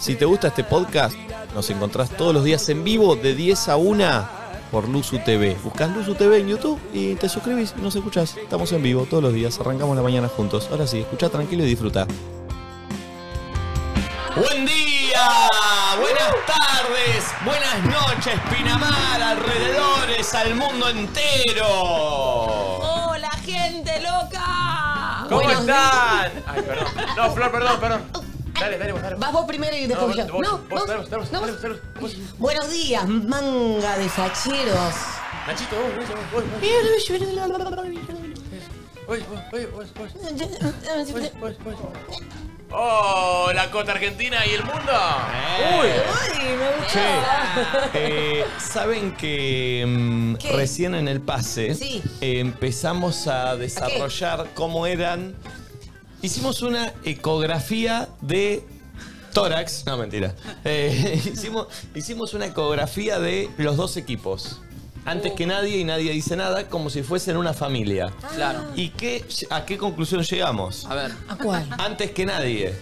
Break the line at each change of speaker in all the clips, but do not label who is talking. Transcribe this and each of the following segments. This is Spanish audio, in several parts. Si te gusta este podcast, nos encontrás todos los días en vivo de 10 a 1 por Luzu TV. Buscás Luzu TV en YouTube y te suscribís y nos escuchás. Estamos en vivo todos los días, arrancamos la mañana juntos. Ahora sí, escucha tranquilo y disfruta. Buen día, buenas tardes, buenas noches, Pinamar, alrededores, al mundo entero.
¡Hola, gente loca!
¿Cómo
Buenos
están? Ay, perdón. No, Flor, perdón, perdón. Dale, dale, vos, dale.
días.
vos.
Vas vos primero y después
No,
yo.
vos,
no,
vos, dale, vos, dale, vos,
no,
dale, vos,
vos.
dale, vos, vos.
Buenos días, manga de facheros.
Nachito, vos, vos, vos, vos, vos. Vos, vos, vos, vos, vos, vos, vos, vos. Oh, la cota argentina y el mundo. Uy.
Ay, me
Che,
gusta.
eh, saben que mm,
¿Qué?
recién en el pase
Sí.
eh, empezamos a desarrollar cómo eran. Hicimos una ecografía de tórax. No, mentira. Eh, hicimos, hicimos una ecografía de los dos equipos. Antes que nadie y nadie dice nada, como si fuesen una familia.
Claro.
¿Y qué, a qué conclusión llegamos?
A ver.
¿A cuál?
Antes que nadie.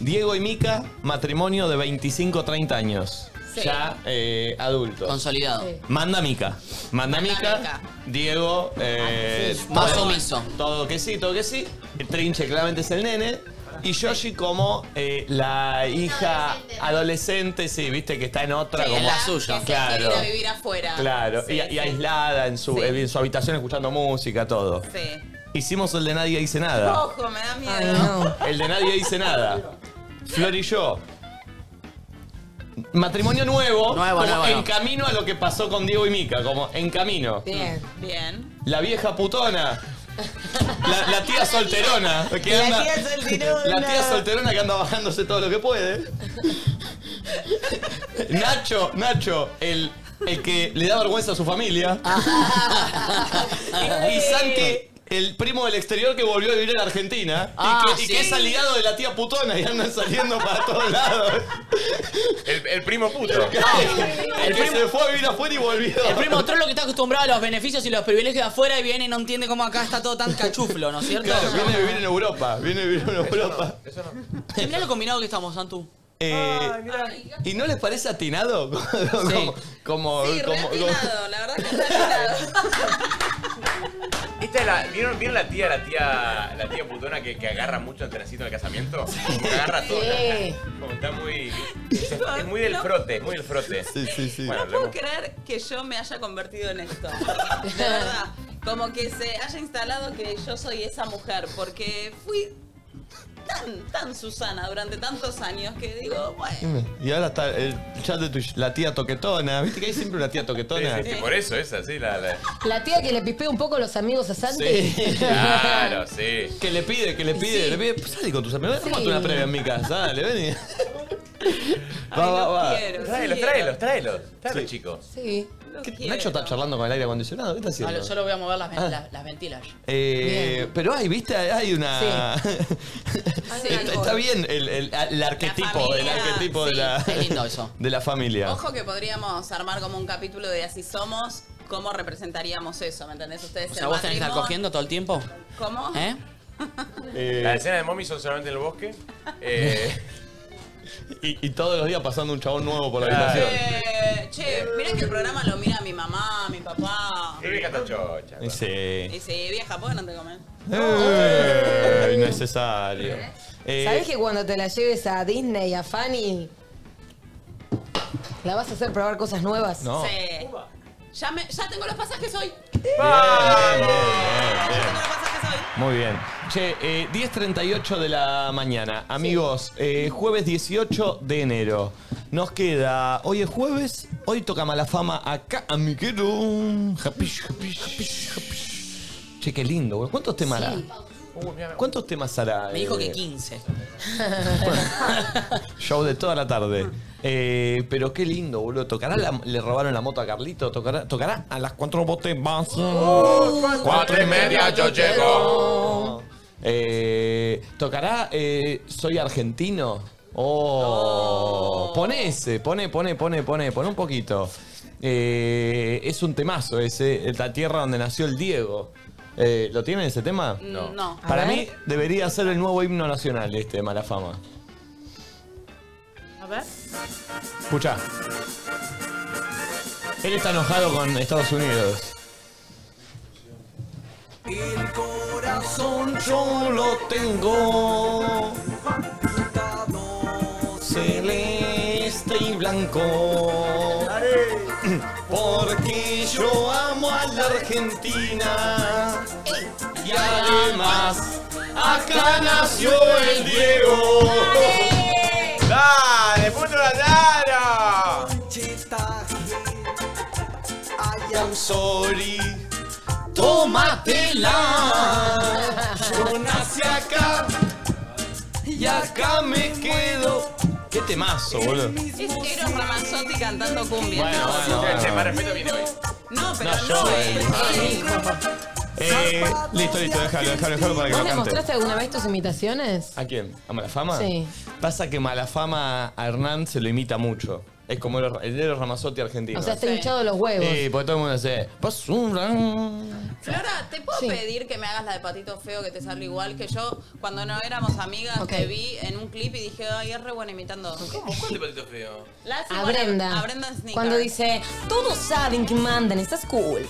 Diego y Mica, matrimonio de 25-30 años.
Sí.
Ya eh, adultos.
Consolidado.
Sí.
Manda Mica. Manda
Manda
Mica.
Mica.
Diego. eh,
sí.
Más
todo-
omiso.
Todo que sí, todo que sí. El Trinche claramente es el nene. Y Yoshi como eh, la hija adolescente, sí, viste que está en otra.
Sí,
como,
en la suya.
Que se
Claro.
quiere ir a vivir afuera.
Claro.
Sí,
y, y
sí.
aislada en su,
Sí.
en su habitación escuchando música, todo.
Sí.
Hicimos el de nadie dice nada.
Ojo, me da miedo.
Ay, no.
El de nadie dice nada. Flor y yo. Matrimonio nuevo,
Nuevo,
como
nuevo,
en
no.
camino a lo que pasó con Diego y Mica, como en camino.
Bien.
Bien.
La vieja putona. La, la tía solterona. que
La
anda-
tía solterona.
La tía solterona que anda bajándose todo lo que puede. Nacho, Nacho, el, el que le da vergüenza a su familia.
Ah.
Y, y Santi, el primo del exterior que volvió a vivir en Argentina. Y
Ah,
que- y, que,
sí.
es aliado de la tía putona y andan saliendo para todos lados.
El, el primo puto.
El que se fue a vivir afuera y volvió.
El primo trolo que está acostumbrado a los beneficios y los privilegios de afuera y viene y no entiende cómo acá está todo tan cachuflo, ¿no es cierto?
Claro, viene a vivir en Europa. Viene a vivir en Europa.
Eso no.
Y mirá lo combinado que estamos, Santu.
Eh, ¿Y no les parece atinado? como, como,
Sí,
como- como-
reatinado, la verdad que reatinado.
Esta es la. ¿Vieron, vieron la tía, la tía, la tía putona que, que agarra mucho el trencito en el casamiento? Que agarra todo.
Sí.
Como está muy. Es, es muy del frote, muy del frote.
Sí, sí, sí.
Bueno,
No puedo
lo-
creer que yo me haya convertido en esto. De verdad. Como que se haya instalado que yo soy esa mujer. Porque fui tan, tan Susana durante tantos años que digo, bueno.
Y ahora está el chat de Twitch, la tía toquetona. ¿Viste que hay siempre una tía
Sí,
toquetona?
sí, sí, por eso es así la. la-
La tía que le pipea un poco los amigos a Santi.
Sí.
Claro, sí.
Que le pide, que le pide, le pide. Pues salí con tus amigos, tómate
Sí.
una previa en mi casa, dale, vení.
ay,
Va, va,
lo
va.
quiero,
Tráelos,
quiero,
tráelos, tráelos. Tráelos,
Sí.
chicos.
Sí.
lo
¿Qué-
quiero.
Nacho está charlando con el aire acondicionado, ¿qué está
Ah, lo-
haciendo?
Yo lo voy a mover las, ven- las- las ventilas.
Eh, pero hay, viste, hay una. está, está bien el, el- el arquetipo, el
familia,
arquetipo de
sí,
la.
es lindo eso.
De la familia.
Ojo que podríamos armar como un capítulo de Así Somos, cómo representaríamos eso, ¿me entendés? Ustedes
O sea,
el
vos tenés que estar
matrimonio-
cogiendo todo el tiempo.
¿Cómo?
¿Eh?
Eh,
La escena de mommy son solamente en el bosque. Eh,
y, y todos los días pasando un chabón nuevo por la
Claro.
habitación.
Eh, che, mirá que el programa lo mira mi mamá, mi papá.
Vivi Catachocha.
Sí.
Y si vieja, ¿por qué no te comen?
Eh, innecesario. Eh,
¿Sabés que cuando te la lleves a Disney, a Fanny, la vas a hacer probar cosas nuevas?
Oh.
No.
Sí. Ya, me- ya tengo los pasajes hoy.
Bien, bien,
Ya
bien.
tengo los pasajes hoy.
Muy bien. Che, eh, 10.38 de la mañana. Amigos, eh, jueves 18 de enero. Nos queda. Hoy es jueves, hoy toca mala fama acá, amiguero. Japish, japish, japish, japish. Che, qué lindo, güey. ¿Cuántos temas
Uh, mira,
hará? ¿Cuántos temas hará?
Me dijo
eh,
que 15.
Show de toda la tarde.
Ah.
Eh, pero qué lindo, boludo. Tocará la- le robaron la moto a Carlito. Tocará, tocará a las cuatro botes más.
Oh, Cuatro y media yo llego.
Eh, tocará eh, Soy Argentino. Oh, pone ese, pone, pone, pone, pone, pone un poquito. Eh, es un temazo ese, es la tierra donde nació el Diego. Eh, ¿Lo tienen ese tema?
No. No.
Para
A ver.
mí debería ser el nuevo himno nacional este de Mala Fama.
ver.
Escucha. Él está enojado con Estados Unidos.
El corazón yo lo tengo.
celeste y blanco. Porque yo amo a la Argentina. Y además, acá nació el Diego.
¡Dale, puto la cara!
I'm sorry. Tómatela. Yo nací acá y acá me quedo. Qué temazo, boludo.
Es Eros Ramazzotti cantando cumbia.
Bueno,
no,
bueno, bueno.
Che, más respeto viene hoy.
no, pero
No,
no,
yo,
es.
eh. Eh, listo, listo, déjalo, déjalo, déjalo para que
¿Vos
lo
le
cante.
mostraste alguna vez tus imitaciones?
¿A quién? ¿A Malafama?
Sí.
Pasa que Malafama a Hernán se lo imita mucho. Es como el, el Eros Ramazzotti argentino.
O sea, está
Sí.
hinchado los huevos.
Sí, porque todo el mundo hace. "Pas un ran".
Flora, ¿te puedo
Sí.
pedir que me hagas la de patito feo que te sale igual que yo? Cuando no éramos amigas,
Ok.
te vi en un clip y dije, ay, es re buena imitando.
¿Cómo?
este
¿Cuál de patito feo?
La hace
A
igual
Brenda.
A Brenda Sneaker.
Cuando dice, todos saben que mandan, estás cool.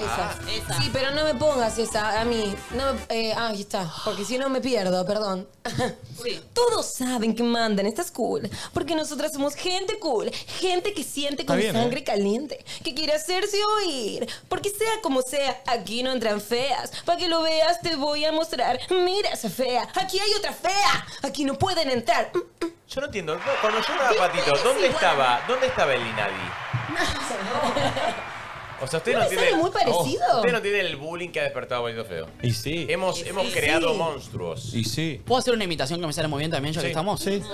Esa.
esa.
Sí, pero no me pongas esa a mí. No me, eh, ah, ahí está. Porque si no me pierdo, perdón.
Sí.
Todos saben que mandan, estás cool. Porque nosotras somos gente cool. Gente que siente
Está
con
bien,
sangre
¿eh?
caliente. Que quiere hacerse oír. Porque sea como sea, aquí no entran feas. Para que lo veas, te voy a mostrar. Mira esa fea. Aquí hay otra fea. Aquí no pueden entrar. Mm,
Yo no entiendo. No, Cuando yo era patito, ¿dónde estaba? ¿Dónde estaba el Inadi? O sea, usted
¿No
no,
le
tiene. oh,
sale muy parecido?
usted no tiene el bullying que ha despertado Patito Feo.
Y sí.
Hemos,
Sí,
hemos
sí.
creado monstruos.
Y sí.
¿Puedo hacer una imitación que me sale muy bien también, ya que
Sí.
estamos?
Sí.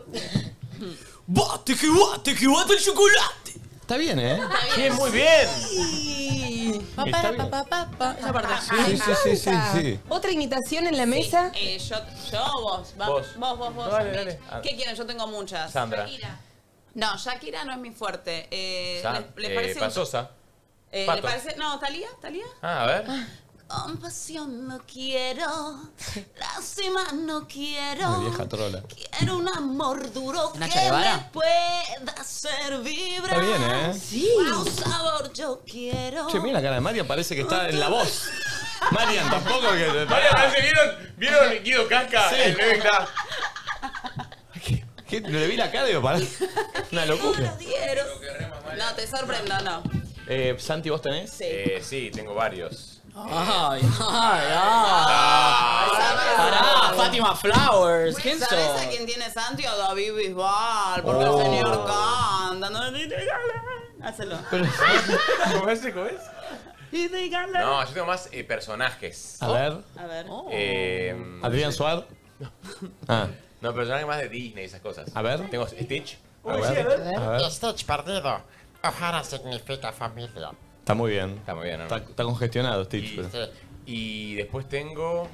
¡Bate que bate que bate el chocolate!
Está bien, ¿eh?
Bien, muy bien.
Está bien.
Esa parte.
Sí, sí, sí, sí, sí.
Otra imitación en la mesa.
Eh, yo, yo o vos, va-
Vos.
vos, vos, vos. vos.
Dale, dale.
¿Qué quieren? Yo tengo muchas.
Sandra.
No, Shakira no es mi fuerte. Eh,
San-
¿les, les
eh,
parece un-
Pasosa.
eh,
Pato.
¿les parece? No, Talía, Talía.
Ah, a ver.
Compasión no quiero, lástima no quiero.
Una vieja trola.
Quiero un amor duro
¿Nacha
que me
Guevara?
pueda hacer
Está
vibrar.
bien, ¿eh?
Sí.
A un sabor yo quiero.
Che, mira la cara de Marian, parece que está en la voz. Marian, tampoco que.
María, parece, ¿vieron, ¿vieron Guido Casca?
Sí.
El bebé está.
¿Qué? Le vi la cara y digo, pará. Una
No
locura.
lo dieron. No, te sorprendo, no.
Eh, Santi, ¿vos tenés?
Sí.
Eh, sí, tengo varios. Ah.
Ay, ay, ay. Pará, Fátima Flowers. ¿Quién sos?
¿Sabes a quién tiene Santi? A David Bisbal, porque
Oh.
el señor canta. No, ni dígale. Hácelo.
¿Cómo es? ¿Cómo es?
Y dígale.
No, yo tengo más eh, personajes.
A ver. Oh.
A ver.
Eh,
Adrián Suárez. Ah,
no, personajes más de Disney y esas cosas.
A ver.
Tengo Stitch.
a ver. A ver.
Stitch perdido. O'Hara significa familia.
Está muy bien.
Está muy bien, ¿no?
Está, está congestionado, Stitch.
Y,
pero-
Sí.
y después tengo.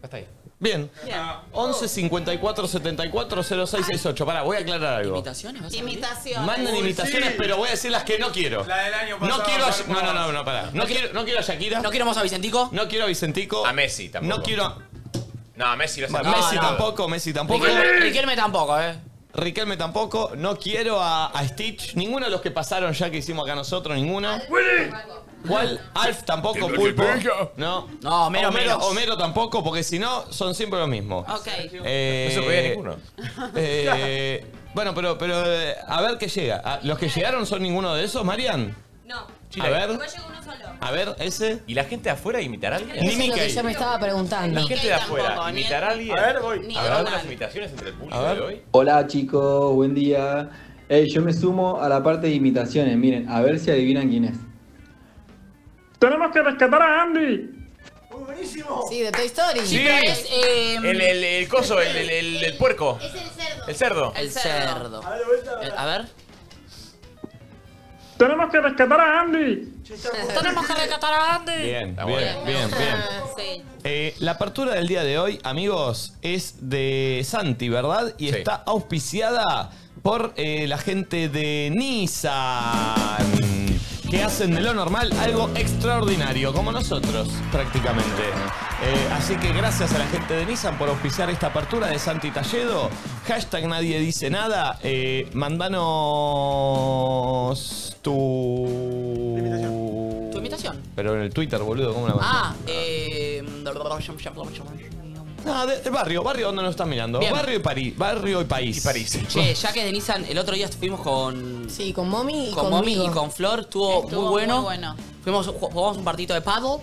Hasta ahí.
Bien.
Bien.
11 54 74 06 68. Pará, voy a aclarar algo.
¿Imitaciones? vas a pedir?
Imitación.
Mandan imitaciones, pero voy a decir las que no quiero.
La del año
No
pasado,
quiero a,
Marco
no, no, no,
Más.
no, pará. No quiero, no quiero a Shakira.
¿No quiero más a Vicentico?
No quiero a Vicentico.
A Messi tampoco.
No quiero a
No, a Messi lo hace.
bueno, Messi
no.
tampoco, Messi tampoco.
Riquelme, Riquelme tampoco, eh.
Riquelme tampoco. No quiero a, a Stitch. Ninguno de los que pasaron ya que hicimos acá nosotros, ninguno. ¿Cuál? Alf tampoco, Pulpo. No.
No, Homero
Homero,
menos.
Homero tampoco, porque si no, son siempre los mismos.
Ok.
Eh,
No se podía ninguno.
eh, bueno, pero, pero eh, a ver qué llega. Ah, ¿Los que llegaron son ninguno de esos, Marian?
No.
A ver,
llegó uno solo.
a ver, ese.
¿Y la gente de afuera imitará a alguien?
Ni
Eso es lo que
Mickey.
yo me estaba preguntando.
La gente de
tampoco,
afuera
ni-
imitará a alguien.
A ver, voy.
Ni
A ver,
Donald.
algunas imitaciones entre el público
A ver.
de hoy.
Hola chicos, buen día. Eh, yo me sumo a la parte de imitaciones, miren, a ver si adivinan quién es.
Tenemos que rescatar a Andy.
Muy buenísimo.
Sí, de Toy Story.
Sí.
Es, eh,
El, el, el coso, el, el, el, el puerco. Em, Es el cerdo. El cerdo.
el cerdo.
A ver, vuelta.
Eh,
El- a ver.
Tenemos que rescatar a Andy.
Tenemos que rescatar a Andy.
Bien,
Está
bien,
bueno.
bien, bien.
Sí.
Eh, la apertura del día de hoy, amigos, es de Santi, ¿verdad? Y
Sí.
está auspiciada por eh, la gente de Nissan. que hacen de lo normal algo extraordinario, como nosotros prácticamente. Eh, así que gracias a la gente de Nissan por auspiciar esta apertura de Santi Talledo. Hashtag nadie dice nada. Eh, mandanos tu...
¿Tu invitación?
Pero en el Twitter, boludo, ¿cómo la mandas?
Ah, eh.
Ah, de- del barrio, barrio donde nos están mirando.
Bien.
Barrio y París. Barrio y París. Y París.
Che, ya que es de Nissan, el otro día fuimos con.
Sí, con Mommy y
con Momi
conmigo.
y con Flor, estuvo,
Estuvo
muy bueno.
muy bueno.
Fuimos, ju- jugamos un partidito de paddle.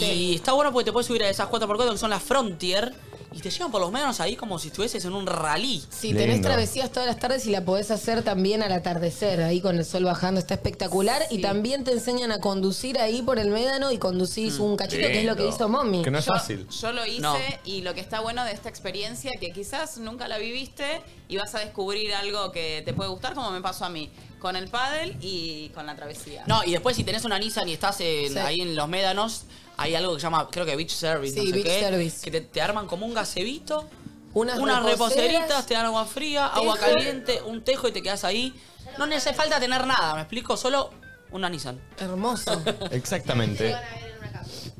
Y está bueno porque te puedes subir a esas 4x4 que son las Frontier y te llevan por los medianos ahí como si estuvieses en un rally.
Si tenés travesías todas las tardes y la podés hacer también al atardecer, ahí con el sol bajando, está espectacular. Y también te enseñan a conducir ahí por el médano y conducís un cachito, que es lo que
lindo.
hizo Mommy.
Que no es
Yo-
fácil.
Yo lo hice
No.
y lo que está bueno de esta experiencia, que quizás nunca la viviste y vas a descubrir algo que te puede gustar, como me pasó a mí, con el pádel y con la travesía.
No, y después si tenés una Nissan y estás en-
Sí.
ahí en los médanos, hay algo que se llama, creo que Beach Service,
Sí,
no sé
beach
qué,
service.
que te, te arman como un gasebito,
Unas reposeras,
reposeritas, te dan agua fría, agua
tejo.
caliente, un tejo y te quedas ahí. No hace falta tener nada, me explico, solo una Nissan.
Hermoso.
Exactamente.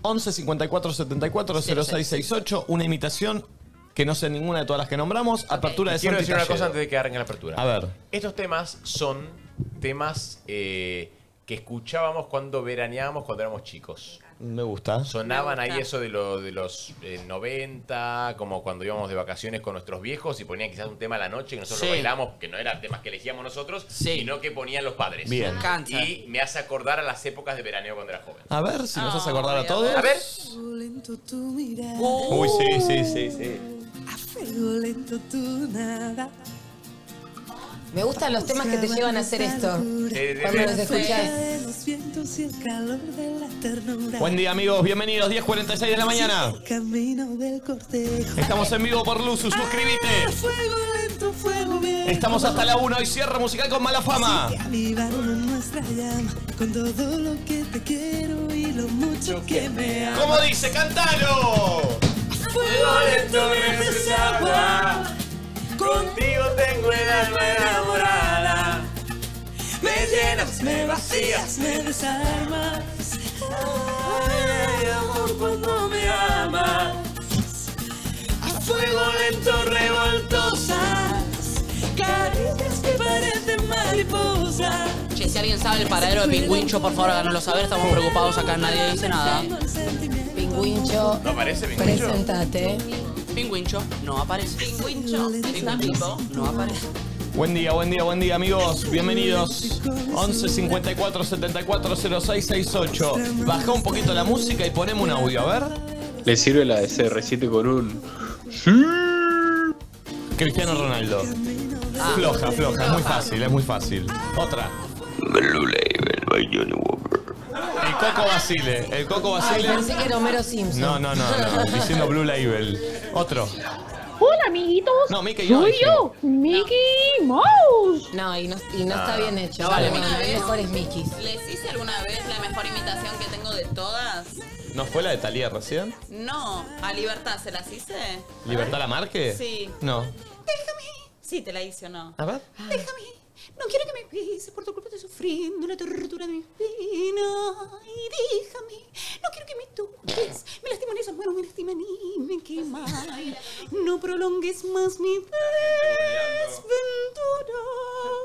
11 54 74 0668. Una imitación que no sé ninguna de todas las que nombramos. Apertura de
Quiero
Santi
decir una
Talledo.
cosa antes de que en la apertura.
A ver.
Estos temas son temas eh, que escuchábamos cuando veraneábamos cuando éramos chicos.
Me gusta.
Sonaban ahí eso de, lo- de los eh, 90, como cuando íbamos de vacaciones con nuestros viejos y ponían quizás un tema a la noche y nosotros
Sí.
lo bailamos, que no eran temas que elegíamos nosotros, sino que ponían los padres.
Bien. Me
encanta.
Y me hace acordar a las épocas de veraneo cuando era joven.
A ver si nos hace acordar a todos.
A ver.
Uy, sí, sí, sí, sí.
Me gustan los temas que te llevan a hacer esto. Cuando los escuchás.
Buen día, amigos. Bienvenidos. 10.46 de la mañana.
Camino del cortejo.
Estamos en vivo por Luzu. Suscríbete.
Fuego lento, fuego bien.
Estamos hasta la 1 y cierre musical con mala fama.
Avivaron nuestra llama con todo lo que te quiero y lo mucho que me amas.
¿Cómo dice? ¡Cántalo!
Fuego lento versus agua. Contigo tengo el alma enamorada. Me llenas, me vacías, me desarmas. Ay, amor, cuando me amas. A fuego lento revoltosas. Caricias que parecen mariposas.
Che, si alguien sabe el paradero de Pingüincho, por favor háganoslo saber, estamos preocupados acá, nadie dice nada.
Pingüincho,
¿No aparece Pingüincho?
presentate.
Pingüincho no aparece.
Pingüincho, está vivo.
No aparece.
Buen día, buen día, buen día, amigos. Bienvenidos. 11 54 74 06 68. Baja un poquito la música y ponemos un audio, a ver.
Le sirve la de CR7 con un.
Cristiano Ronaldo. Ah. Floja, floja, es muy fácil, es muy fácil. Otra. El Coco Basile, el Coco
Ay,
Basile.
pensé que era Homero Simpson.
No, no, no, no, diciendo Blue Label. Otro.
Hola amiguitos,
No, Mickey, no,
soy
dije.
yo, Mickey Mouse.
No, y no, y no
Ah.
está bien hecho.
No vale,
Bueno,
Mickey.
los mejores Mickeys.
¿Les hice alguna vez la mejor imitación que tengo de todas?
¿No fue la de Talía recién?
No, a Libertad se las hice.
¿Libertad la Marque?
Sí.
No.
Sí, te la hice o no.
A ver.
Déjame, no quiero que me pises, por tu culpa estoy sufriendo una tortura de mi pena. Y déjame, no quiero que me toques, me lastiman esas manos, me lastiman y me queman. No prolongues más mi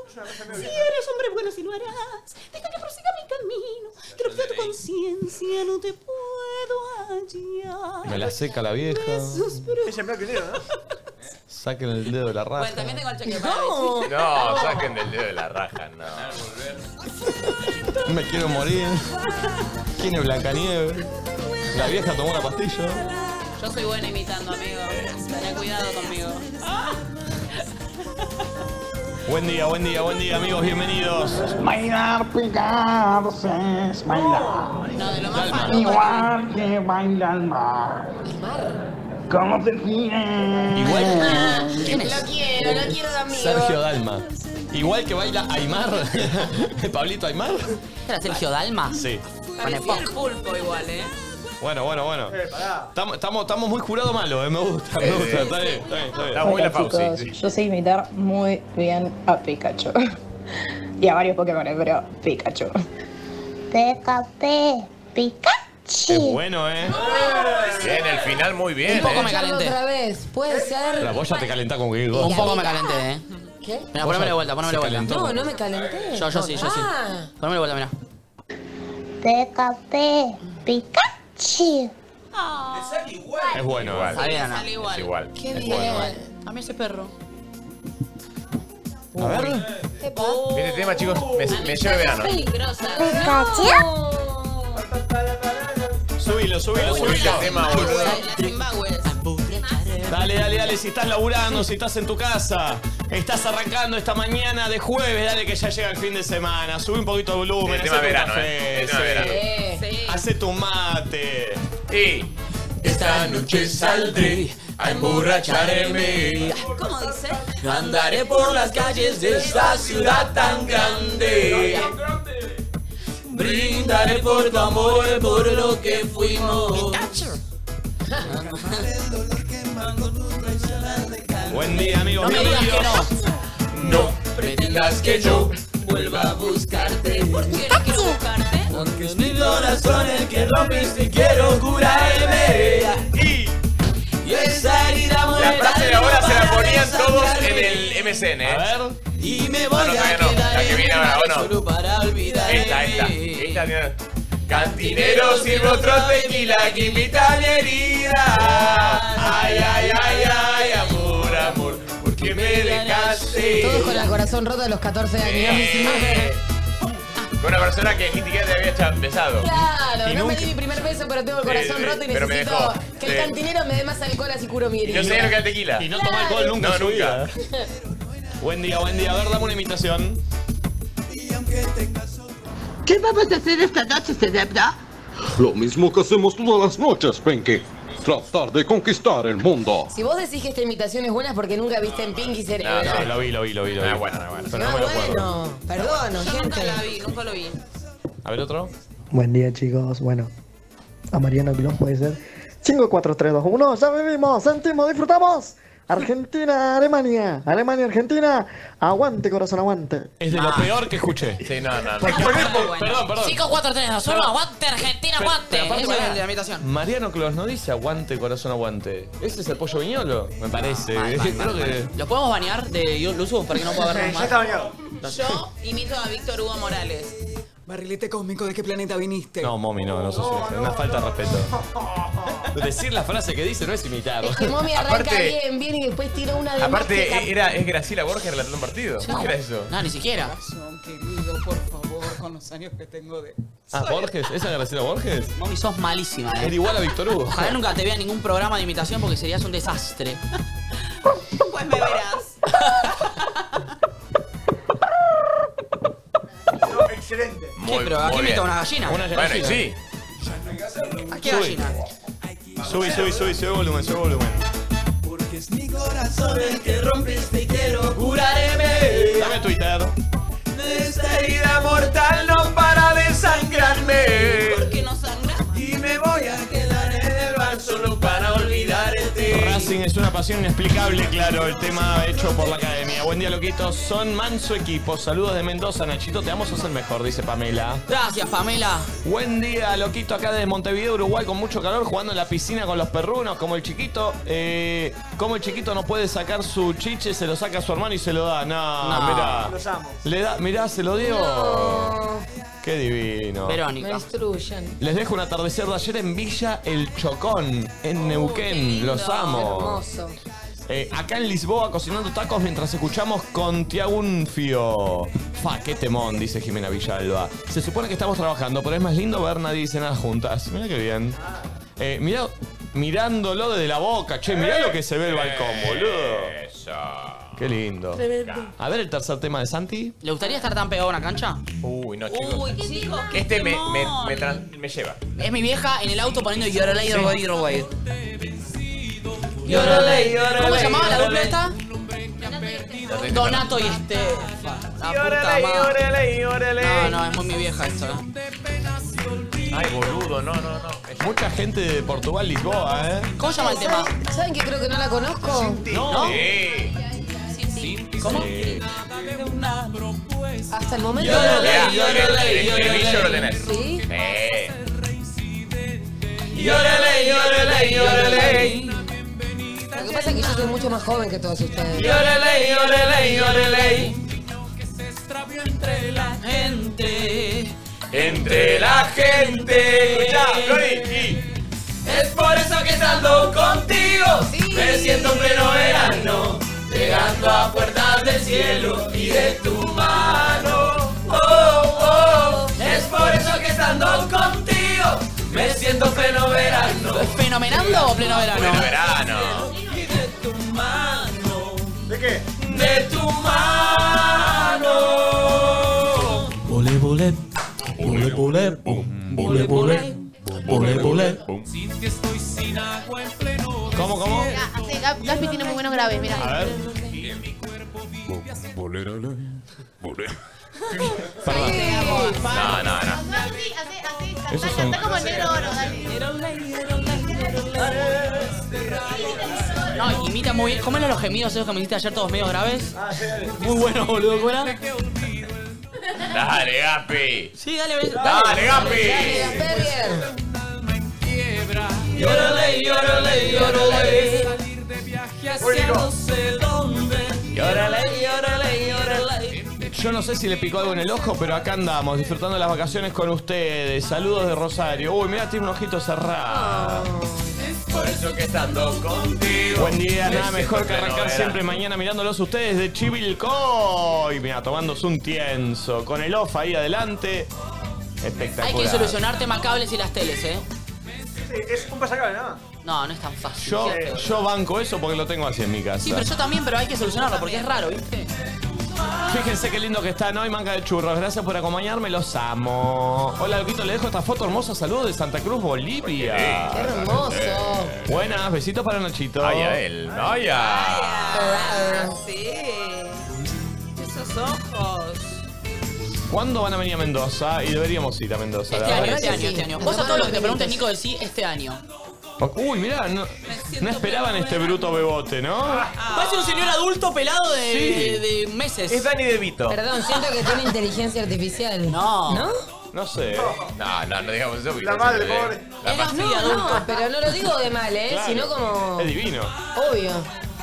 desventura. Si eres hombre bueno, si lo harás, deja que prosiga mi camino, que no pida tu conciencia, no te puedo hallar.
Me la seca la vieja.
Ella me ha
Saquen el dedo de la raja.
tengo el cheque
No.
No, saquen del dedo de la raja, no.
Me quiero morir. ¿Quién es Blancanieve? La vieja tomó una pastilla.
Yo soy buena imitando, amigo. Ten cuidado conmigo.
Buen día, buen día, buen día, amigos, bienvenidos.
Bailar pegados es bailar.
No, de lo
más
Igual que baila el mar. ¿Cómo te quieren? Ah,
Igual
Eh.
Lo quiero, lo quiero de amigo.
Sergio Dalma. Igual que baila Aymar. ¿Pablito Aymar?
¿Era Sergio Dalma?
Sí.
Parecía el pulpo igual, ¿eh?
Bueno, bueno, bueno. Estamos- Estamos estamos muy jurado malo, eh, me gusta, me gusta. Está bien, está bien, está bien.
Hola,
chicos, yo sé imitar muy bien a Pikachu. y a varios Pokémon, pero Pikachu. Eh,
Café, Pikachu.
Es bueno, ¿eh?
Bien, el final muy bien.
Un poco me
¿eh?
calenté. otra vez. Puede ser.
La boya te calenta con que
Un poco me calenté, eh.
¿Qué?
Mira, poneme de vuelta, poneme de vuelta.
No, no me calenté.
Yo, yo sí, yo sí.
Ah.
Poneme de vuelta, mira.
Café, Café, Pikachu.
Ah. Es bueno, igual.
Está bien, Ana.
Es igual.
Qué
Es
bien.
bueno, eh.
A mí ese perro.
A ver.
Viene el tema, chicos. Me, me lleva verano.
Pikachu.
Subilo, subilo, subilo.
el tema, boludo.
Dale, dale, dale, si estás laburando, si estás en tu casa, estás arrancando esta mañana de jueves, dale que ya llega el fin de semana. Sube un poquito de volumen,
Ah.
hace
El tema
tu
verano,
café,
eh. El tema
sí.
verano.
hace tu mate.
Y
esta noche saldré a
emborracharme.
¿Cómo dice?
Andaré por las calles de esta ciudad tan grande. Brindaré por tu amor, por lo que fuimos.
Buen día, amigos.
No me digas
bienvenidos.
Pretendas que yo vuelva a buscarte. ¿Por qué no quiero buscarte? Porque es mi corazón el que rompiste y quiero curarme. Y esa herida La frase de ahora se la ponían todos en el MCN. A ver. Y me voy a quedar La que viene ahora, ¿o no? Solo para olvidar. Esta, esta. Esta, mira. Cantinero sirve otro tequila que invita a mi herida. Ay, ay, ay, ay, amor, amor. ¿Por qué me dejaste?
Todos con el corazón roto a los 14 años.
Eh. Con una persona que ni siquiera te había echa- besado.
Claro,
Y
no me
nunca-
di mi primer beso, pero tengo el corazón
Sí, sí,
roto y
pero me
necesito
dejó.
que
Sí.
el cantinero me dé más alcohol así curo mi
Y no
herida.
sabía lo que era tequila.
Y no tomar alcohol nunca.
No,
en su
nunca.
vida. Buen día, buen día. A ver, dame una imitación.
¿Qué vamos a hacer esta noche, Cerebra?
Lo mismo que hacemos todas las noches, Pinky. Tratar de conquistar el mundo.
Si vos decís que esta imitación es buena es porque nunca viste en Pinky
No,
Cerebro.
no, lo vi, lo vi, lo vi. Lo vi. Ah, bueno, Pero no me lo acuerdo.
Bueno, perdón, gente.
Nunca la vi, nunca lo vi.
A ver, otro.
Buen día, chicos. Bueno, a Mariano Quilón puede ser 5, 4, 3, 2, 1. Ya vivimos, sentimos, disfrutamos. Argentina, Alemania. Alemania, Argentina. Aguante, corazón, aguante.
Es de lo peor que escuché.
Sí, no, no.
Perdón, perdón.
5, 4, 3, 2, 1, aguante Argentina,
Pero-
aguante.
pero aparte,
Esa es
pará.
la imitación.
Mariano Clos no dice aguante, corazón, aguante. ¿Ese es el pollo viñolo? Me parece.
Mal, mal, mal,
Creo que.
mal. ¿Lo podemos banear de Luzu para que no pueda ver más?
Yo imito a Víctor Hugo Morales.
Barrilete cósmico, ¿de qué planeta viniste?
No, mommy, no, no sos eso. Una falta de respeto. Decir la frase que dice no es imitar.
Que Momi arranca
Aparte-
bien, bien y después tira una de más que cap-
Aparte, era, es Graciela Borges relatando un partido. ¿Qué era eso?
No, ni siquiera.
Corazón, querido, por favor, con los años que tengo de...
Ah, Borges, ¿esa Graciela Borges?
Mami, sos malísima, eh.
Era igual a Víctor Hugo.
Ojalá nunca te vea en ningún programa de imitación porque serías un desastre.
Pues me verás.
Excelente.
¿Qué? Pero aquí
muy
me
bien.
está una gallina.
Una
Bueno, y
gallina.
sí.
¿A qué gallina?
Subí, subí, subí, subí volumen, subí volumen.
Mi corazón el que este rompiste y quiero
Dame Twitter.
Esta herida mortal no para de sangrarme.
Porque no sangra.
Y me voy a quedar en el bar solo para olvidarte.
Racing es una pasión inexplicable, claro, el tema hecho por la academia. Buen día, loquitos. Son manso equipo. Saludos de Mendoza, Nachito. Te amo, sos el mejor, dice Pamela.
Gracias, Pamela.
Buen día, loquito, acá desde Montevideo, Uruguay, con mucho calor, jugando en la piscina con los perrunos, como el chiquito. eh, como el chiquito no puede sacar su chiche, se lo saca a su hermano y se lo da. No,
No.
Ah, mirá.
Los
amo.
Le da, mirá, se lo dio.
No.
Qué divino.
Me destruyen.
Les dejo un atardecer de ayer en Villa El Chocón, en Neuquén. Los amo.
Hermoso.
Eh, acá en Lisboa cocinando tacos mientras escuchamos Contiagunfio. Fa, qué temón, dice Jimena Villalba. Se supone que estamos trabajando, pero es más lindo ver nadie cenar juntas. Mira qué bien. Eh, mirá- mirándolo desde la boca, che, mirá lo que se ve el balcón, boludo.
Eso.
Qué lindo.
Tremendo.
A ver el tercer tema de Santi.
¿Le gustaría estar tan pegado a una cancha?
Uy, no, chicos.
Uy, chicos,
Que este me, me, me, tran- me lleva.
Es mi vieja en el auto poniendo Yorolay,
Sí.
Yorolay, Yorolay.
Yorolay, yorolay,
¿Cómo se llamaba la dupla
yorolay.
esta? Donato y este.
Yorolay, yorolay,
No, no, es muy mi vieja ¿eh? esto.
Ay, boludo, no, no, no.
Mucha gente de Portugal, Lisboa, ¿eh?
¿Cómo llama el tema?
¿Saben que creo que no la conozco?
No.
Sí.
¿Cómo?
Sí.
Hasta el momento.
Yo lo
Mirá,
leí, yo lo
el
leí, yo lo leí.
estribillo lo tenés.
Sí.
Llórale, llórale, llórale.
Lo que pasa es que yo soy mucho más joven que todos ustedes.
Llórale, llórale, llórale.
Entre la gente.
Entre la gente. Ya, Flori.
Es por eso que salgo contigo. Me siento en pleno verano. Llegando a puertas del cielo y de tu mano. Oh, oh. Es por eso que estando contigo. Me siento en pleno verano.
¿Fenomenando o pleno verano?
Pleno verano.
¿De qué? De tu mano.
Bule, bule. Bule, bule. Bule, bule. Bule, bule.
que estoy sin agua en pleno.
¿Cómo, cómo?
Mira, así, Gap- Gaspi tiene muy buenos graves, mira.
A ver.
¿eh?
Perdón.
No, no, no.
Así, así, así.
Esos
Está,
son-
está como el negro oro, dale.
No, imita muy bien. ¿Cómo eran los gemidos esos que me hiciste ayer todos medio graves?
Ah,
Muy bueno, boludo, ¿cómo era?
Dale, Gapi.
Sí, dale, ves.
Dale, Gapi. Llórale, llórale, llórale.
no sé dónde.
Llórale,
llórale, llórale.
Yo no sé si le picó algo en el ojo, pero acá andamos, disfrutando las vacaciones con ustedes. Saludos de Rosario. Uy, mira, tiene un ojito cerrado.
Oh.
Por eso que estando contigo.
Buen día, nada
me siento en
mejor que
pleno
arrancar
verano.
siempre mañana mirándolos ustedes de Chivilcoy. Mira, tomándose un tienso, con el off ahí adelante. Espectacular.
Hay que solucionar temas cables y las teles, ¿eh?
Es un pasacable, nada.
No, no es tan fácil.
Yo,
¿cierto?
yo banco eso porque lo tengo así en mi casa.
Sí, pero yo también, pero hay que solucionarlo porque es raro, ¿viste? Este
Fíjense qué lindo que están hoy, manga de churros. Gracias por acompañarme, los amo. Hola, Loquito, le dejo esta foto hermosa. Saludos de Santa Cruz, Bolivia.
Qué hermoso.
Buenas, besitos para Nachito.
Ay, a él. Ay, a-
Ah, sí. Esos ojos.
¿Cuándo van a venir a Mendoza? Y deberíamos ir a Mendoza.
Este
la
año,
verdad
este
que
año,
sí.
este año. Vos a todo lo que te preguntes, Nico, del sí, este año.
Uy, mirá, no, no esperaban este bruto bebote, ¿no?
Parece un señor adulto pelado de,
Sí.
de meses.
Es Dani DeVito.
Perdón, siento que tiene inteligencia artificial.
No.
¿No?
No sé.
No, no, no digamos eso. porque
La
no
madre,
se ve.
pobre.
La madre.
No, no, pero no lo digo de mal, ¿eh?
Claro.
Sino como.
Es divino.
Obvio.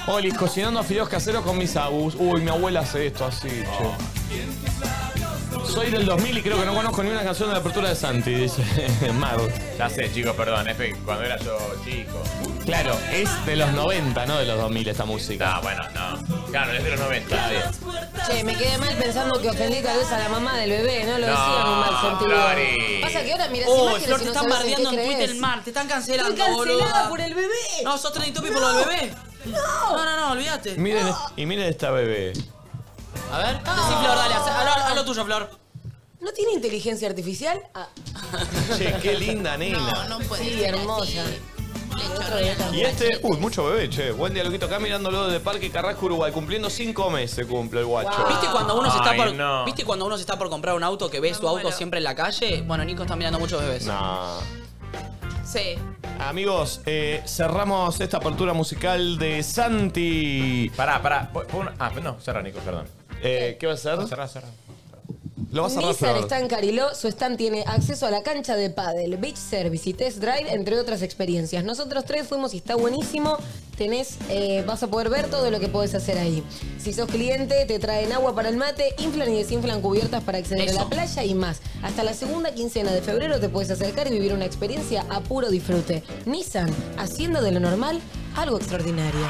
Olis, cocinando fideos caseros con mis abus. Uy, mi abuela hace esto así, che. Soy del 2000 y creo que no conozco ni una canción de la apertura de Santi, dice Mago.
Ya sé, chicos, perdón. Es que cuando era yo chico.
Claro, es de los 90, no de los 2000 esta música.
Ah, bueno, no. Claro, es de los 90. sí.
Che, me quedé mal pensando que ofendí tal vez a la mamá del bebé, no lo
No,
decía en un mal sentido.
Flori.
Pasa que ahora mirás
Oh,
imágenes
Flor,
y
te
no
están
sabés en
bardeando
qué
en
crees.
Twitter mal, te están cancelando,
Estoy cancelada
boluda.
por el bebé.
No, sos trending topic por lo del bebé. No, no, no, olvídate.
Miren, este y miren esta bebé.
A ver, decí, Flor, dale, haz, haz- haz lo tuyo, Flor.
Ah, ¿No tiene inteligencia artificial? Ah,
Che, qué linda nena.
no puede Sí, hermosa. Otro día también.
Y este, uy, mucho bebé, che. Buen día, loquito. Acá mirándolo desde Parque Carrasco, Uruguay. Cumpliendo 5 meses cumple el guacho.
¿Viste cuando uno se está
Ay,
por
no.
¿Viste cuando uno se está por comprar un auto que ve su auto siempre en la calle? Bueno, Nico está mirando muchos bebés.
No.
Sí.
Amigos, eh, cerramos esta apertura musical de Santi.
Pará, pará. Pon- pon- Ah, no, cerra, Nico, perdón.
Eh, ¿Qué va a hacer?
Cerra, cerra.
Lo vas a
Nissan
cerrar.
está en Cariló, su stand tiene acceso a la cancha de pádel, beach service y test drive, entre otras experiencias. Nosotros tres fuimos y está buenísimo. Tenés, eh, vas a poder ver todo lo que podés hacer ahí. Si sos cliente, te traen agua para el mate, inflan y desinflan cubiertas para acceder a la playa y más. Hasta la segunda quincena de febrero te puedes acercar y vivir una experiencia a puro disfrute. Nissan, haciendo de lo normal algo extraordinario.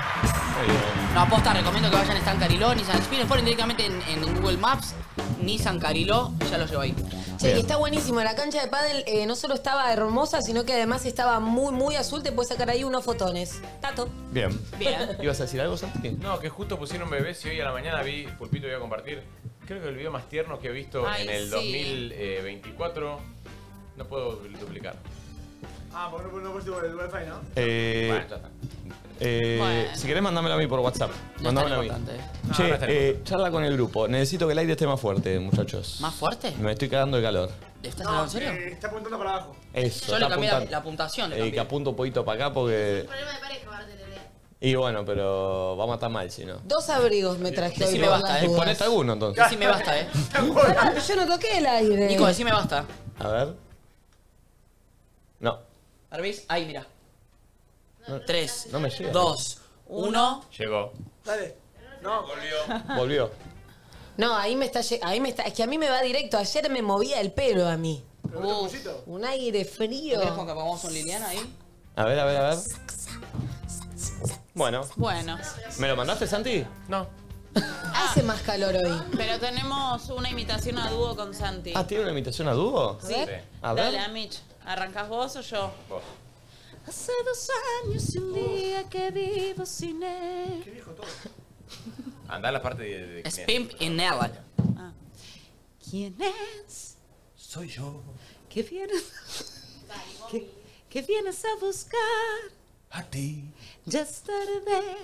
No, aposta, recomiendo que vayan a San Cariló, Nissan Experience. Ponen directamente en, en Google Maps, Nissan Cariló, y ya lo llevo ahí.
Che, y está buenísimo. La cancha de pádel eh, no solo estaba hermosa, sino que además estaba muy, muy azul. Te puedes sacar ahí unos fotones. Tato.
Bien.
Bien.
¿Ibas a decir algo, Santi?
No, que justo pusieron bebés y hoy a la mañana vi, Pulpito voy a compartir, creo que el video más tierno que he visto
Ay,
en el
sí.
2024. No puedo duplicar.
Ah, porque no, no pusiste por el wifi, ¿no?
Eh, eh, Si querés, mándamelo a mí por WhatsApp. Mándamelo a mí. Che,
No, no es tan
eh, charla con el grupo. Necesito que el aire esté más fuerte, muchachos.
¿Más fuerte?
Me estoy cagando de calor.
¿Le estás
No,
hablando en serio?
eh, está apuntando para abajo.
Eso.
Yo le cambié
está
la-
apuntando.
la puntuación, le
Eh, que
cambié.
apunto un poquito para acá porque.
Problema de pareja, ahora te lo leo.
Y bueno, pero vamos a estar mal si no.
Dos abrigos me traje hoy.
Decime
por las
basta, eh.
dudas.
Ponete alguno entonces.
Decime basta, eh.
Pará, pero yo no toqué el aire.
Nico, decime basta.
A ver.
¿Arbis? Ahí, mira. Tres.
No me llega.
Dos. Uno.
Llegó.
Dale. No. Volvió.
Volvió.
No, ahí me está, lle- ahí me está, es que a mí me va directo. Ayer me movía el pelo a mí. Un aire frío.
¿Querés con que pongamos un Liliana ahí?
A ver, a ver, a ver. Bueno.
Bueno.
¿Me lo mandaste, Santi? No.
Hace más calor hoy.
Pero tenemos una imitación a dúo con Santi.
Ah, ¿tiene una invitación a dúo?
Sí.
A
Dale,
ver.
a Mitch. ¿Arrancás vos o yo?
Vos.
Hace dos años y un día que vivo sin él. ¿Qué dijo todo?
Andá a la parte de. de-
Es Pimp y
Ah,
Nella.
Ah. ¿Quién es?
Soy yo.
¿Qué vienes? ¿Qué, qué vienes a buscar?
A ti.
Ya es tarde.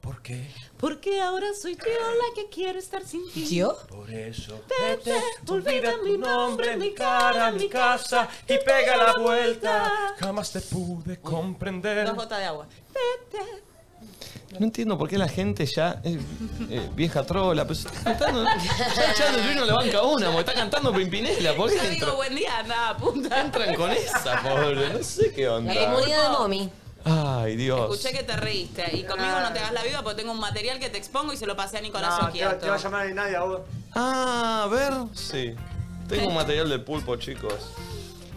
¿Por qué?
Porque ahora soy yo la que quiero estar sin ti.
Por eso.
Vete, olvida mi nombre, mi
Cara a mi casa y pega
la
la vuelta. Jamás te pude comprender.
Dos gotas de agua.
No entiendo por qué la gente ya es eh, vieja trola, pero se está cantando. Está echando el vino a la banca una, porque está cantando Pimpinela. ¿Por qué
Yo digo
entran,
buen día, nada, punta.
entran con esa, pobre? No sé qué onda.
de Momi.
Ay, Dios.
Escuché que te reíste y conmigo no te hagas la viva porque tengo un material que te expongo y se lo pasé a Nicolás
No, te, va-
Occhiato.
te va a llamar de nadie a vos.
Ah, a ver. Sí. Tengo un material del pulpo, chicos.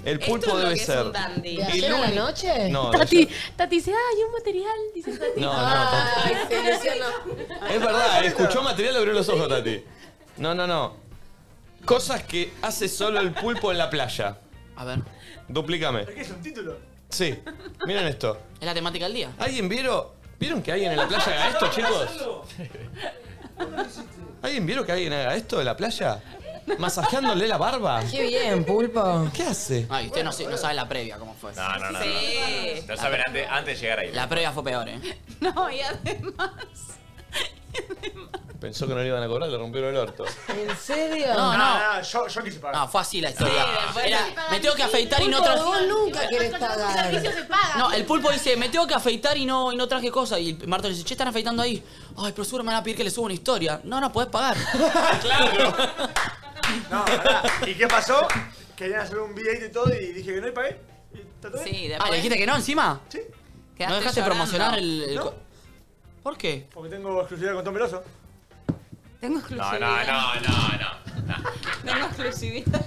El
Esto
pulpo
es lo
debe
que es
ser.
un dandy.
Y
¿De ayer
Luli-
noche?
No, de
Tati, Tati dice, ah, hay un material, dice Tati.
Ah,
No, no, Ay, Es
Ah,
verdad, escuchó material y abrió los ojos, Tati. No, no, no. Cosas que hace solo el pulpo en la playa.
A ver.
Duplícame.
¿Qué es un título?
Sí, miren esto.
Es la temática del día.
¿Alguien vieron? ¿Vieron que alguien en la playa haga esto, chicos? ¿Alguien vieron que alguien haga esto en la playa? ¿Masajeándole la barba?
Qué bien, pulpo.
¿Qué hace?
Ay, usted no, se- no sabe la previa cómo fue.
No, no, no.
Sí.
No, no saben antes, antes de llegar ahí.
La previa fue peor, eh.
No, y además.
Pensó que no le iban a cobrar, le rompieron el orto.
¿En serio?
No, no.
yo, yo quise pagar.
No, fue así la historia.
Sí, después
Era, me tengo que afeitar y no
Pulpo,
traje.
Vos nunca querés pagar.
No, el pulpo dice, me tengo que afeitar y no, y no traje cosa. Y el Marto le dice, che, están afeitando ahí. Ay, pero seguro me van a pedir que le suba una historia. No, no, podés pagar.
No, pará. ¿Y qué pasó? Querían hacer un videito y todo y dije que no y pagué. Y está todo bien.
Sí,
Ah, ¿le dijiste que no encima? Sí. ¿No dejaste
llorando.
promocionar el...? el
No.
co- ¿Por qué?
Porque tengo exclusividad con Tom Veloso.
Tengo
No, no, no, no, no.
Tengo exclusividad.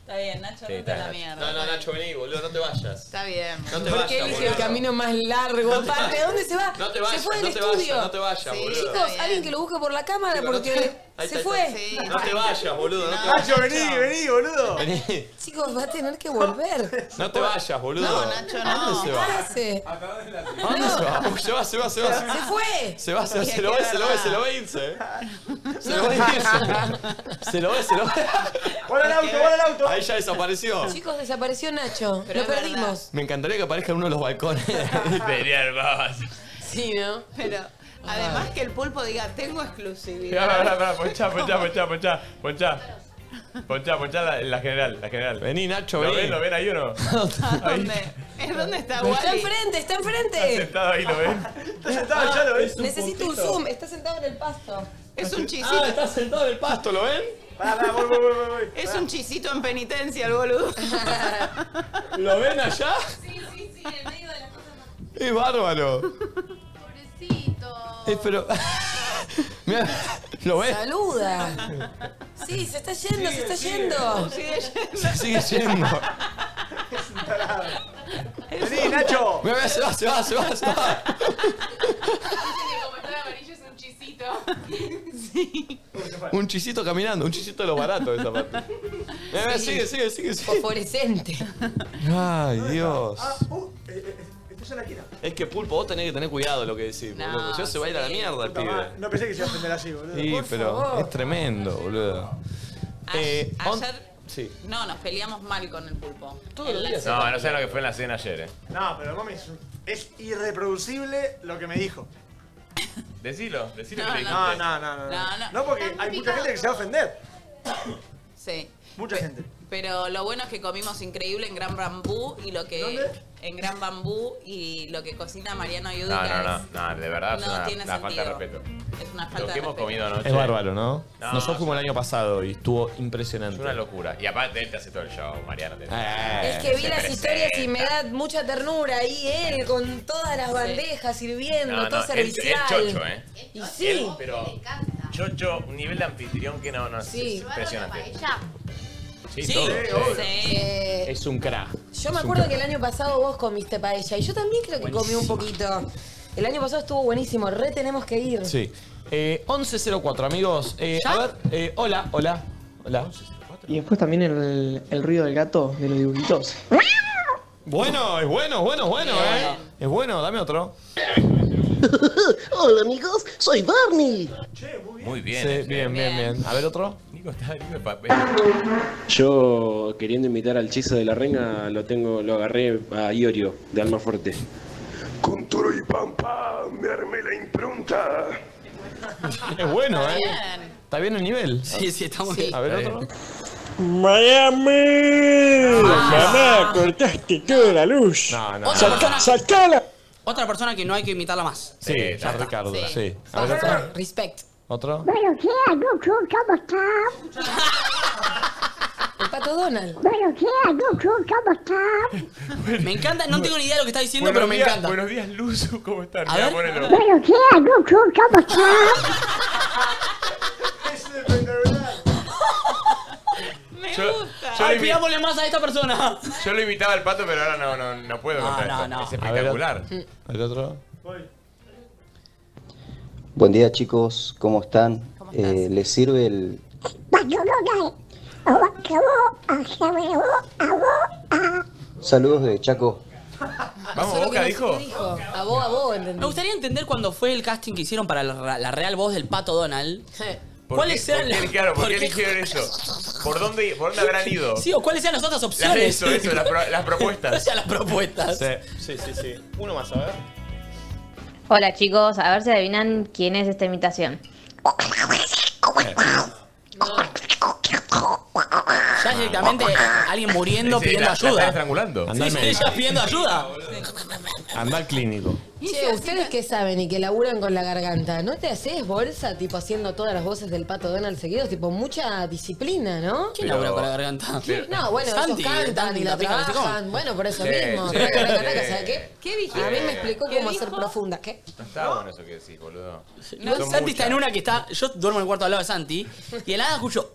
Está bien, Nacho,
Sí,
no
está
te la
bien,
mierda.
Nacho. No, no, Nacho, vení, boludo, no te vayas.
Está bien.
No te vayas,
Porque él hizo el
boludo.
camino más largo.
No te
Aparte, ¿a dónde se va?
No te vayas,
se fue del
no te vayas,
estudio.
no te vayas, boludo. Está
Chicos,
bien.
alguien que lo busque por la cámara
Chicos, no
porque
te- Ahí está, ahí
se fue.
está. No te vayas, boludo, no te vayas.
Nacho, vení, vení, boludo.
Vení.
Chicos, va a tener que volver.
No te vayas, boludo.
No, Nacho,
¿A dónde
no.
se
¿Qué
va?
hace?
¿A dónde se va? Uy, se va, se va, se va. Se
Se fue.
Se va, se va, se lo ve, se lo ve, se lo ve irse. eh. Se lo ve irse. Se lo ve, se lo ve.
¡Vuela el auto, vuela el auto!
Ahí ya desapareció.
Chicos, desapareció Nacho. lo perdimos.
Me encantaría que aparezca en uno de los balcones.
Sería hermoso.
Sí, ¿no?
Pero además que el pulpo diga, tengo exclusividad.
Pará, Ah, pará, pará, Ponchá, ponchá, ponchá, ponchá. Ponchá. Ponchá, ponchá la, la general, la general.
Vení, Nacho,
¿Lo
vení.
ven, lo ven ahí uno?
¿Es dónde está
Está
Wally?
enfrente,
Está
está enfrente.
sentado ahí, ¿lo ven?
Está sentado, ya lo ves.
Necesito un zoom. Está sentado en el pasto.
Es un chisito.
Ah, está sentado en el pasto, ¿lo ven?
Pará, pará, voy, voy, voy, voy, voy.
Es un chisito en penitencia el boludo.
¿Lo ven allá?
Sí, sí, sí, en el medio de la
Es bárbaro.
Pobrecito.
Es pero. Mirá, ¿lo ven?
Saluda. Sí, se está yendo, se está yendo.
Se sigue yendo.
Vení, Nacho.
Mirá, mirá, se va, se va, se va, se va.
Este
como está amarillo es un chisito.
Un chisito caminando, un chisito de lo barato esa parte. Mirá, mirá, Eh, sigue, sigue, sigue, sigue.
Fosforescente.
Ay, Dios.
Ah, uh, eh, eh, estás en la esquina.
Es que Pulpo, vos tenés que tener cuidado lo que decís, boludo. Si no, se va a ir a la mierda el
Puta madre,
pibe.
No pensé que se iba a ofender así, boludo.
Sí, pero
favor.
es tremendo, boludo. Eh, on-
Ayer
Sí.
no, nos peleamos mal con el pulpo.
Todos los
En la
días.
cena.
No, no saben lo que fue en la cena ayer, eh.
No, pero mami, es, un- es irreproducible lo que me dijo.
Decilo, decilo
No,
que te
no,
dijiste.
no, no, no.
No, Ah, no.
No, porque hay mucha gente que se va a ofender.
Sí.
Mucha gente.
Pero lo bueno es que comimos increíble en Gran Bambú y lo que en Gran Bambú y lo que cocina
No,
Mariano Ayuda
no, no, no, de verdad es
No
una,
tiene
una falta de
sentido.
respeto.
es una
Lo
falta
que
de
hemos
respeto.
comido anoche
Es bárbaro, ¿no?
No,
Nosotros fuimos el año pasado y estuvo impresionante.
es una locura. Y aparte él te hace todo el show, Mariano. Te...
Eh.
Es que vi
se
las
presenta.
historias y me da mucha ternura ahí él con todas las bandejas sirviendo,
No,
todo
no, él- él
servicial.
chocho, ¿eh?
Y sí.
Él, pero Chocho, un nivel de anfitrión que no, no, es-
Sí.
es impresionante. Sí,
Sí,
todo.
sí, Eh,
Es un crack.
Yo me acuerdo que el año pasado vos comiste paella y yo también creo que comí un poquito. El año pasado estuvo buenísimo, re tenemos que ir.
Sí. Eh, 11.04, amigos. Eh, a ver, eh, hola, hola, hola.
Y después también el, el ruido del gato de los dibujitos.
Bueno, es bueno, es bueno, es bueno, ¿eh? Es bueno, dame otro.
Hola amigos, soy Barney.
Muy bien. eh.
Sí, bien, bien, bien. A ver otro.
Nico está Nico es papel.
Yo, queriendo imitar al hechizo de la reina, lo tengo, lo agarré a Iorio, de Alma Fuerte.
Con toro y pampa me armé la impronta.
Es bueno, ¿eh? ¿Está bien el nivel? Sí, sí, estamos
bien.
A ver
Está
otro.
Miami,
Ah.
mamá, cortaste toda la luz.
No,
no.
Saca-
Otra persona-
sacala.
Otra persona que no hay que imitarla más.
Sí, está Ricardo. Sí. A ver otro.
Respect.
¿Otro?
Buenos días, Goku, ¿cómo estás?
El pato Donald.
Buenos días, Goku, ¿cómo estás?
Me encanta, no tengo ni idea de lo que está diciendo, pero me
días,
encanta.
Buenos días, Luzu, ¿cómo estás?
A
Mira,
ver.
ponelo.
Buenos días, Goku, ¿cómo estás?
Yo- yo
Ay,
lo imi-
pidámosle más a esta persona.
Yo lo imitaba al pato, pero ahora no, no, no puedo
No,
contar
no,
esto.
no.
Es espectacular.
¿El otro?
Buen día chicos, ¿cómo están? Eh, ¿Les sirve el... Saludos de Chaco.
Vamos, Boca, dijo.
A vos, a vos, entendí.
Me gustaría entender cuando fue el casting que hicieron para la, la real voz del pato Donald.
¿Por
¿Cuáles
qué-
eran
por qué-
las-
Claro, ¿por
por
qué
qué-
eligieron eso? ¿Por dónde, por dónde habrán ido?
Sí, o cuáles eran las otras opciones.
Las- eso, eso, las, pro- las propuestas.
Gracias a las propuestas.
Sí, sí, sí. Uno más, a ver.
Hola chicos, a ver si adivinan quién es esta imitación.
Ya directamente alguien muriendo
Sí, sí,
pidiendo
la- la están
ayuda.
estrangulando.
Sí, sí, ya pidiendo ayuda.
Anda al clínico.
Che, ustedes que saben y que laburan con la garganta, ¿no te haces bolsa tipo haciendo todas las voces del pato Donald seguidos? Tipo, mucha disciplina, ¿no?
¿Quién labura con la garganta?
No, bueno,
Santi,
ellos cantan
Santi,
y la
Tapia, ¿viste cómo?
trabajan. Bueno, por eso
Sí,
mismo.
sí,
Taca, taca,
sí.
taca, ¿sabes qué?
¿Qué
A mí me explicó
¿Qué
cómo
dijo?
hacer profunda. ¿Qué?
No está bueno eso que decís, boludo.
No,
Son
Santi
muchas.
está en una que está. Yo duermo en el cuarto al lado de Santi. Y el nada escucho.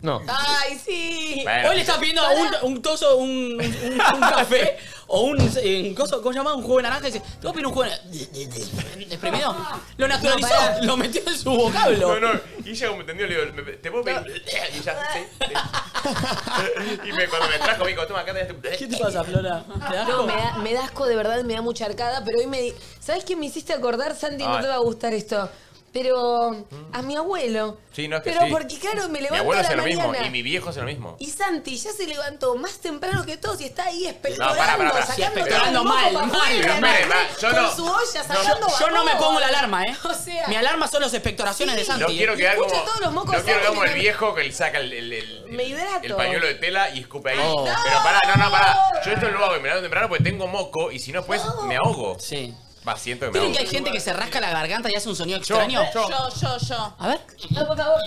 No.
¡Ay, sí!
Bueno. Hoy le está pidiendo a un, un toso un, un, un café o un, eh, un coso, ¿cómo se llama? Un jugo de naranja y dice, te voy a pedir un jugo de naranja. Exprimido. Lo naturalizó,
No, pará.
lo metió en su vocablo.
No, no, y ya como entendió, le digo, me- ¿te puedo pedir? Y ya, sí. sí. Y me, cuando me trajo, me dijo, toma, acá tenés tu...
¿Qué te pasa, Flora? ¿Te da
No,
asco?
me da, me da asco, de verdad, me da mucha arcada, pero hoy me... di- ¿Sabes qué me hiciste acordar, Santi? No
Ay.
te va a gustar esto. Pero a mi abuelo.
Sí, no, es que
Pero
sí.
porque, claro, me
Mi
levanto
abuelo
a la
hace lo mismo,
mañana.
y mi viejo hace lo mismo.
Y Santi ya se levantó más temprano que todos y está ahí espectorando,
pará, pará, pará.
sacando
Sí,
todo el
espectorando
moco
mal,
para
mal.
afuera,
Pero espere,
¿no?
va, yo
con
no-
su olla
no,
sacando
Yo no me
vapor.
pongo la alarma, ¿eh?
O sea,
Mi alarma son los espectoraciones de Santi.
No quiero
¿eh?
quedar
escucho
como,
todos los mocos
no quiero quedar como el
salen.
viejo que le saca el, el- el-
me hidrato.
el pañuelo de tela y escupe ahí.
Oh.
Pero pará, no, no, pará. Yo esto lo hago y me lo hago temprano porque tengo moco y si no, pues me ahogo.
Sí.
Va, siento que me
¿Vieron
ahogo.
que hay gente que se rasca la garganta y hace un sonido extraño?
Yo, yo, yo.
A ver.
No, por favor.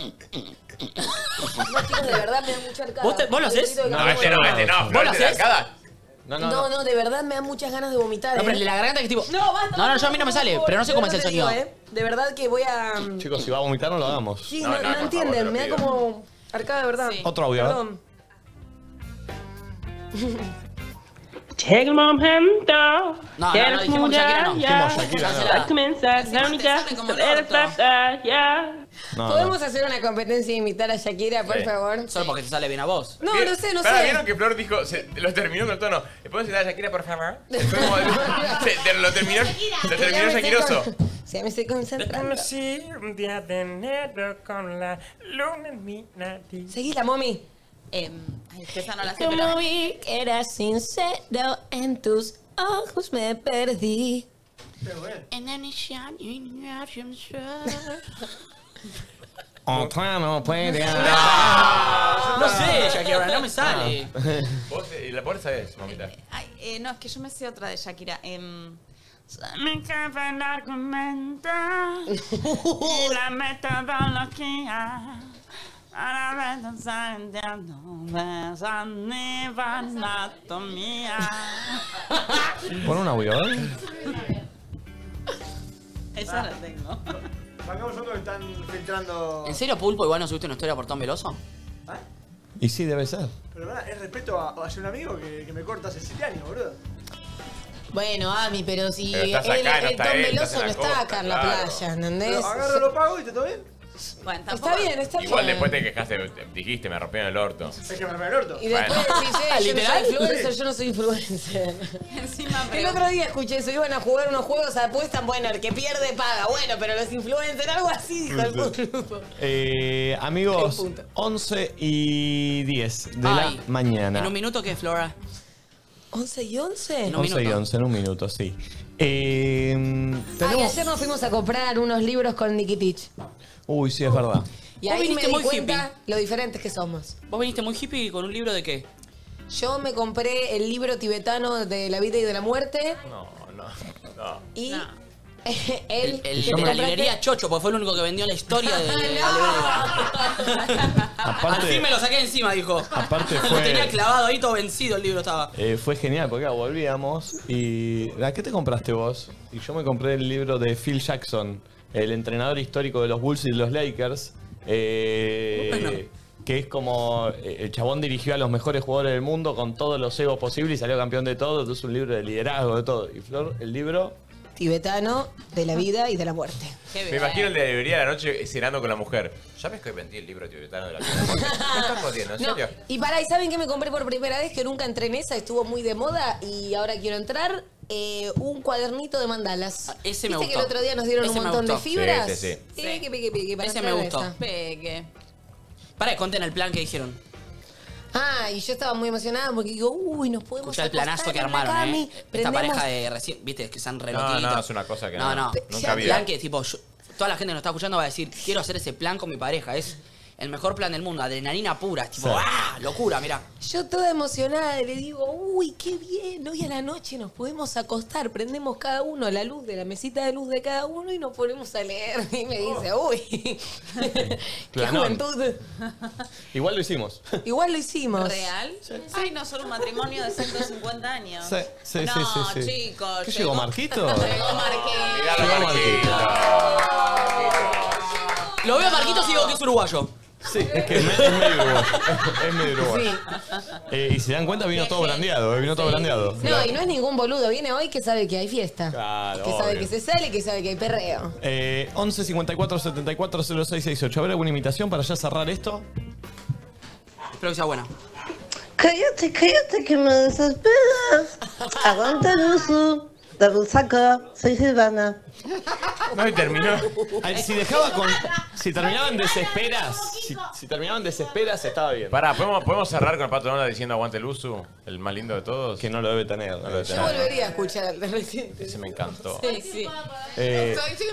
No, chicos, de verdad me da mucha arcada.
¿Vos te- vos lo hacés?
Necesito que
No,
me
este no,
vuelva.
este no.
¿Vos
Flor,
lo
¿te la
hacés?
acabas?
No,
No, no, de verdad me da muchas ganas de vomitar.
No, pero
¿eh?
la garganta que es tipo-
No, basta.
No, no, yo a mí no me sale, pero no sé
Yo
cómo es el
te digo,
sonido.
¿eh? De verdad que voy a.
Chicos, si va a vomitar, no lo hagamos.
Sí, no, no entienden, me da como arcada de verdad.
Otro audio, a ver.
Perdón.
Llega el momento
no,
de
no,
las
dijimos Shakira no.
murallas.
Dijimos Shakira, no.
Va a comenzar la única batalla.
No,
¿Podemos hacer una competencia de imitar a Shakira, por
Sí.
favor?
Solo porque te sale bien a vos.
No, no sé, no
Pará,
sé.
¿Vieron que Flor dijo, se- lo terminó con tono? ¿Le podemos citar a Shakira, por favor? Fue como- se- te- lo terminó, se
Ya
terminó
me estoy
Shakiroso.
con- Ya me estoy concentrando.
Conocí un día de enero con la luna en mi nariz.
Seguí la momi.
Em, esa no la sé,
Como
pero...
vi que eras sincero, en tus ojos me perdí.
Otra no puede
No sé, Shakira, no me sale.
Vos, eh, la pobre sabés, mamita.
eh, no, es que yo me sé otra de Shakira. em,
Mi jefe el argumento y la metodología para ver los entiendos a nivel anatomía.
Pon un audio,
Esa la tengo.
Pagamos otro que están filtrando.
¿En serio, Pulpo, igual no subiste una historia por Tom Veloso?
¿Eh? Y sí, debe ser.
Pero verdad, es respeto a, hacia un amigo que, que me corta hace 7 años, boludo.
Bueno, Ami, pero si
Pero estás
él-
acá,
el,
no está
Tom
él, estás
Veloso
en
no
la
está
costa,
acá en
Ah.
la
claro.
playa, ¿entendés?
Pero agarro, lo pago y te todo bien.
Bueno,
Está bien, está bien.
Igual después de que quejaste, dijiste, me rompieron el orto.
Es que me rompió el orto.
Y después
Bueno.
decís, eh, yo no soy
¿Literal?
influencer, yo no soy influencer. el otro día escuché eso, iban a jugar unos juegos, apuestan, bueno, el que pierde paga, bueno, pero los influencers, algo así, dijo el grupo.
Eh, amigos, 11 y 10 de
Ay,
la mañana.
¿En un minuto qué, Flora?
¿11 y 11?
11 y 11, en un minuto, sí. Eh,
Ay,
tenemos...
ayer nos fuimos a comprar unos libros con Nikitich.
Uy, sí, es verdad.
Y
Vos
ahí me
viniste
di
muy
cuenta lo diferentes que somos.
¿Vos viniste muy hippie con un libro de qué?
Yo me compré el libro tibetano de la vida y de la muerte
No, no, no.
y
El,
él... que
de
te
la
compraste-
librería Chocho, porque fue el único que vendió en la historia de la Al
Aparte-
fin me lo saqué encima, dijo.
Aparte
Lo tenía
fue,
clavado ahí, todo vencido el libro estaba.
eh, fue genial, porque acá volvíamos y... ¿A qué te compraste vos? Y yo me compré el libro de Phil Jackson, el entrenador histórico de los Bulls y de los Lakers, eh, que es como eh, el chabón dirigió a los mejores jugadores del mundo con todos los egos posibles y salió campeón de todo, entonces un libro de liderazgo, de todo. Y Flor, el libro...
Tibetano de la vida y de la muerte.
Me imagino el de la librería de la noche cenando con la mujer. Ya ves que vendí el libro tibetano de la vida. ¿Qué estás jodiendo? ¿En
No,
serio?
y pará, ¿y saben qué me compré por primera vez? Que nunca entré en esa, estuvo muy de moda y ahora quiero entrar. eh, un cuadernito de mandalas.
Ah, ese me
¿Viste que
gustó.
el otro día nos dieron
Ese
un
me
montón de
gustó.
fibras?
Sí, sí, sí.
Pegue, pegue, pegue, para
Ese me
entrar a
gustó.
esa.
Pegue.
Pará, conten el plan que dijeron.
Ah, y yo estaba muy emocionada porque digo, uy, nos podemos
Escuchá el planazo
acostar
que
en la
armaron,
cami,
¿eh? Esta
prendemos-
pareja de recién, viste, que están re
No,
loquitos.
no, es una cosa que
No,
no,
no.
nunca
el
vi.
plan que, tipo, yo- toda la gente que nos está escuchando va a decir, quiero hacer ese plan con mi pareja. Es el mejor plan del mundo, adrenalina pura. es Tipo,
Sí.
¡ah! Locura, mirá.
Yo toda emocionada le digo, uy, qué bien, hoy a la noche nos podemos acostar, prendemos cada uno la luz de la mesita de luz de cada uno y nos ponemos a leer. Y me dice, uy, qué
Planón.
juventud.
Igual lo hicimos.
Igual lo hicimos.
¿Real? Ay, no, solo un matrimonio de 150 años.
Sí, sí,
no,
sí, sí, sí.
chicos.
¿Qué llegó, Marquito?
Llegó Marquito.
Llegó
Lo veo a Marquitos y digo que es uruguayo.
Sí, es que es me- es medio uruguayo. Es medio uruguayo. Eh, y se dan cuenta, vino todo brandeado, eh, vino todo brandeado.
No, y no es ningún boludo, viene hoy que sabe que hay fiesta.
Claro,
que sabe
obvio.
que se sale, que sabe que hay perreo.
Eh, 11 54 74 0668. ¿Habrá alguna imitación para ya cerrar esto?
Espero que sea buena.
Cállate, cállate, que me desesperas. Aguanta el uso. De Rusaca, soy Silvana.
No, y terminó. si dejaba con. Si terminaban desesperas. Si, si terminaban desesperas, estaba bien.
Pará, ¿podemos, podemos cerrar con el pato Donald diciendo aguante el uso? El más lindo de todos.
Que no lo debe tener.
No lo debe
Yo
tener.
volvería a escuchar al de reciente.
Ese me encantó.
Sí, sí.
Eh,
Soy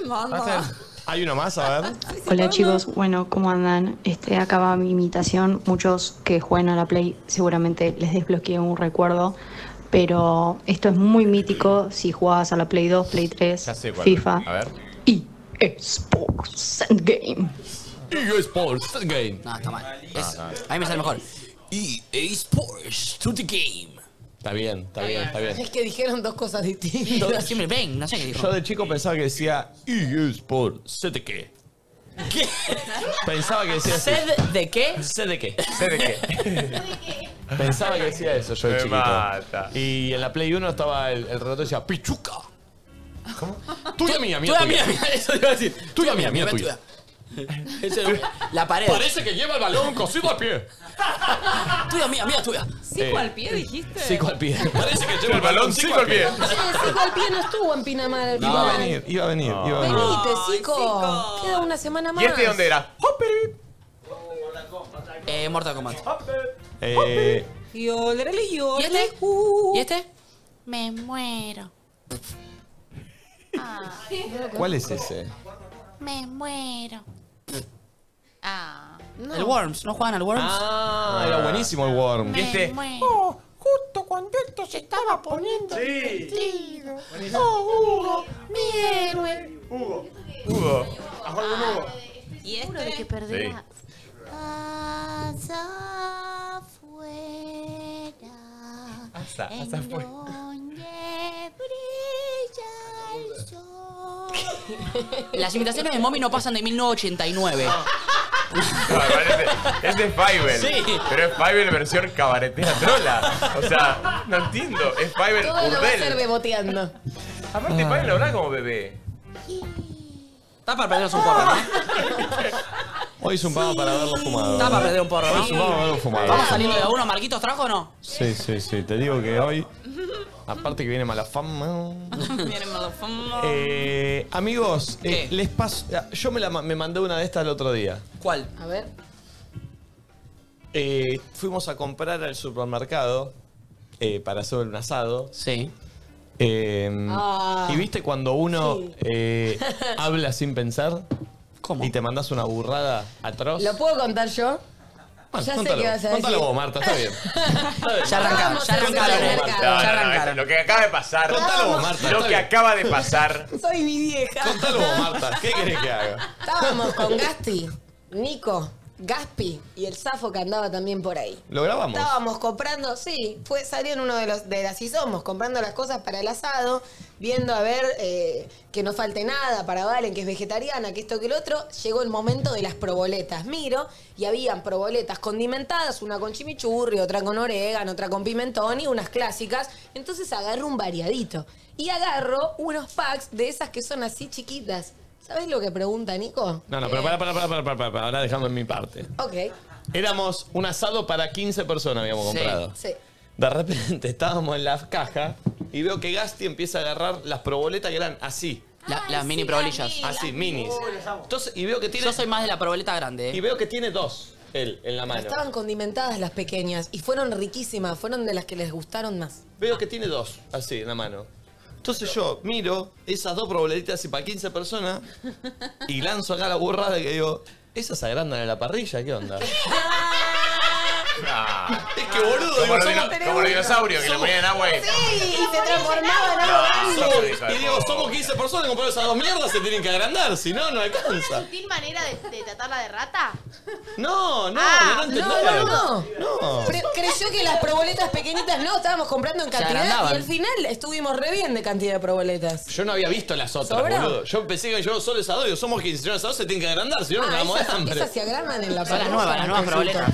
¿Hay uno más? A ver.
Hola chicos, bueno, ¿cómo andan? Este, acá va mi imitación. Muchos que juegan a la Play seguramente les desbloqueé un recuerdo, pero esto es muy mítico si jugabas a la Play 2, Play 3,
Ya sé cuál.
FIFA.
A ver.
Sports Endgame.
EA Sports Game.
No, está mal. Es- A mí me sale mejor. EA Sports to the game.
Está bien, está bien, está bien.
Es que dijeron dos cosas
Todo
distintas.
siempre ven, no sé qué dijo.
Yo de chico pensaba que decía EA Sports. ¿Sé de qué?
¿Qué?
Pensaba que decía. así.
¿Sed de qué?
¿Sé de qué?
¿Sé de qué?
Pensaba que decía eso yo de
Me
chiquito.
mata.
Y en la Play 1 estaba el, el relato decía Pichuca. ¿Cómo? Tuya mía, mía.
Tuya mía, mía, eso iba a decir.
Tuya mía, mía, tuya.
Ese- la pared.
Parece que lleva el balón cosido al pie.
Tuya, mía, mía, tuya.
¿Cinco Eh, al
pie dijiste?
Cinco al pie. Parece que lleva el
balón cinco al pie.
Chico, el pie no estuvo en Pinamar al
Iba a
final.
venir, iba a venir, iba a venir.
Venite, Zico. Queda una semana más.
¿Y este dónde era?
Eh, Mortal Kombat.
Eh,
Y órale, y
¿Y
órale.
este? ¿Y este? Me muero.
¿Cuál es ese?
Me muero. Ah.
El Worms, ¿no juegan al Worms?
Ah, era buenísimo el Worm.
Me
este
¿Viste?
muero.
Oh, Justo cuando esto se estaba poniendo
Sí.
divertido. Oh, Hugo, mi héroe.
Hugo.
Hugo.
Ah,
A Juan con Hugo.
Y
este?
Seguro de que perderás. Allá afuera,
Hasta,
en
hasta fue.
donde brilla el sol.
Las imitaciones de Momi no pasan de 1989.
Es de Fiverr.
Sí.
Pero es Fiverr versión cabaretera trola. O sea, no entiendo. Es Fiverr
Todo lo va a hacer
burdel.
beboteando. Ah.
Aparte, Fiverr lo habla como bebé.
Está para perdernos un porro, ¿no?
Hoy es un pago para verlo fumado.
Está para perder un porro,
Hoy es un pago para verlo
¿no?
fumado.
Vamos saliendo de a uno. ¿Marquitos trajo o no?
Sí, sí, sí. Te digo que hoy. Aparte que viene mala fama.
Miren, me lo fumo.
Eh, amigos, eh, les paso. Yo me, la, ma- me mandé una de estas el otro día.
¿Cuál?
A ver.
Eh, fuimos a comprar al supermercado eh, para hacer un asado. Em,
Sí.
Ah.
y viste cuando uno
Sí.
eh, habla sin pensar y te mandas una burrada atroz.
¿Lo puedo contar yo?
Bueno,
ya sé
contalo,
qué vas a decir.
contalo vos, Marta, está bien.
Ya arrancamos, Ah, ya arrancamos.
No, no, no, eso, Lo que acaba de pasar.
Contalo vos, Marta,
Lo
está
que
bien.
acaba de pasar.
Soy mi vieja.
Contalo vos, Marta. ¿Qué querés que haga?
Estábamos con Gasti, Nico, Gaspi y el Safo que andaba también por ahí.
¿Lo grabamos?
Estábamos comprando, sí, fue, salió en uno de los de las y somos, comprando las cosas para el asado, viendo a ver eh, que no falte nada para Valen, que es vegetariana, que esto, que el otro. Llegó el momento de las proboletas. Miro y habían proboletas condimentadas, una con chimichurri, otra con orégano, otra con pimentón y unas clásicas. Entonces agarro un variadito y agarro unos packs de esas que son así chiquitas. ¿Sabes lo que pregunta Nico? Eh,
No, no, pero para, para, para, para, para, para, ahora dejando en mi parte.
Ok.
Éramos un asado para 15 personas habíamos comprado.
Sí.
De repente estábamos en la caja y veo que Gasti empieza a agarrar las proboletas que eran así.
las mini probolillas.
Así, minis. Entonces, y veo que tiene.
Yo soy más de la proboleta grande. eh.
Y veo que tiene dos él en la mano.
Estaban condimentadas las pequeñas y fueron riquísimas, fueron de las que les gustaron más.
Veo que tiene dos así en la mano. Entonces yo miro esas dos proboletitas así para 15 personas y lanzo acá la burrada que digo, esas se agrandan en la parrilla, ¿qué onda? Es que boludo,
Ah, Como
digo,
los
somos-
dino- como los dinosaurios que le
somos-
ponían agua y.
Sí, y se transformaba en
algo grande.
somos- Y digo, somos 15 personas, compré esas dos mierdas, se tienen que agrandar, si no, no alcanza.
¿Sutil manera de, de tratarla de rata?
No, no,
Ah,
no,
no,
entendés.
no,
No.
Cre- creyó que las proboletas pequeñitas no, estábamos comprando en
Se
cantidad
agrandaban.
y al final estuvimos re bien de cantidad de proboletas.
Yo no había visto las otras,
¿Sobra?
boludo. Yo pensé que yo solo esas dos, digo, somos 15, yo esas dos se tienen que agrandar, si no, nos
Ah,
damos de
esas,
hambre.
esas se agrandan en la
Son las
parrilla.
nuevas, las nuevas proboletas.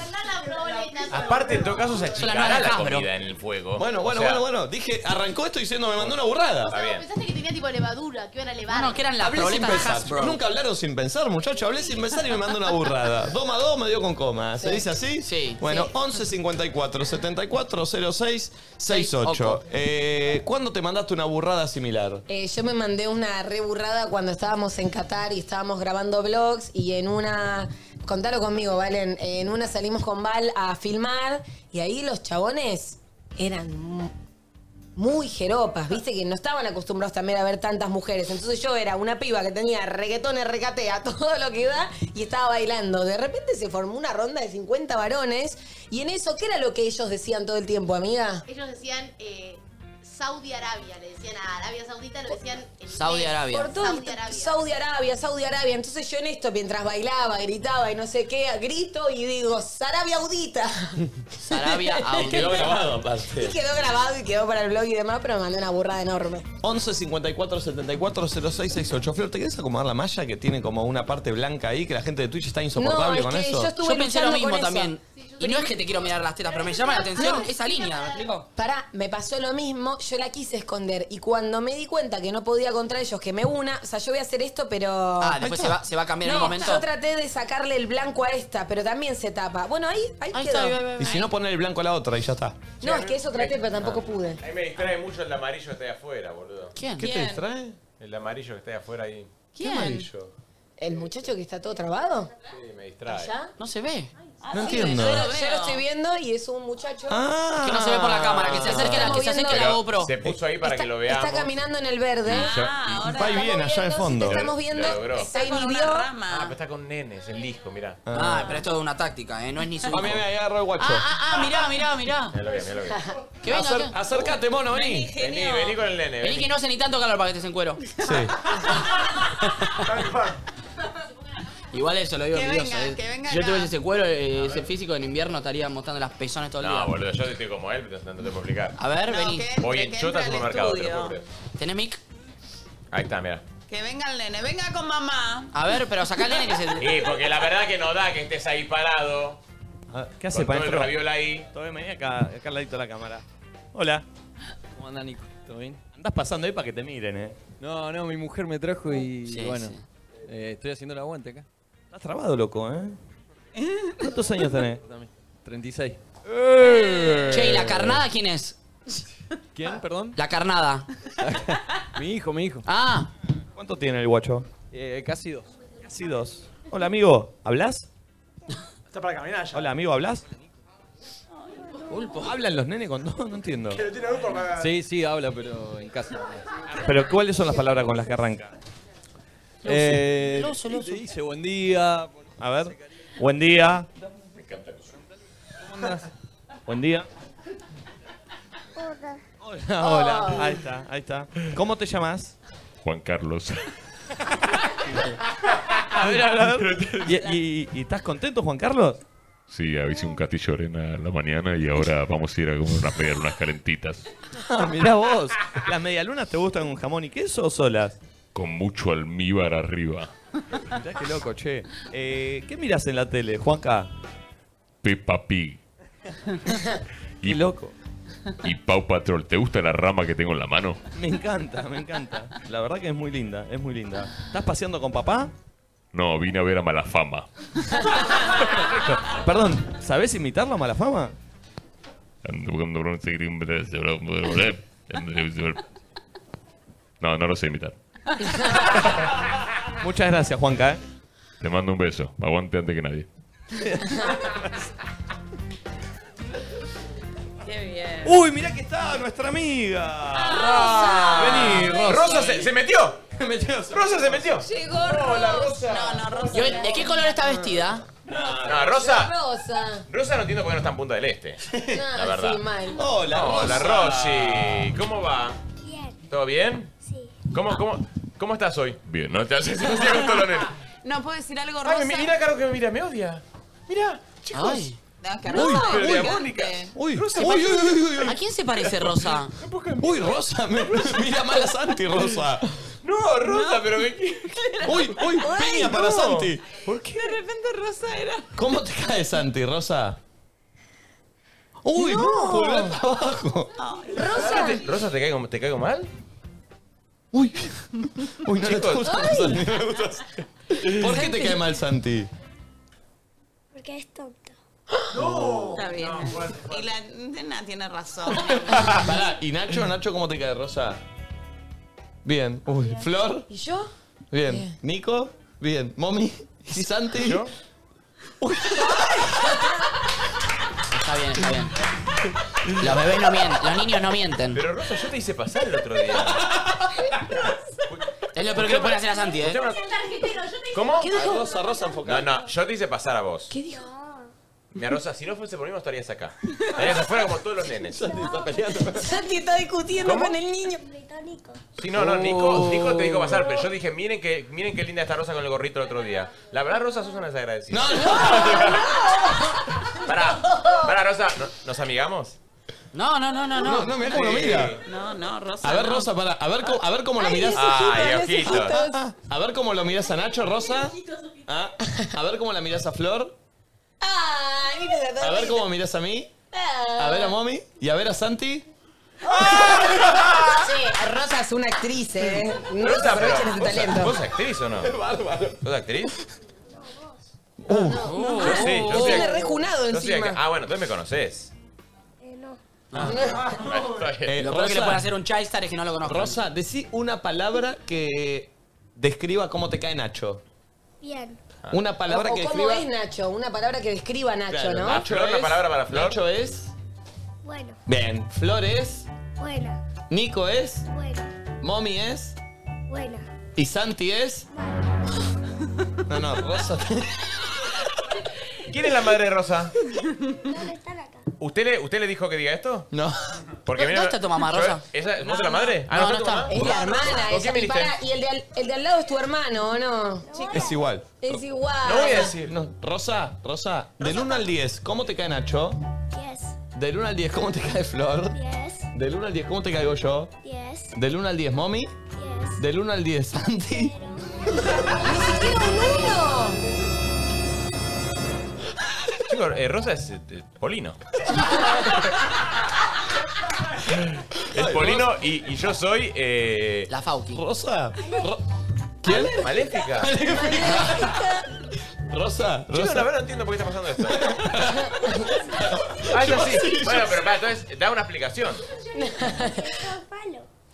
Aparte, en todo caso, se
Son las
achicará
nuevas
la
Hasbro.
comida en el fuego.
Bueno, bueno, bueno, bueno. Dije, arrancó esto diciendo, me mandó una
Está
burrada.
bien. Pensaste que tenía tipo levadura, que iban a levar. No,
que eran
Hablé sin pensar. Nunca hablaron sin pensar, muchachos. Hablé sin pensar y me mandó una burrada. Doma dos me dio con coma. ¿Se
Sí.
dice así?
Sí.
Bueno,
Sí.
11 54 74 06 68.
Ojo.
Eh, ¿Cuándo te mandaste una burrada similar?
Eh, yo me mandé una reburrada cuando estábamos en Qatar y estábamos grabando vlogs y en una, contalo conmigo, Valen, en una salimos con Val a filmar y ahí los chabones eran mu- muy jeropas, viste que no estaban acostumbrados también a ver tantas mujeres. Entonces yo era una piba que tenía reggaetones, recatea, todo lo que da y estaba bailando. De repente se formó una ronda de 50 varones y en eso, ¿qué era lo que ellos decían todo el tiempo, amiga?
Ellos decían eh, Saudi Arabia, le decían a Arabia Saudita, lo decían eh, en
Saudi
inglés.
Arabia.
Por todo el-
Saudi Arabia.
Saudi Arabia, Saudi Arabia. Entonces yo en esto, mientras bailaba, gritaba y no sé qué, grito y digo, Sarabia Audita.
Sarabia,
Y quedó grabado
Y
aparte.
quedó grabado y quedó para el blog y demás, pero me mandé una burrada enorme.
11 54 74 06 68. Flor, ¿te querés acomodar la malla que tiene como una parte blanca ahí que la gente de Twitch está insoportable
No, es
con
que
eso?
yo estuve
Yo pensé lo
luchando
mismo
con eso.
también. Y no es que te quiero mirar las tetas, pero me llama la atención esa línea, ¿me explico?
Pará, me pasó lo mismo, yo la quise esconder y cuando me di cuenta que no podía contra ellos que me una, o sea, yo voy a hacer esto, pero...
Ah, después se va, se va a cambiar en
No,
un momento.
yo traté de sacarle el blanco a esta, pero también se tapa. Bueno, ahí, ahí, quedó.
Y si no, poner el blanco a la otra y ya está.
No, es que eso traté, pero tampoco pude.
A mí me distrae mucho el amarillo que está ahí afuera, boludo.
¿Quién? ¿Qué te ¿Quién?
distrae?
El amarillo que está ahí afuera ahí.
¿Quién?
amarillo?
¿El muchacho que está todo trabado?
Sí, me distrae.
¿Allá?
No se ve.
No entiendo.
Ah, Yo lo, yo lo estoy viendo y es un muchacho.
Ah. Que no se ve por la cámara, que se acerque la- que se acerque la
Ah. Pero
GoPro.
Se puso ahí para que lo veamos.
Está caminando en el verde.
Ah,
Va
bien, allá de fondo.
estamos viendo,
Lo logró.
se inhibió.
Ah, pero está con nenes, el hijo, mirá.
Ah, pero esto es una táctica, ¿eh? No es ni su.
Ah, mirá, mirá, agarró el guacho.
Ah, ah, ah, mirá, mirá, mirá.
Mirá lo que, mirá lo que.
Que venga,
Acer-
que-
acércate, mono, vení.
Vení, vení con el nene.
Vení que no hace ni tanto calor para que estés en cuero. Igual eso lo digo
Que
envidioso,
venga,
eh.
que venga
Yo
acá.
tuviese ese cuero, eh, ese físico en invierno estaría mostrando las pezones todo el día.
No, boludo, yo estoy como él, pero no te puedo explicar.
A ver, vení.
Voy en chota al supermercado, te lo juro.
¿Tenés mic?
Ahí está, mirá.
Que venga el nene, venga con mamá.
A ver, pero sacá el nene que se.
Sí, porque la verdad que no da que estés ahí parado.
¿Qué hace,
Con todo el
maestro?
rabiola ahí.
Todavía me acá, acá al ladito de la cámara. Hola.
¿Cómo anda, Nico?
¿Todo bien? Andás pasando ahí para que te miren, eh.
No, no, mi mujer me trajo y
Sí,
bueno,
sí.
eh, estoy haciendo el aguante acá.
Estás trabado, loco, eh. ¿Cuántos años tenés? ¡Eh!
36.
Che, ¿y la carnada quién es?
Eh. ¿Quién, perdón?
La carnada.
Mi hijo, mi hijo.
Ah.
¿Cuánto tiene el guacho?
Eh, casi dos.
Casi dos. Hola, amigo. ¿Hablas?
Está para caminar ya.
Hola, amigo, ¿hablas? ¿Hablan los nenes con todo? No entiendo.
Que lo tiene grupo para.
Sí, sí, habla, pero en casa.
Pero, ¿cuáles son las palabras con las que arranca?
Eh,
Lo uso, lo uso.
te dice buen día.
A ver. Buen día.
Me encanta eso.
¿Cómo andás?
Buen día.
Hola.
Hola, Ah, hola. Ahí está, ahí está. ¿Cómo te llamas?
Juan Carlos.
A ver, a ver. ¿Y, y- y estás contento, Juan Carlos?
Sí, hice un castillo de arena en la mañana y ahora vamos a ir a comer una pegar unas calentitas.
Ah, mirá vos. ¿Las medialunas te gustan con jamón y queso o solas?
Con mucho almíbar arriba.
Mirá qué loco, che. Eh, ¿Qué miras en la tele, Juanca?
Peppa Pig. Y
loco.
Y Pau Patrol, ¿te gusta la rama que tengo en la mano?
Me encanta, me encanta. La verdad que es muy linda, es muy linda. ¿Estás paseando con papá?
No, vine a ver a Malafama.
Perdón, ¿sabés imitarlo a Malafama?
No, no lo sé imitar.
Muchas gracias, Juanca. ¿eh?
Te mando un beso. Aguante antes que nadie.
Qué bien.
Uy, mirá que está nuestra amiga.
Ah,
Vení,
Rosa.
Rosa.
Rosa se- se metió.
Se metió.
Rosa se metió.
Llegó Hola, Rosa. No, no, Rosa.
Yo- ¿De qué color está vestida?
No, Ah, Rosa.
Rosa.
Rosa no entiendo por qué no está en Punta del Este.
Ah,
La verdad.
sí, mal.
Hola,
Hola, Rosy. ¿Cómo va?
Bien.
¿Todo bien?
Sí.
¿Cómo, cómo, cómo estás hoy? Bien, no te haces no seas un tolonero.
No, ¿puedo decir algo, Rosa?
Ay, me- mira, Caro, que me mira, me odia. Mira, chicos.
Ay.
No, que
Uy,
Rosa
pero
es
diabólica.
gigante.
Uy,
Rosa,
uy, uy, uy, uy, uy.
¿A quién se parece Rosa?
Uy, Rosa, me- mira mal a Santi, Rosa.
No, Rosa, pero que.
Uy, uy, peña para
no.
Santi.
¿Por qué?
De repente Rosa era.
¿Cómo te cae Santi, Rosa? Uy, no, volvió hasta abajo.
Rosa, te, Rosa, ¿te caigo, te caigo mal?
Uy, no, no te
Chicos.
gusta
Ay.
Santi, no te gusta Santi. ¿Por qué te cae mal Santi?
Porque es tonto.
Está bien. y la nena tiene razón.
Pará, ¿y Nacho? ¿Nacho cómo te cae, Rosa? Bien. Uy, Flor,
¿Y yo?
bien. Nico, bien. Momi, ¿y Santi? ¿Yo?
Está bien, está bien. Los bebés no mienten, los niños no mienten.
Pero Rosa, yo te hice pasar el otro día.
Es lo peor que le puede hacer a Santi, ¿eh?
¿Cómo?
¿Qué dijo?
Rosa, Rosa, enfocada.
No, no, yo te hice pasar a vos.
¿Qué dijo?
Mira, Rosa, si no fuese por mí, no estarías acá. Estarías afuera como todos los nenes.
Santi está discutiendo
¿Cómo?
con el niño.
Sí, no, no,
Oh.
Nico, Nico te dijo pasar, pero yo dije, miren que, miren qué linda está Rosa con el gorrito el otro día. La verdad, Rosa, sos una desagradecida. No, no. Pará, pará, Rosa, ¿no- ¿nos amigamos?
No, no, no, no, no.
No, no, mirá cómo lo mira.
Eh, No, no, Rosa.
A ver,
no.
Rosa, pará. A ver, cómo- a ver cómo lo
Ay,
mirás.
ese ojito, Ay,
ese ojitos. ojito.
Ah, ah. A ver cómo lo mirás a Nacho, Rosa. Ah, A ver cómo la mirás a Flor.
Ay, mira la
A ver cómo mirás a mí. A ver a Momi. Y a ver a Santi.
Che, Rosa es una actriz, ¿eh? No
Rosa, pero,
aprovechen su
¿vos,
talento.
¿Vos actriz o no?
Es bárbaro.
¿Sos actriz?
No,
Yo sí, yo
no.
soy
Tiene
act-
rejunado
yo soy act-
encima.
Ah, bueno, entonces me Ah. conoces.
Eh,
Lo peor que le
Rosa.
puede hacer a un Childstar es que no lo conozco.
Rosa, decí una palabra que describa cómo te cae Nacho.
Bien.
Una palabra
o,
que
o ¿Cómo
describa.
es Nacho? Una palabra que describa a Nacho,
Claro,
¿no?
es- Nacho es.
Bueno,
Bien. Flor es.
buena,
Nico es.
buena,
Mommy es.
buena.
Y Santi es. No, no, Rosa.
¿Quién es la madre de Rosa?
¿Dónde están acá?
¿Usted le, ¿Usted le dijo que diga esto?
No.
Porque
¿Dó-
mira-
dónde está tu mamá,
yo-
Rosa?
¿Esa, ¿Vos
No,
sos la
no.
madre?
No,
sos
no
tu
está.
mamá?
Es la hermana.
¿Con
esa-
quién
y,
viniste?
pará, y el, de al- el de al lado es tu hermano, ¿o no?
Es igual.
Es igual.
No voy a decir. Rosa, Rosa, del 1 al 10, ¿cómo te cae Nacho?
Diez,
Del 1 al 10, ¿cómo te cae Flor?
diez,
Del 1 al 10, ¿cómo te caigo yo?
diez,
Del 1 al 10, Mommy. Del 1 al 10, Santi.
Chicos, eh, Rosa es eh, eh, Polino. es Polino y, y yo soy. eh,
La Fauti.
Rosa. Ro- ¿Quién?
Maléfica.
Rosa,
Chicos, la
Rosa.
verdad no entiendo por qué está pasando esto. ah, eso sí. Bueno, pero para, entonces, da una explicación.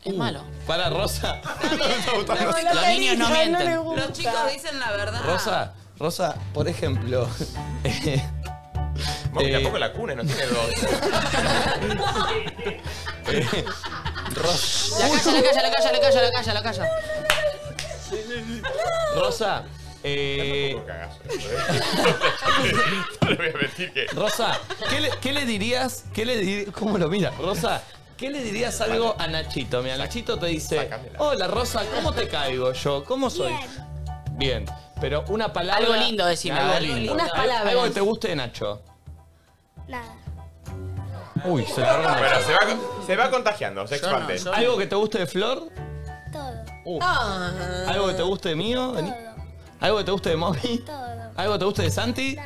Es malo.
Para Rosa.
Los niños no mienten.
Los chicos dicen la verdad.
Rosa, Rosa, por ejemplo. eh,
Mami,
eh,
tampoco la cune, no tiene dos.
eh, Ros-
La calla, la calla, la calla, la calla, la calla, la calla.
Rosa. eh,
¿eh?
Rosa, ¿qué le, qué le dirías? ¿Qué le dir- ¿Cómo lo mira? Rosa, ¿qué le dirías algo a Nachito? Mira, Nachito te dice, hola Rosa, ¿cómo te caigo yo? ¿Cómo soy? Bien, pero una palabra...
Algo lindo, decime,
Algo
algo
lindo.
lindo. Unas
Al-
palabras.
Algo que te guste de Nacho.
nada.
Uy, se
No, no, pero se va, se va contagiando, se expande.
¿Algo que te guste de Flor?
Todo.
Uh.
Ah.
¿Algo que te guste de mío? Vení. ¿Algo que te guste de Mommy?
Todo.
¿Algo que te guste de Santi?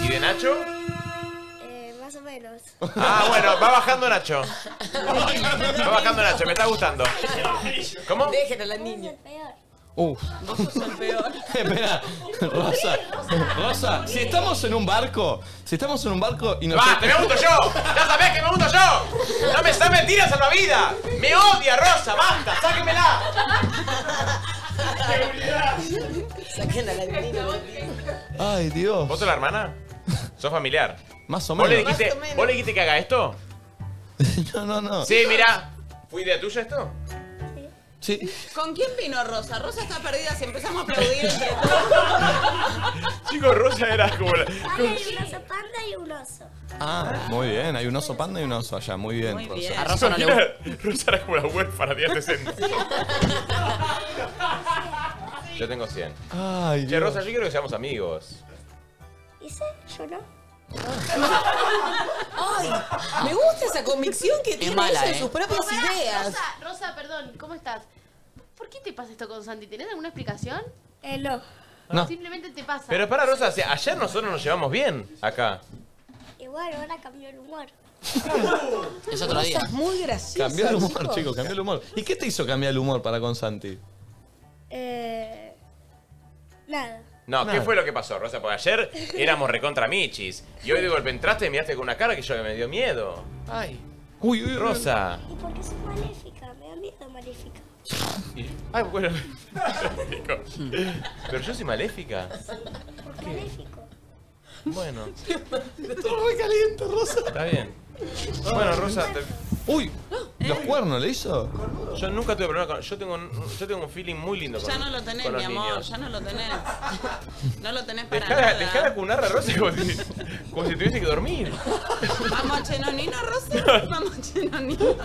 ¿Y de Nacho?
Eh, más o menos.
Ah, bueno, va bajando Nacho. Va bajando Nacho, me está gustando. ¿Cómo?
Déjenlo a la niña.
Uh. Espera, Rosa, Rosa, si estamos en un barco, si estamos en un barco y nos...
¡Basta, me gusto yo! ¡Ya sabés que me gusto yo! ¡No me sabes mentiras salvavidas! ¡Me odia Rosa! ¡Basta! ¡Sáquenmela!
Saquen a la niña.
Ay, Dios.
¿Vos sos la hermana? ¿Sos familiar?
Más o
¿Vos le
menos.
dijiste, ¿vos le dijiste que haga esto?
No, no, no.
Sí, mira. ¿Fue idea tuya esto?
Sí.
¿Con quién vino Rosa? Rosa está perdida si empezamos a aplaudir entre todos.
Chicos, Rosa era como la.
Hay un oso panda y un oso.
Ah, muy bien, hay un oso panda y un oso allá, muy bien,
Muy
Rosa.
bien.
A Rosa no le
Mira, Rosa era como la huérfana de antes. Yo tengo 100.
Ay,
Che, Rosa, yo quiero que seamos amigos.
¿Y sí? ¿Yo no?
Ay, me gusta esa convicción que tiene
mala,
ella de
¿eh?
sus propias
Pará,
ideas.
Rosa, Rosa, perdón, ¿cómo estás? ¿Por qué te pasa esto con Santi? ¿Tenés alguna explicación?
Eh, no.
No.
Simplemente te pasa.
Pero para, Rosa, si ayer nosotros nos llevamos bien acá.
Igual ahora cambió el humor.
Es otro día.
Rosa es muy graciosa.
Cambió el humor,
chicos.
chicos, cambió el humor. ¿Y qué te hizo cambiar el humor para con Santi?
Eh, nada.
No, ¿qué
Nada.
fue lo que pasó, Rosa? Porque ayer éramos recontra michis. Y hoy de golpe entraste y miraste con una cara que yo me dio miedo.
Ay.
Uy, uy,
Rosa.
¿Y por qué soy maléfica? Me da miedo maléfica.
Ay, bueno. Pero yo soy maléfica.
¿Por qué? Maléfico.
Bueno,
Estoy re caliente, Rosa.
está bien. Bueno, Rosa, te-
Uy, ¿los cuernos le hizo?
Eh. yo nunca tuve problema con. Yo tengo un, yo tengo un feeling muy lindo con
Ya no lo tenés,
con los
mi amor,
niños.
ya no lo tenés. No lo tenés para
Dejá,
nada.
de- dejá de cunar a Rosa como si, como si tuviese que dormir.
Vamos a Chenonino, Rosy. Vamos a Chenonino.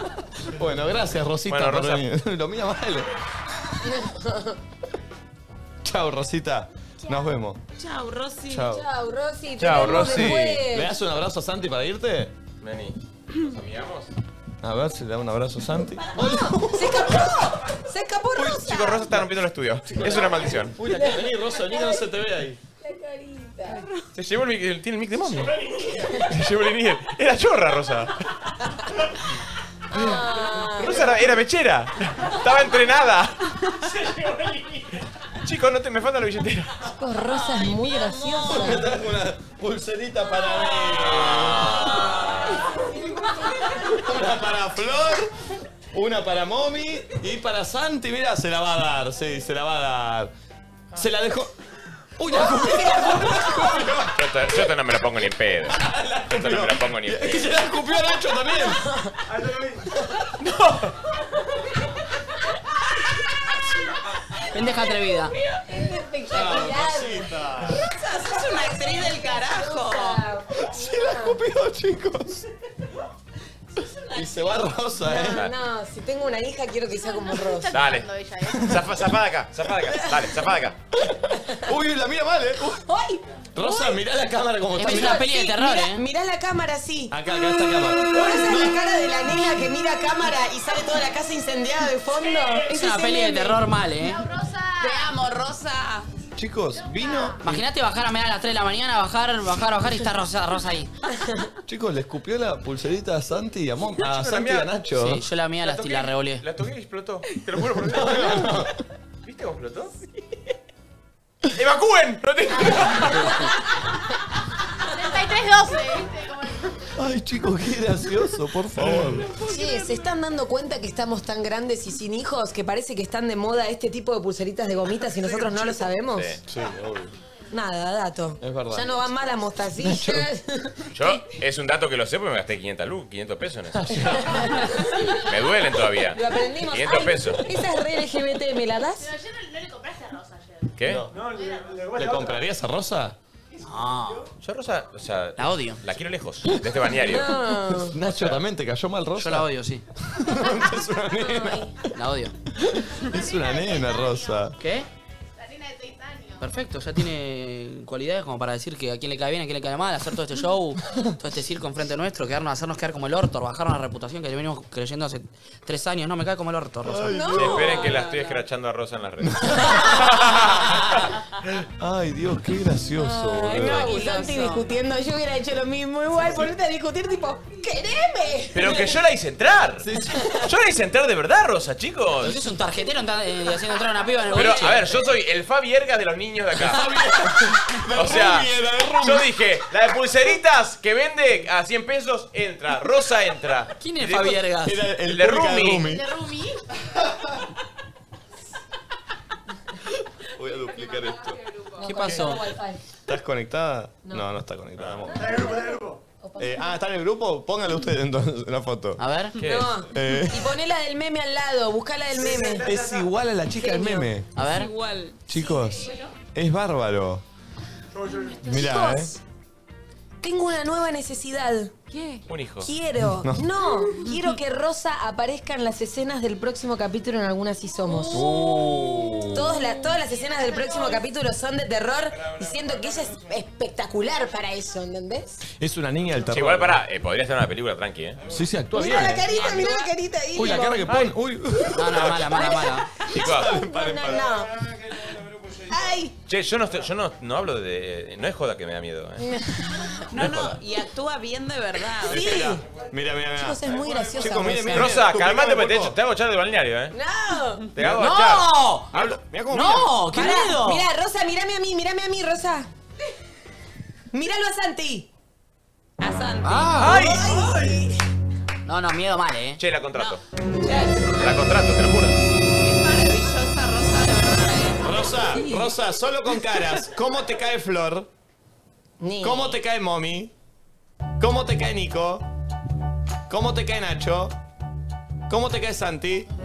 Bueno, gracias, Rosita.
Bueno, Rosa.
por venir. Lo mía vale. Chao, Rosita. Nos vemos.
Chau, Rosy.
Chau.
Chau, Rosy. te vemos después.
¿Le das un abrazo a Santi para irte?
Vení. ¿Nos amigamos?
A ver si le da un abrazo a Santi.
¡Se escapó! ¡Se escapó Rosa!
Chicos, Rosa está rompiendo el estudio. Es una maldición.
Uy, la que vení, Rosa, vení que no se te ve ahí.
Se llevó el mic, el- tiene el mic de momia. Se llevó el mic. Era chorra, Rosa. Rosa era, era mechera. Estaba entrenada. Chicos, no te, me falta la billetera.
Chicos, Rosa es muy graciosa.
trajo una pulserita para mí. Una para Flor, una para Momi y para Santi. Mira, se la va a dar, sí, se la va a dar. Se la dejó. ¡Uy, la escupió!
Yo esto, yo esto no me lo pongo ni en pedo. Yo esto no me lo pongo ni en
Es que
pedo.
se la escupió a Nacho también.
Pendeja atrevida.
Es espectacular. Rosa, sos una actriz del carajo.
Se la escupió, chicos. Y se va Rosa,
No,
¿eh?
no, si tengo una hija quiero que sea como Rosa.
Dale. Zafa, zafá de acá, zafá de acá. Dale, zafá de acá.
Uy, la mira mal, ¿eh?
¡Ay!
Rosa, mirá la cámara como está.
Mirá, sí, mirá,
eh.
Mirá la cámara así.
Acá, acá está la
¿No esa es
cámara.
la cara de la nena que mira a cámara y sale toda la casa incendiada de fondo?
Es
Ese
una
el
peli de
meme.
terror mal, ¿eh?
Rosa. Te amo, Rosa.
Chicos, vino.
Imagínate bajar a media a las 3 de la mañana, bajar, bajar, bajar y está Rosa, Rosa ahí.
Chicos, le escupió la pulserita a Santi y a, Mon- a
la
Santi y
mía-
a Nacho.
Sí, yo la mía la-
toqué-
la revoleé.
La toqué y explotó. Te lo juro por Dios. ¿Viste cómo explotó? ¡Evacúen! No te...
33-12, ¿viste? Como
Ay, chicos, qué gracioso, por favor.
Che, ¿se están dando cuenta que estamos tan grandes y sin hijos que parece que están de moda este tipo de pulseritas de gomitas y nosotros no lo sabemos?
Sí, obvio.
Nada, dato.
Es verdad.
Ya no van mal las mostacillas.
Yo, es un dato que lo sé porque me gasté 500 luz, 500 pesos en eso. Me duelen todavía.
Lo aprendimos.
500
Ay,
pesos.
Esa es re LGBT, ¿me la das?
¿Qué?
No, le, le, le-
¿Le comprarías a Rosa?
No. Yo a Rosa, o sea... La odio. La quiero lejos, de este bañario.
No.
Nacho, también te cayó mal Rosa. Yo la
odio, sí.
es una nena.
La odio.
Es una nena, Rosa.
¿Qué? Perfecto, ya tiene cualidades como para decir que a quién le cae bien, a quién le cae mal, hacer todo este show, todo este circo enfrente nuestro, quedarnos, hacernos quedar como el orto, bajar una reputación que le venimos creyendo hace tres años. No, me cae como el orto, Rosa.
Sí, esperen que la estoy escrachando a Rosa en las redes.
Ay, Dios, qué gracioso,
Ay,
boludo.
no, y Santi discutiendo, yo hubiera hecho lo mismo igual, ponerte a discutir tipo, ¡quereme!
Pero que yo la hice entrar. Yo la hice entrar de verdad, Rosa, chicos.
Es un tarjetero anda, eh, haciendo entrar a una piba en el
Pero,
boliche.
a ver, yo soy el Fabi Erga de los niños de acá. o sea,
Rumi, la de Rumi.
yo dije, la de pulseritas que vende a 100 pesos, entra. Rosa entra.
¿Quién
Y
es
digo,
Fabi Ergas?
El,
El
de
pulga de
Rumi.
Rumi.
Rumi.
Voy a duplicar esto.
¿Qué pasó?
¿Estás conectada? No, no, está conectada. vamos. Eh, ah, ¿está en el grupo? Póngale usted entonces la foto.
A ver.
No. Y poné la del meme al lado, buscá la del meme.
Eh. es igual a la chica del meme.
A ver.
igual.
Chicos, es bárbaro. Mirá, ¿eh?
Tengo una nueva necesidad.
¿Qué?
Un hijo.
Quiero,
No.
no. quiero que Rosa aparezca en las escenas del próximo capítulo en Algunas y Somos.
Uh.
Todas, la- todas las escenas del próximo capítulo son de terror y siento que ella es espectacular para eso, ¿entendés?
Es una niña del terror.
Che, igual pará, eh, podría ser una película tranqui, ¿eh?
Sí, sí, actúa bien.
Mirá la carita, mirá la carita ahí.
Ah, Uy, la cara que pone. Uy.
No, no, mala, mala, mala.
Chicos,
No, no, no. Ay,
che, yo no, estoy- yo no, no hablo de. No es joda que me da miedo, ¿eh?
No, no, y actúa bien de verdad.
Mira, mira, mira.
Chicos, es muy graciosa.
Chicos, mire, mire.
Rosa,
mire,
calmate,
mire,
porque te, te hago echar del balneario, ¿eh?
No.
Te hago
¡No!
echar.
Hablo- mirá cómo
¡No! ¡Qué
Pará,
miedo!
Mirá, Rosa, mírame a mí, mírame a mí, Rosa. Míralo a Santi.
A Santi.
Ah. No, no, miedo mal, ¿eh?
Che, la contrato. La contrato, te lo juro.
Maravillosa Rosa, de verdad. eh.
Rosa, Rosa, solo con caras. ¿Cómo te cae Flor? ¿Cómo te cae Mommy? ¿Cómo te cae Nico? ¿Cómo te cae Nacho? ¿Cómo te cae Santi?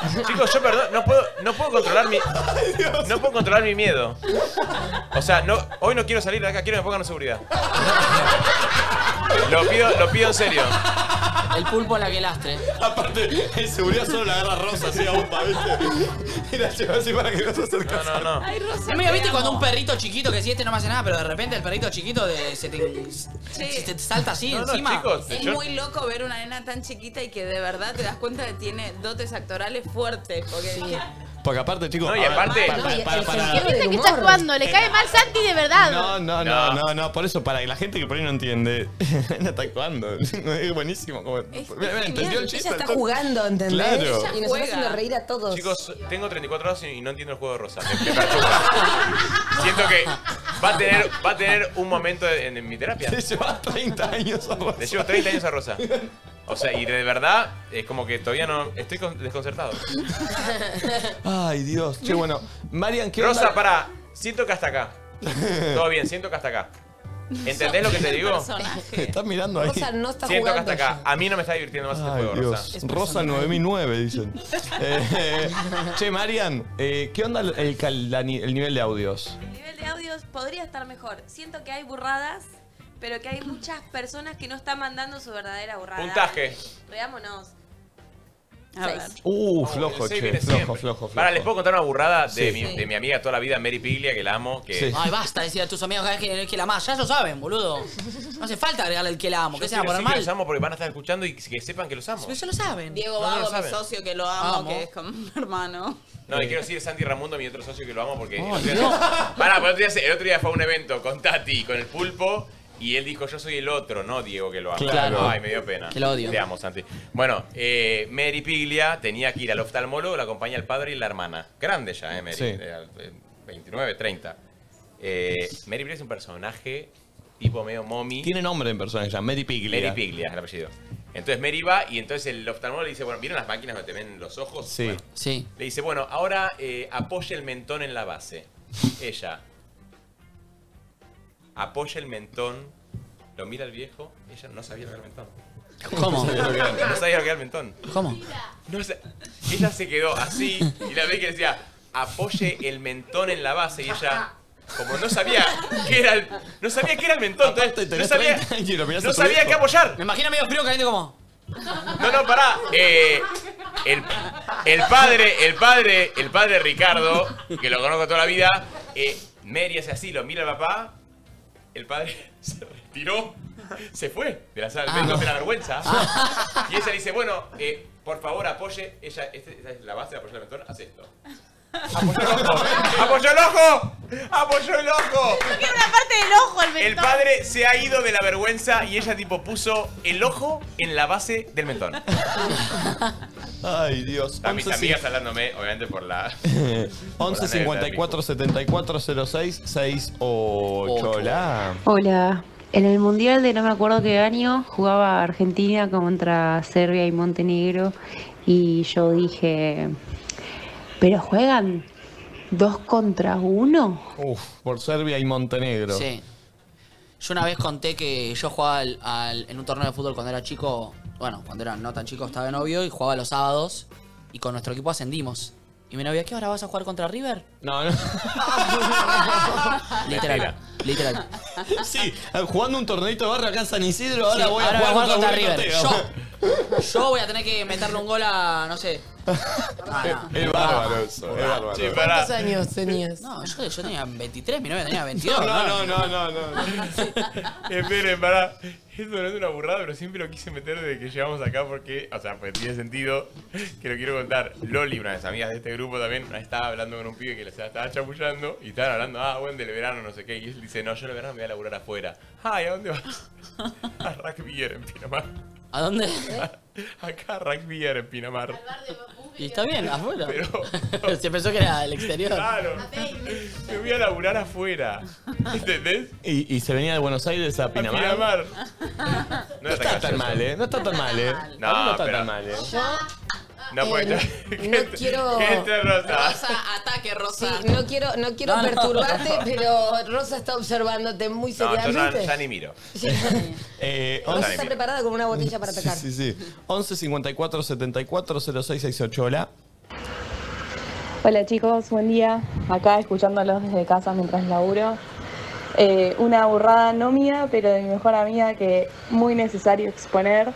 Chicos, yo perdón, no puedo, no puedo controlar mi. No puedo controlar mi miedo. O sea, no, hoy no quiero salir de acá, quiero que me pongan en seguridad. Lo pido, lo pido en serio.
El pulpo la que lastre.
Aparte, el seguridad solo la agarra Rosa así a bomba, ¿viste? Y la lleva así para que no se acerque.
No, no, no.
Ay, Rosa.
Es medio,
te
¿viste
amo.
cuando un perrito chiquito que si este no me hace nada, pero de repente el perrito chiquito de- se, te, se te salta así
No, no,
encima?
chicos,
Es
yo-
muy loco ver una nena tan chiquita y que de verdad te das cuenta que tiene dotes actorales fuertes. Porque
Porque aparte, chicos.
No, y
a ver,
aparte-
para, para, para, para.
Viste que está actuando, le cae mal Santi de verdad.
No, no, no, no, no, por eso, para la gente que por ahí no entiende, no está actuando. Es buenísimo. como- Mira, mira, entendió el chiste.
Ella está
entonces-
jugando, ¿entendés?
Claro.
Y nos está haciendo reír a todos.
Chicos, tengo 34 horas y no entiendo el juego de Rosa. Me- me perturba. Siento que va a tener, va a tener un momento en, en mi terapia.
Te llevas 30 años a Rosa.
Le llevo 30 años a Rosa. O sea, y de verdad, es como que todavía no. Estoy con- desconcertado.
Ay, Dios. Che, bueno. Marian, ¿qué
Rosa,
onda?
para. Siento que hasta acá. Todo bien, siento que hasta acá. ¿Entendés lo que te digo?
Estás mirando ahí.
Rosa no está
Siento que
jugando.
hasta acá. A mí no me está divirtiendo más este
Ay,
juego,
Dios.
Rosa.
Rosa 9009, dicen. Eh, che, Marian, eh, ¿qué onda el, cal- la ni- el nivel de audios?
nivel de audios podría estar mejor. Siento que hay burradas, pero que hay muchas personas que no están mandando su verdadera burrada.
Puntaje.
Veámonos.
Uh, flojo,
Sí,
che.
Oh, viene
Flojo,
siempre.
flojo, flojo.
Para, les puedo contar una burrada de,
Sí.
mi, de mi amiga toda la vida, Mary Piglia, que la amo. Que
Sí.
Ay, basta decir a tus amigos que, que, que la más. Ya lo saben, boludo. No hace falta agregarle el que la amo.
Yo
Que se
quiero
van a poner
decir
mal.
que los amo porque van a estar escuchando y que sepan que los amo.
Pero ya lo saben.
Diego
No, no lo
Vago, mi
saben.
socio, que lo amo,
Amo.
que es como mi hermano.
No, y quiero decir Santi Ramundo, mi otro socio que lo amo porque.
Ay,
el otro día-
no.
Pará, pero el otro, día, se- el otro día fue a un evento con Tati y con el pulpo. Y él dijo, yo soy el otro, no Diego que lo amo.
Claro.
Ay, me dio pena.
Que lo odio.
Te amo, Santi. Bueno, eh, Mary Piglia tenía que ir al oftalmólogo, la acompaña el padre y la hermana. Grande ya, ¿eh, Mary?
Sí.
Eh, 29, 30. Eh, Mary Piglia es un personaje tipo medio mommy.
Tiene nombre en persona ya, Mary Piglia.
Mary Piglia es el apellido. Entonces Mary va y entonces el oftalmólogo le dice, bueno, ¿vieron las máquinas donde te ven los ojos?
Sí.
Bueno,
Sí.
le dice, bueno, ahora eh, apoya el mentón en la base. Ella. Apoya el mentón. Lo mira el viejo. Ella no sabía lo que era el mentón.
¿Cómo?
No sabía lo que era, no sabía lo que era el mentón.
¿Cómo?
No sa- ella se quedó así y la ve que decía, apoye el mentón en la base. Y ella, como no sabía que era el, no sabía que era el mentón. entonces, no
tenés
sabía,
30 años y lo mirás a
no
tu
sabía
viejo.
qué apoyar.
Me imagino medio frío caliente como.
No, no, pará. Eh, el, el padre, Eh, el padre, el padre Ricardo, que lo conozco toda la vida, eh, Mary hace así, lo mira al papá, el padre se retiró, se fue de la sala,
Ah.
de la vergüenza. Y ella le dice, bueno, eh, por favor apoye, ella, este- esta es la base de apoyar el mentón, hace esto. ¡Apoyó el ojo! ¡Apoyó el ojo!
una parte del ojo el
El padre se ha ido de la vergüenza y ella tipo puso el ojo en la base del mentón.
Ay, Dios.
A mis
11,
amigas hablándome, obviamente, por la.
11 54 74 06 68. Hola.
Hola. En el Mundial de no me acuerdo qué año jugaba Argentina contra Serbia y Montenegro y yo dije, pero juegan dos contra uno.
Uf, por Serbia y Montenegro.
Sí. Yo una vez conté que yo jugaba al- al- en un torneo de fútbol cuando era chico. Bueno, cuando era no tan chico, estaba de novio y jugaba los sábados. Y con nuestro equipo ascendimos. Y mi novia, ¿qué ahora vas a jugar contra River?
No, no.
Literal. Literal.
Sí, eh, jugando un torneito de barrio acá en San Isidro, ahora
Sí,
voy
ahora
a jugar
voy a
contra,
jugar contra
River.
River. Yo voy a tener que meterle un gol a. no sé. Ah,
Ah.
Es bárbaro eso, es bárbaro.
Che,
pará.
¿Cuántos años tenías?
No, yo, yo tenía 23, mi novia tenía 22.
No, no, no, no, Esperen, pará. Esto no es una burrada, pero siempre lo quise meter desde que llegamos acá porque, o sea, pues tiene sentido que lo quiero contar. Loli, una de las amigas de este grupo también, una vez estaba hablando con un pibe que la estaba chapullando y estaban hablando, ah, bueno, del verano, no sé qué. Y él dice, no, yo el verano me voy a laburar afuera. Ay, ¿a dónde vas? A Rugby en Pinamar.
¿A dónde?
Acá, Rugby en Pinamar.
Y está bien, afuera.
Pero-
Se pensó que era el exterior.
Claro. Me voy a laburar afuera. ¿Entendés?
Y, y se venía de Buenos Aires a Pinamar.
Pinamar. No
No está tan mal, ¿eh? No está tan mal, ¿eh?
No,
A mí no está
pero-
tan mal, ¿eh?
Yo
No pues,
Eh,
puede
no- no quiero.
Gente rosa.
ataque,
Sí, no quiero, no quiero
No, no.
perturbarte, pero Rosa está observándote muy
No, yo
seriamente.
ya, ya ni miro.
Eh,
Rosa
11,
está preparada con una botella para atacar.
sí, sí. 11 54 74 06 68. Hola.
Hola chicos, buen día. Acá escuchándolos desde casa mientras laburo. Eh, una burrada no mía, pero de mi mejor amiga que muy necesario exponer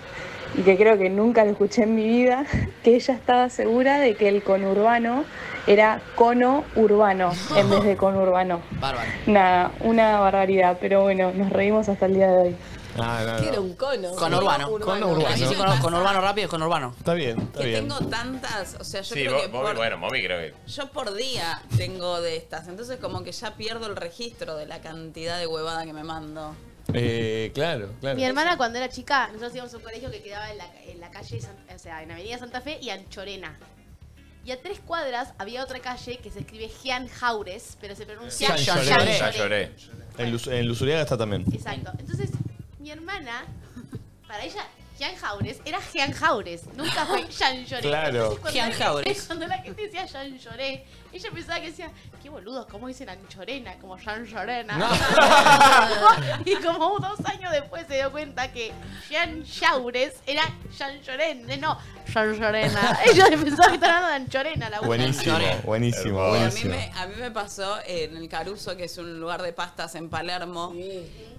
y que creo que nunca lo escuché en mi vida, que ella estaba segura de que el conurbano era cono urbano en vez de conurbano.
Bárbaro.
Nada, una barbaridad, pero bueno, nos reímos hasta el día de hoy.
Ah,
Quiero un cono.
Con Urbano.
Con
Urbano.
Así Con, con Urbano rápido, con Urbano.
Está bien, está
bien.
Tengo tantas, o sea, yo
Sí,
creo
vos,
que
vos-
por,
bueno, Momi creo que.
yo por día tengo de estas, entonces como que ya pierdo el registro de la cantidad de huevada que me mando.
Eh, claro, claro.
Mi hermana cuando era chica, nosotros íbamos a un colegio que quedaba en la, en la calle, Sant- o sea, en Avenida Santa Fe y Anchorena. Y a tres cuadras había otra calle que se escribe Gian Jaures, pero se pronuncia
Ya lloré.
Jean
Ya
Jaurés.
lloré. En, Luz- en Lusuriaga está también.
Exacto. Entonces, mi hermana, para ella, Jean Jaures era Jean Jaures, nunca fue Jean Lloré.
Claro.
Entonces, cuando
Jean
la-
Jaures.
Cuando la gente decía Jean Lloré, ella pensaba que decía, qué boludo, ¿cómo dicen Anchorena? Como Jean Llorena. y como dos años después se dio cuenta que Jean Jaures era Jean Llorén, no, Jean Llorena. ella pensaba que estaba hablando de Anchorena, la buena.
Buenísimo, buenísimo,
Y a mí,
buenísimo.
me, a mí me pasó en el Caruso, que es un lugar de pastas en Palermo,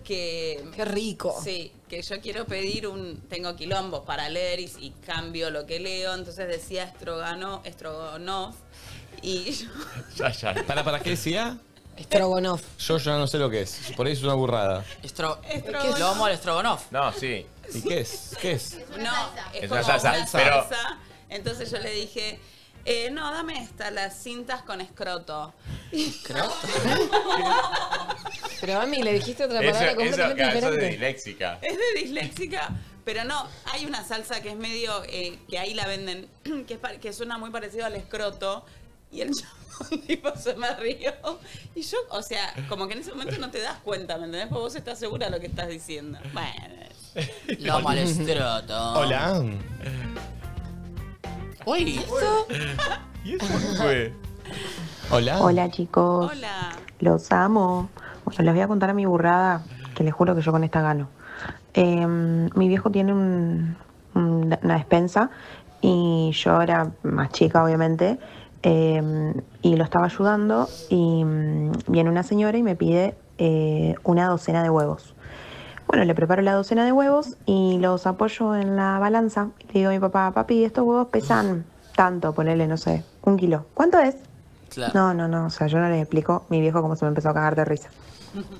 que...
Qué rico.
Sí, que yo quiero pedir un... Tengo quilombos para leer y, y cambio lo que leo, entonces decía estrogano, estrogonoff, y yo...
Ya, ya. ¿Para, ¿Para qué decía?
Estrogonoff.
Yo ya no sé lo que es. Por ahí es una burrada.
Estro...
Estrogonoff.
Lomo al estrogonoff.
No, sí.
¿Y qué es? ¿Qué es?
No, es,
Es
como
una
una
salsa,
salsa.
pero-
Entonces yo le dije, eh, no, dame esta, las cintas con escroto.
Pero a mí le dijiste otra
Eso,
palabra
eso,
completamente
claro, eso es de
diferente.
disléxica.
Es de disléxica, pero no, hay una salsa que es medio, eh, que ahí la venden, que, es pa- que suena muy parecido al escroto, y el chabón, tipo se me rió. Y yo, o sea, como que en ese momento no te das cuenta, ¿me entendés? Porque vos estás segura de lo que estás diciendo. Bueno.
Lo malestroto.
Hola.
Uy.
¿Y eso fue? Hola.
Hola chicos. Los amo. Bueno, les voy a contar mi burrada, que les juro que yo con esta gano. Eh, mi viejo tiene un- un- una despensa y yo era más chica, obviamente, eh, y lo estaba ayudando y mm, viene una señora y me pide eh, una docena de huevos. Bueno, le preparo la docena de huevos y los apoyo en la balanza. Le digo a mi papá, papi, estos huevos pesan tanto, ponele, no sé, un kilo. ¿Cuánto es? No, no, no, o sea, yo no les explico mi viejo cómo se me empezó a cagar de risa.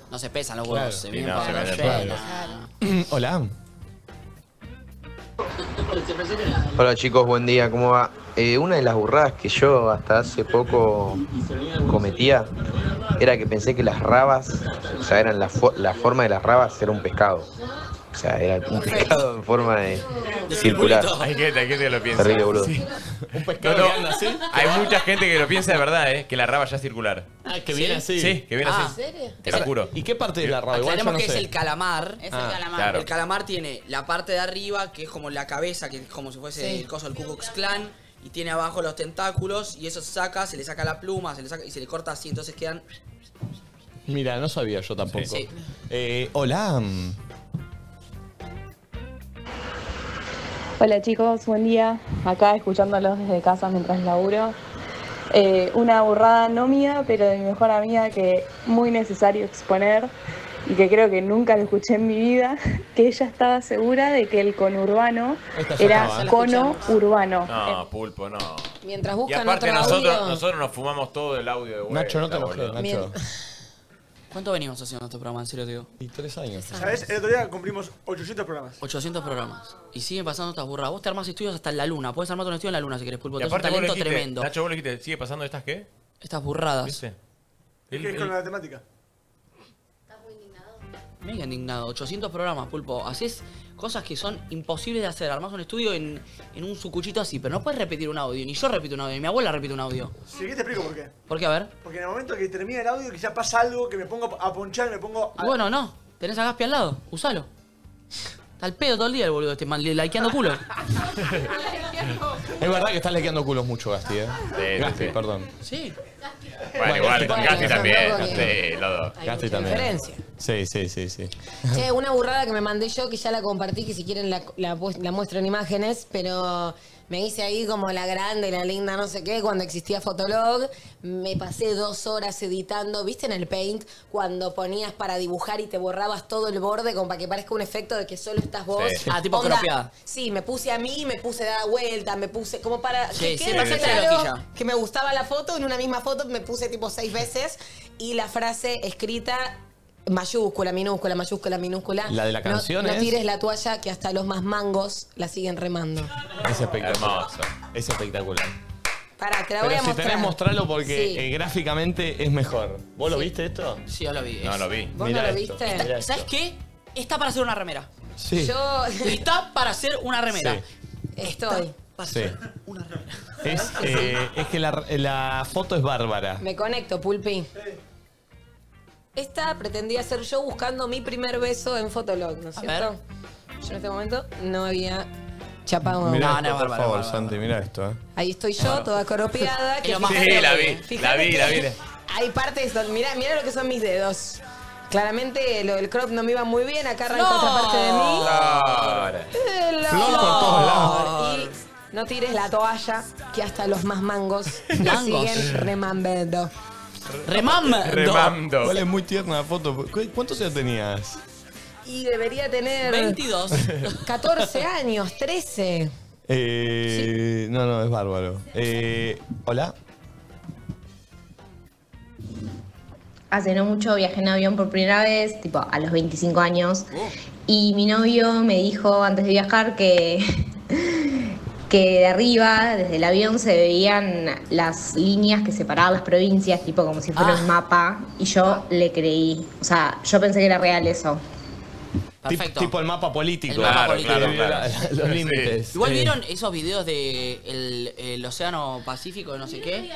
No se pesan los huevos,
Claro.
se
Sí,
vienen
no,
para
se
la
venden
llena.
Hola.
Hola chicos, buen día, ¿cómo va? Eh, una de las burradas que yo hasta hace poco cometía era que pensé que las rabas, o sea, eran la, fo- la forma de las rabas era un pescado. O sea, era un pescado en forma de circular.
Hay gente, hay gente que lo piensa.
Terrible, boludo.
Sí.
Un
pescado que anda así. Hay mucha gente que lo piensa de verdad, ¿eh? Que la raba ya es circular.
Ah, que viene
¿Sí?
así.
Sí, que viene
Ah.
así.
¿En serio?
Te lo juro.
¿Y qué parte de la raba? Igual yo
Aclaremos
no
que
sé.
es el calamar.
Es
el Ah, calamar. claro.
El calamar tiene la parte de arriba, que es como la cabeza, que es como si fuese
Sí.
el coso del Ku Klux Klan. Y tiene abajo los tentáculos. Y eso se saca, se le saca la pluma, se le saca y se le corta así. Entonces quedan.
Mira, no sabía yo tampoco.
Sí.
Eh, hola.
Hola chicos, buen día. Acá escuchándolos desde casa mientras laburo. Eh, una burrada no mía, pero de mi mejor amiga que muy necesario exponer y que creo que nunca lo escuché en mi vida, que ella estaba segura de que el conurbano
Esta ya
era
estaba, ¿eh?
cono urbano.
No, pulpo, no.
Mientras
Y
eh. buscan
aparte
otro
nosotros,
audio-
nosotros nos fumamos todo el audio de vuelta,
Nacho, no te enojes,
boludo.
Nacho. Bien.
¿Cuánto venimos haciendo este programa? En serio, te digo.
Y tres años.
¿Sabes? El otro día cumplimos 800 programas.
800 programas. Y siguen pasando estas burras. Vos te armás estudios hasta en la luna. Puedes armarte un estudio en la luna si querés, pulpo.
Y
Tenés un
aparte vos lo
talento
dijiste,
tremendo.
Nacho, vos lo dijiste, ¿sigue pasando estas qué?
Estas burradas.
¿Viste?
¿Qué
Él-
es con
él-
la temática?
Mega indignado. 800 programas, Pulpo. Haces cosas que son imposibles de hacer. Armás un estudio en, en un sucuchito así, pero no puedes repetir un audio. Ni yo repito un audio, ni mi abuela repite un audio.
Sí, que te explico por qué.
Porque, a ver.
Porque en el momento que termina el audio, que ya pasa algo, que me pongo a ponchar, me pongo a.
Bueno, no. Tenés a Gaspi al lado. Usalo. Está al pedo todo el día el boludo este man, likeando culo.
Es verdad que estás lequeando culos mucho, Gasti, ¿eh?
Sí,
Gasti,
sí.
perdón.
Sí.
Bueno, igual,
Gasti
Gasti también.
Tampoco que-
Sí, los dos.
Hay
Gasti
mucha
también.
diferencia.
Sí, sí, sí, sí.
Che, una burrada que me mandé yo, que ya la compartí, que si quieren la, la, pu- la muestro en imágenes, pero me hice ahí como la grande, la linda, no sé qué, cuando existía Fotolog. Me pasé dos horas editando, ¿viste en el Paint? Cuando ponías para dibujar y te borrabas todo el borde como para que parezca un efecto de que solo estás vos.
Sí. Ah, tipo cropeada.
Sí, me puse a mí, me puse a dar vuelta, me puse como para...
Sí,
que
sí,
quede
me
más
parece
claro
loquilla.
que me gustaba la foto, en una misma foto me puse tipo seis veces y la frase escrita mayúscula, minúscula, mayúscula, minúscula.
La de la
No-
canción
no,
es-
tires la toalla que hasta los más mangos la siguen remando.
Es espectacular. Es espectacular.
Pará, te la
Pero
voy a
si
mostrar.
tenés, mostralo porque
Sí.
eh, gráficamente es mejor. ¿Vos lo viste esto?
Sí, yo lo vi.
No, lo vi.
¿Vos
Mirá
no lo
esto,
viste?
mirá
¿Sabes
esto.
qué? Está para hacer una remera.
Sí.
Yo
Está para hacer una remera.
estoy.
Sí. Es, eh, es que la, la foto es bárbara.
Me conecto, Pulpi. Esta pretendía ser yo buscando mi primer beso en Fotolog, ¿no es
A
cierto?
ver.
Yo en este momento no había chapado.
Mirá esto, por favor, Santi, mira esto, eh.
Ahí estoy yo, toda coropiada. que
Sí,
fíjate-
la vi,
fíjate
la vi,
que
la vi.
Hay partes donde. Mirá, mirá lo que son mis dedos. Claramente lo del crop no me iba muy bien. Acá arranca
No.
otra parte de mí.
Flor.
El
Flor por
olor.
todos lados.
Y no tires la toalla, que hasta los más mangos la
Mangos.
siguen remambando.
Remamdo.
Remamdo. Igual es muy tierna la foto. ¿Cu- ¿Cuántos ya tenías?
Y debería tener.
22.
14 años, 13.
Eh, No, no, es bárbaro. Eh, Hola.
Hace no mucho viajé en avión por primera vez, tipo a los 25 años,
Uh.
y mi novio me dijo antes de viajar que, que de arriba, desde el avión, se veían las líneas que separaban las provincias, tipo como si fuera un
Ah.
mapa, y yo le creí. O sea, yo pensé que era real eso.
Tip- Tipo el mapa político.
El mapa Claro, político. claro,
Eh,
claro.
la- la- Los
Sí.
límites.
Igual
Eh,
vieron esos videos de el, el océano Pacífico, no sé qué.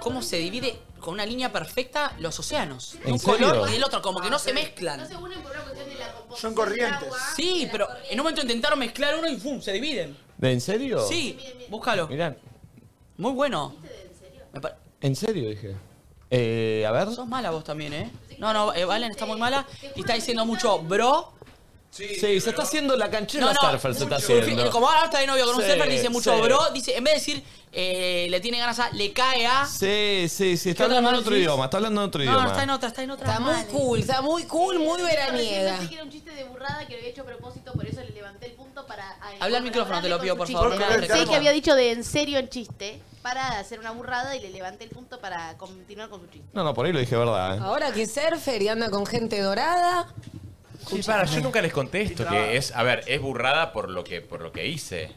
Cómo se divide con una línea perfecta los océanos.
¿En
un
serio?
color y el otro, como que Ah, no se mezclan.
Son corrientes.
Sí, pero en un momento intentaron mezclar uno y ¡fum! se dividen.
¿En serio?
Sí, búscalo.
Mirá.
Muy bueno. Me pa-
¿En serio dije? Eh, a ver.
Sos mala vos también, ¿eh? No, no, eh, Valen está muy mala y está diciendo mucho bro.
Sí, se está haciendo la canchera
No, no,
Starfelt, se está
Prefi-
haciendo.
Como ahora está de novio con un
Sí,
surfer, dice mucho
sí.
bro. Dice, en vez de decir eh, le tiene ganas a, le cae a.
Sí, sí, sí.
Ah. ¿Qué
Está
otra
hablando en
más
otro
decís?
idioma. Está hablando en otro
No,
idioma.
no, está en otra, está en otra.
Está muy cool, está muy cool, muy veraniega.
Yo pensé que era un chiste de burrada que lo había hecho a propósito, por eso le levanté el punto para. eh,
Habla al micrófono, te lo pido, por favor.
Porque
Nada,
Pensé
reclamo.
que había dicho de en serio en chiste para hacer una burrada y le levanté el punto para continuar con su chiste.
No, no, por ahí lo dije verdad. ¿eh?
Ahora que surfer y anda con gente dorada.
Sí, para,
eh,
yo nunca les contesto que es, a ver, es burrada por lo que, por lo que hice.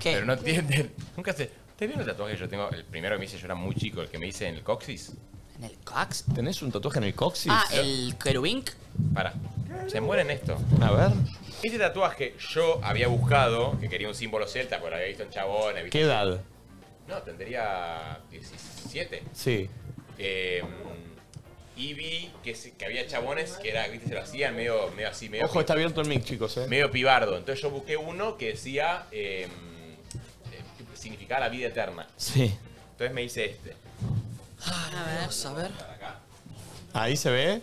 Pero no entienden. Nunca se. ¿Te vieron el tatuaje que yo tengo? El primero que me hice yo era muy chico, el que me hice en el coxis.
¿En el cox?
¿Tenés un tatuaje en el coxis?
Ah, el querubín.
Para. Se mueren esto.
A ver.
Este tatuaje yo había buscado, que quería un símbolo celta, porque lo había visto en chabones. ¿viste?
¿Qué edad?
No, tendría 17.
Sí.
Eh, y vi que, se- que había chabones que era, ¿viste? se lo hacían medio, medio así, medio
Ojo, está abierto el mic, chicos, eh.
medio pibardo. Entonces yo busqué uno que decía eh, eh, que significaba la vida eterna.
Sí.
Entonces me hice este.
A ver, vamos a ver.
Ahí se ve.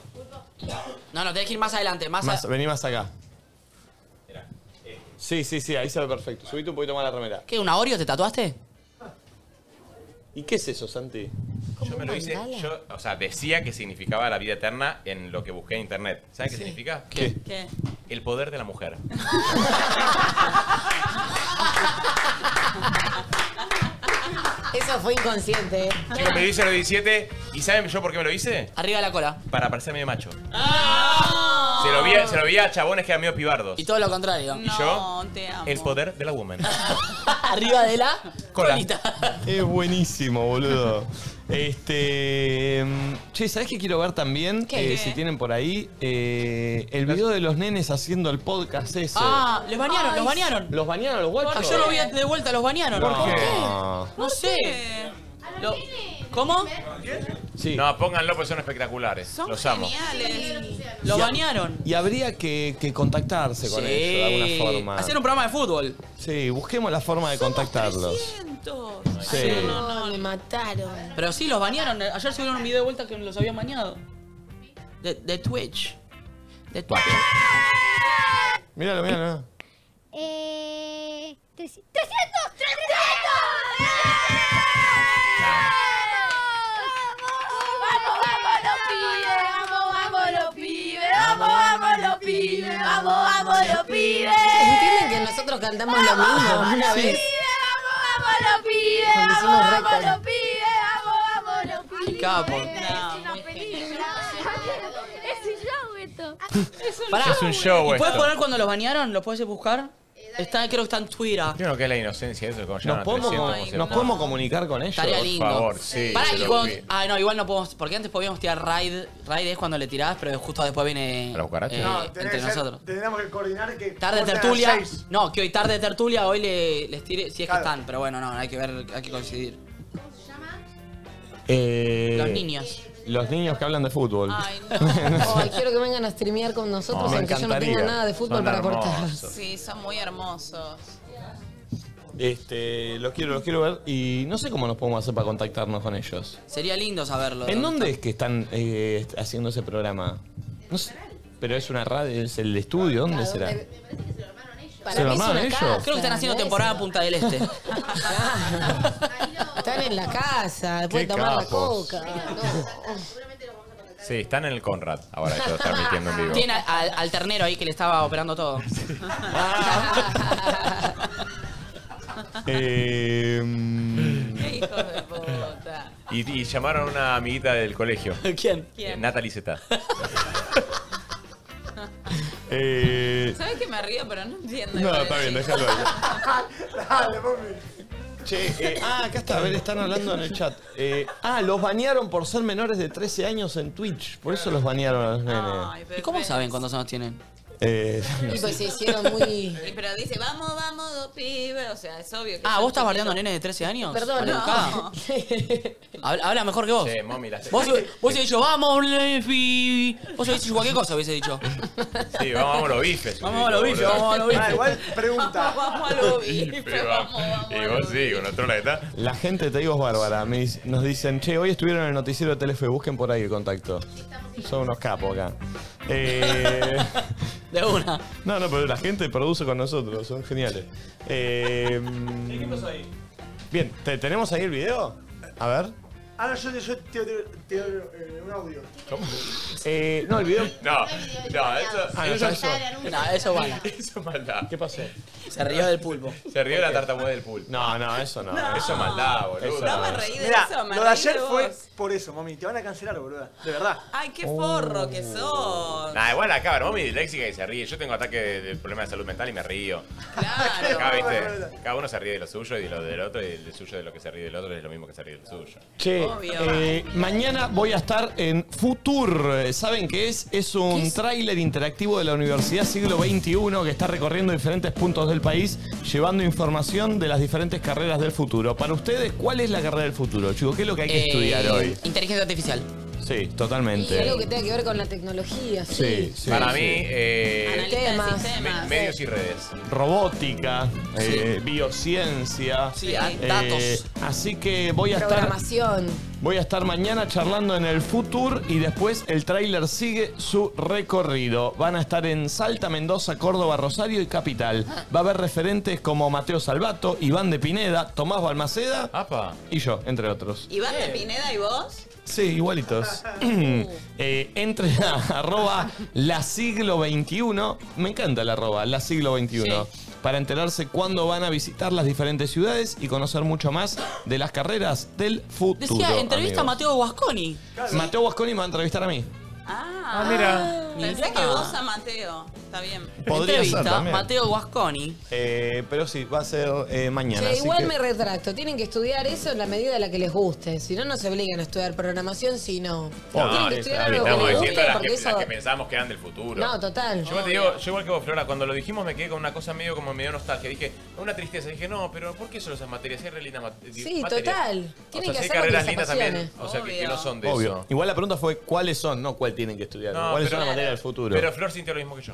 No, no, tenés que ir más adelante, más,
Más,
a- este.
vení más acá. Sí, sí, sí, ahí se ve perfecto. Subite un poquito más la remera.
¿Qué? ¿Una Oreo te tatuaste?
¿Y qué es eso, Santi?
Yo me lo hice,
mandala?
yo, o sea, decía que significaba la vida eterna en lo que busqué en internet. ¿Sabes qué
Sí.
significa?
¿Qué?
¿Qué?
El poder de la mujer.
Eso fue inconsciente.
Yo me lo hice a los 17 y ¿saben yo por qué me lo hice?
Arriba de la cola.
Para parecer medio macho. Se, lo vi, se lo vi a chabones que eran medio pibardos.
Y todo lo contrario.
Y yo,
te amo.
el poder de la woman.
Arriba de la.
Cola.
Es buenísimo, boludo. Este. mm, Che, ¿sabés qué quiero ver también?
¿Qué?
Eh, si tienen por ahí. eh, el video de los nenes haciendo el podcast ese.
Ah, los bañaron, los bañaron.
¿Los bañaron los guachos?
Ah, yo lo vi de vuelta, los bañaron.
No.
No sé. Lo- ¿Cómo?
No, pónganlo porque son espectaculares. Los amo.
Lo
Y a-
bañaron.
Y habría que, que contactarse con
Sí.
ellos de alguna forma.
Hacer un programa de fútbol.
Sí, busquemos la forma de contactarlos. Sí.
no, me mataron. Pero sí, los bañaron. Ayer subieron un video de vuelta que los habían bañado. De, de Twitch. De Twitch.
Míralo, míralo.
Eh. 300, 300, 300.
Vamos, vamos los pibes, vamos, vamos los pibes, vamos, vamos los pibes, vamos, vamos los pibes.
¿Entienden que nosotros cantamos lo mismo una
Sí.
vez?
Vamos los pibes,
Cuando
vamos,
hicimos
vamos
récord.
los pibes, vamos, vamos los pibes.
Qué capo.
Es una película. Es un show esto.
Pará.
Es un show
¿Y ¿Puedes
esto.
poner cuando los bañaron? ¿Los puedes buscar? Está, creo que está en Twitter.
Yo no que es la inocencia eso, como
¿Nos podemos, nos podemos comunicar con ellos?
Estaría lindo.
Por favor, sí.
Pará,
se
y
lo
cuando-
pido.
Ah, no, igual no podemos. Porque antes podíamos tirar raid. Raid es cuando le tirás, pero justo después viene.
¿A la cucaracha?
eh,
No,
Tenés
entre
que ser-
nosotros.
Tendríamos que coordinar que.
Tarde de
corten a
tertulia.
las seis.
No, que hoy tarde de tertulia, hoy le, les tire. Si es que están, pero bueno, no, hay que ver, hay que coincidir.
Eh,
Los niños.
Los niños que hablan de fútbol.
Ay, Ay, quiero que vengan a streamear con nosotros,
Me
aunque yo no tenga
encantaría.
nada de fútbol
Son
para aportar.
hermosos.
Sí, son muy hermosos.
Este, los quiero, los quiero ver y no sé cómo nos podemos hacer para contactarnos con ellos.
Sería lindo saberlo.
¿En dónde es que están eh, haciendo ese programa? No sé. Pero es una radio, es el estudio, ¿dónde será?
Para
¿Se
mí
lo
es
armaron
una
ellos?
casa,
Creo que están haciendo
¿no es?
Temporada Punta del Este.
Están en la casa,
Qué
después de tomar
capos.
la coca.
Sí, están en el Conrad ahora, ellos transmitiendo en vivo.
Tiene al, al ternero ahí que le estaba operando todo.
Eh,
Hijos de puta.
y, y llamaron a una amiguita del colegio.
¿Quién?
¿Quién?
Natalie Zeta.
¿Sabes que me río, pero no entiendo?
No, está bien, déjalo ahí.
Dale, mami.
Che, eh, ah, acá está, a ver, están hablando en el chat. Eh, ah, los banearon por ser menores de 13 años en Twitch. Por eso los banearon a los nenes.
¿Y cómo saben cuántos años tienen?
Eh,
Y pues se hicieron muy.
Y pero dice, vamos, vamos, dos pibes. O sea, es obvio que.
Ah,
son
¿vos estás
chiquitos.
bardeando nenes de 13 años?
Perdón,
Maleducada.
no.
Habla, habla mejor que vos.
Che, mami, la-
Vos, vos habéis dicho, vamos, Lefi. Vos habéis dicho cualquier cosa, hubiese dicho.
Sí, vamos, vamos a los bifes.
Vamos a los bifes, vamos a los bifes.
Ah, igual pregunta.
vamos a
lo
Pero vamos, Y vos sí, con otro la que está.
La gente, te digo, es bárbara. Me dis- nos dicen, che, hoy estuvieron en el noticiero de Telefe, busquen por ahí el contacto. Son unos capos acá. Eh,
de una.
No, no, pero la gente produce con nosotros, son geniales. Eh,
¿Qué pasó ahí?
bien, ¿te- ¿tenemos ahí el video? A ver.
Ah, no, yo, yo te doy te doy, eh, un audio.
Eh, no, el video.
No, no, eso.
Ah, no,
eso,
eso.
No, eso vale.
Eso es maldad.
¿Qué pasó?
Se rió del pulpo.
Se rió la tartamudez del pulpo.
No, no, eso no.
Eso es maldad, boludo.
Eso no.
Mirá,
eso, me
lo de
reí de
ayer fue
vos.
por eso, mami. Te van a cancelar, boluda. De verdad.
Ay, qué forro
Uh.
que sos.
Nah, igual acá, pero mami disléxica y se ríe. Yo tengo ataque de, de problema de salud mental y me río.
Claro.
Acá, viste, cada uno se ríe de lo suyo y de lo del otro, y el suyo de lo que se ríe del otro es lo mismo que se ríe del suyo.
Che, eh, mañana voy a estar en Futur. Eh, ¿Saben qué es? Es un tráiler interactivo de la Universidad Siglo XXI que está recorriendo diferentes puntos del país, llevando información de las diferentes carreras del futuro. Para ustedes, ¿cuál es la carrera del futuro, chicos? ¿Qué es lo que hay que
Eh,
estudiar hoy?
Inteligencia artificial.
Sí,
Y algo que
totalmente.
tenga que ver con la tecnología, sí.
Sí, sí.
Para
sí.
mí, eh,
Temas.
me- medios y redes.
robótica, eh, biociencia, eh,
Sí, a- datos.
Así que voy a estar
Programación.
Voy a estar mañana charlando en el Futur y después el tráiler sigue su recorrido. Van a estar en Salta, Mendoza, Córdoba, Rosario y Capital. Va a haber referentes como Mateo Salvato, Iván de Pineda, Tomás Balmaceda y yo, entre otros.
Iván de Pineda y vos.
Sí, igualitos. Eh, entre a arroba la siglo XXI, me encanta la arroba, la siglo XXI, para enterarse cuándo van a visitar las diferentes ciudades y conocer mucho más de las carreras del futuro.
Decía, entrevista a
amigos.
Mateo Guasconi.
Mateo Guasconi me va a entrevistar a mí.
Ah,
mira.
Pensé
Mirá.
Ah.
que vos a Mateo. Está bien.
Podría ser
Entrevista,
también.
Mateo Guasconi.
Eh, pero sí, va a ser eh, mañana.
Che,
así
igual
que-
me retracto. Tienen que estudiar eso en la medida de la que les guste. Si no, no se obligan a estudiar programación, si no. Tienen que estudiar algo que
estamos
les
diciendo
guste
las
eh, porque
que, las
eso.
que pensamos que eran del futuro.
No, total.
Yo igual te digo, yo igual que vos, Flora, cuando lo dijimos me quedé con una cosa medio como medio nostalgia. Dije, una tristeza. Dije, no, pero ¿por qué solo esas materias? Si Hay re lindas mat-
Sí,
materias.
total. Tienen
o sea, si hay
que hacer lo que
carreras
les
lindas
apasione.
también. O sea, que, que no son de
Obvio.
eso.
Igual la pregunta fue cuáles son, no cuál tienen que estudiar.
No, pero-
¿Cuáles son las materias del futuro?
Pero Flor sintió lo mismo que yo.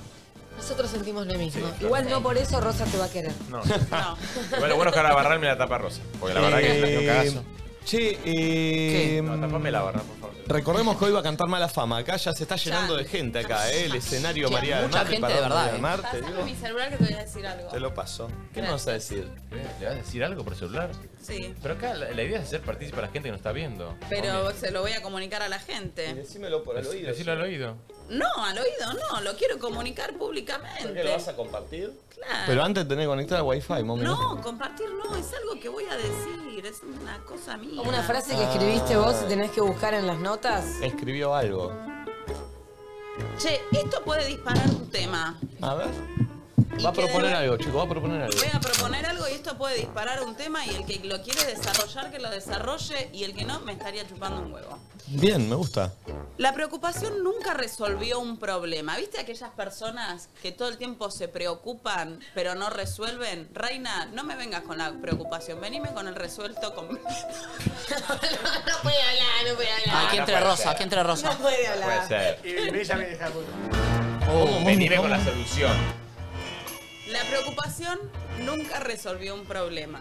Nosotros sentimos lo mismo. igual no por eso Rosa te va a querer.
No. Igual lo bueno es que ahora barrarme la tapa rosa. Porque la verdad que
Eh,
es un cagazo.
Che,
¿Qué?
eh,
No, tapame la barra, por favor.
Recordemos que hoy va a cantar Mala Fama. Acá ya se está llenando de gente acá, ¿eh? El escenario
Che,
María del
mucha
Mar.
gente
preparado
de verdad,
María del
¿eh?
Mar, te,
Pásame
digo,
mi celular que te voy a decir algo.
te lo paso. ¿Qué nos vas a decir?
¿Le vas a decir algo por celular?
Sí.
Pero acá la, la idea es hacer partícipe a la gente que nos está viendo.
Pero se lo voy a comunicar a la gente.
Decímelo por el
Dec-
oído.
Decirlo al oído.
No, al oído no, lo quiero comunicar públicamente.
¿Qué lo vas a compartir?
Claro.
Pero antes tenés que conectar al Wi-Fi, mami.
No, compartir no, es algo que voy a decir, es una cosa mía.
Una frase que escribiste vos y tenés que buscar en las notas.
Escribió algo.
Che, esto puede disparar un tema.
A ver.
Y
Va a
que
proponer
de-
algo, chico, va a proponer algo.
Voy a proponer algo y esto puede disparar un tema y el que lo quiere desarrollar, que lo desarrolle y el que no, me estaría chupando un huevo.
Bien, me gusta.
La preocupación nunca resolvió un problema. ¿Viste aquellas personas que todo el tiempo se preocupan pero no resuelven? Reina, no me vengas con la preocupación, venime con el resuelto completo.
No puedo hablar,
no puede
Ah,
hablar.
Aquí entre rosa, aquí entre rosa.
No puede hablar.
Puede
Y Eh, me dice a mí, hija de puta.
Oh,
Venime con la solución.
La preocupación nunca resolvió un problema.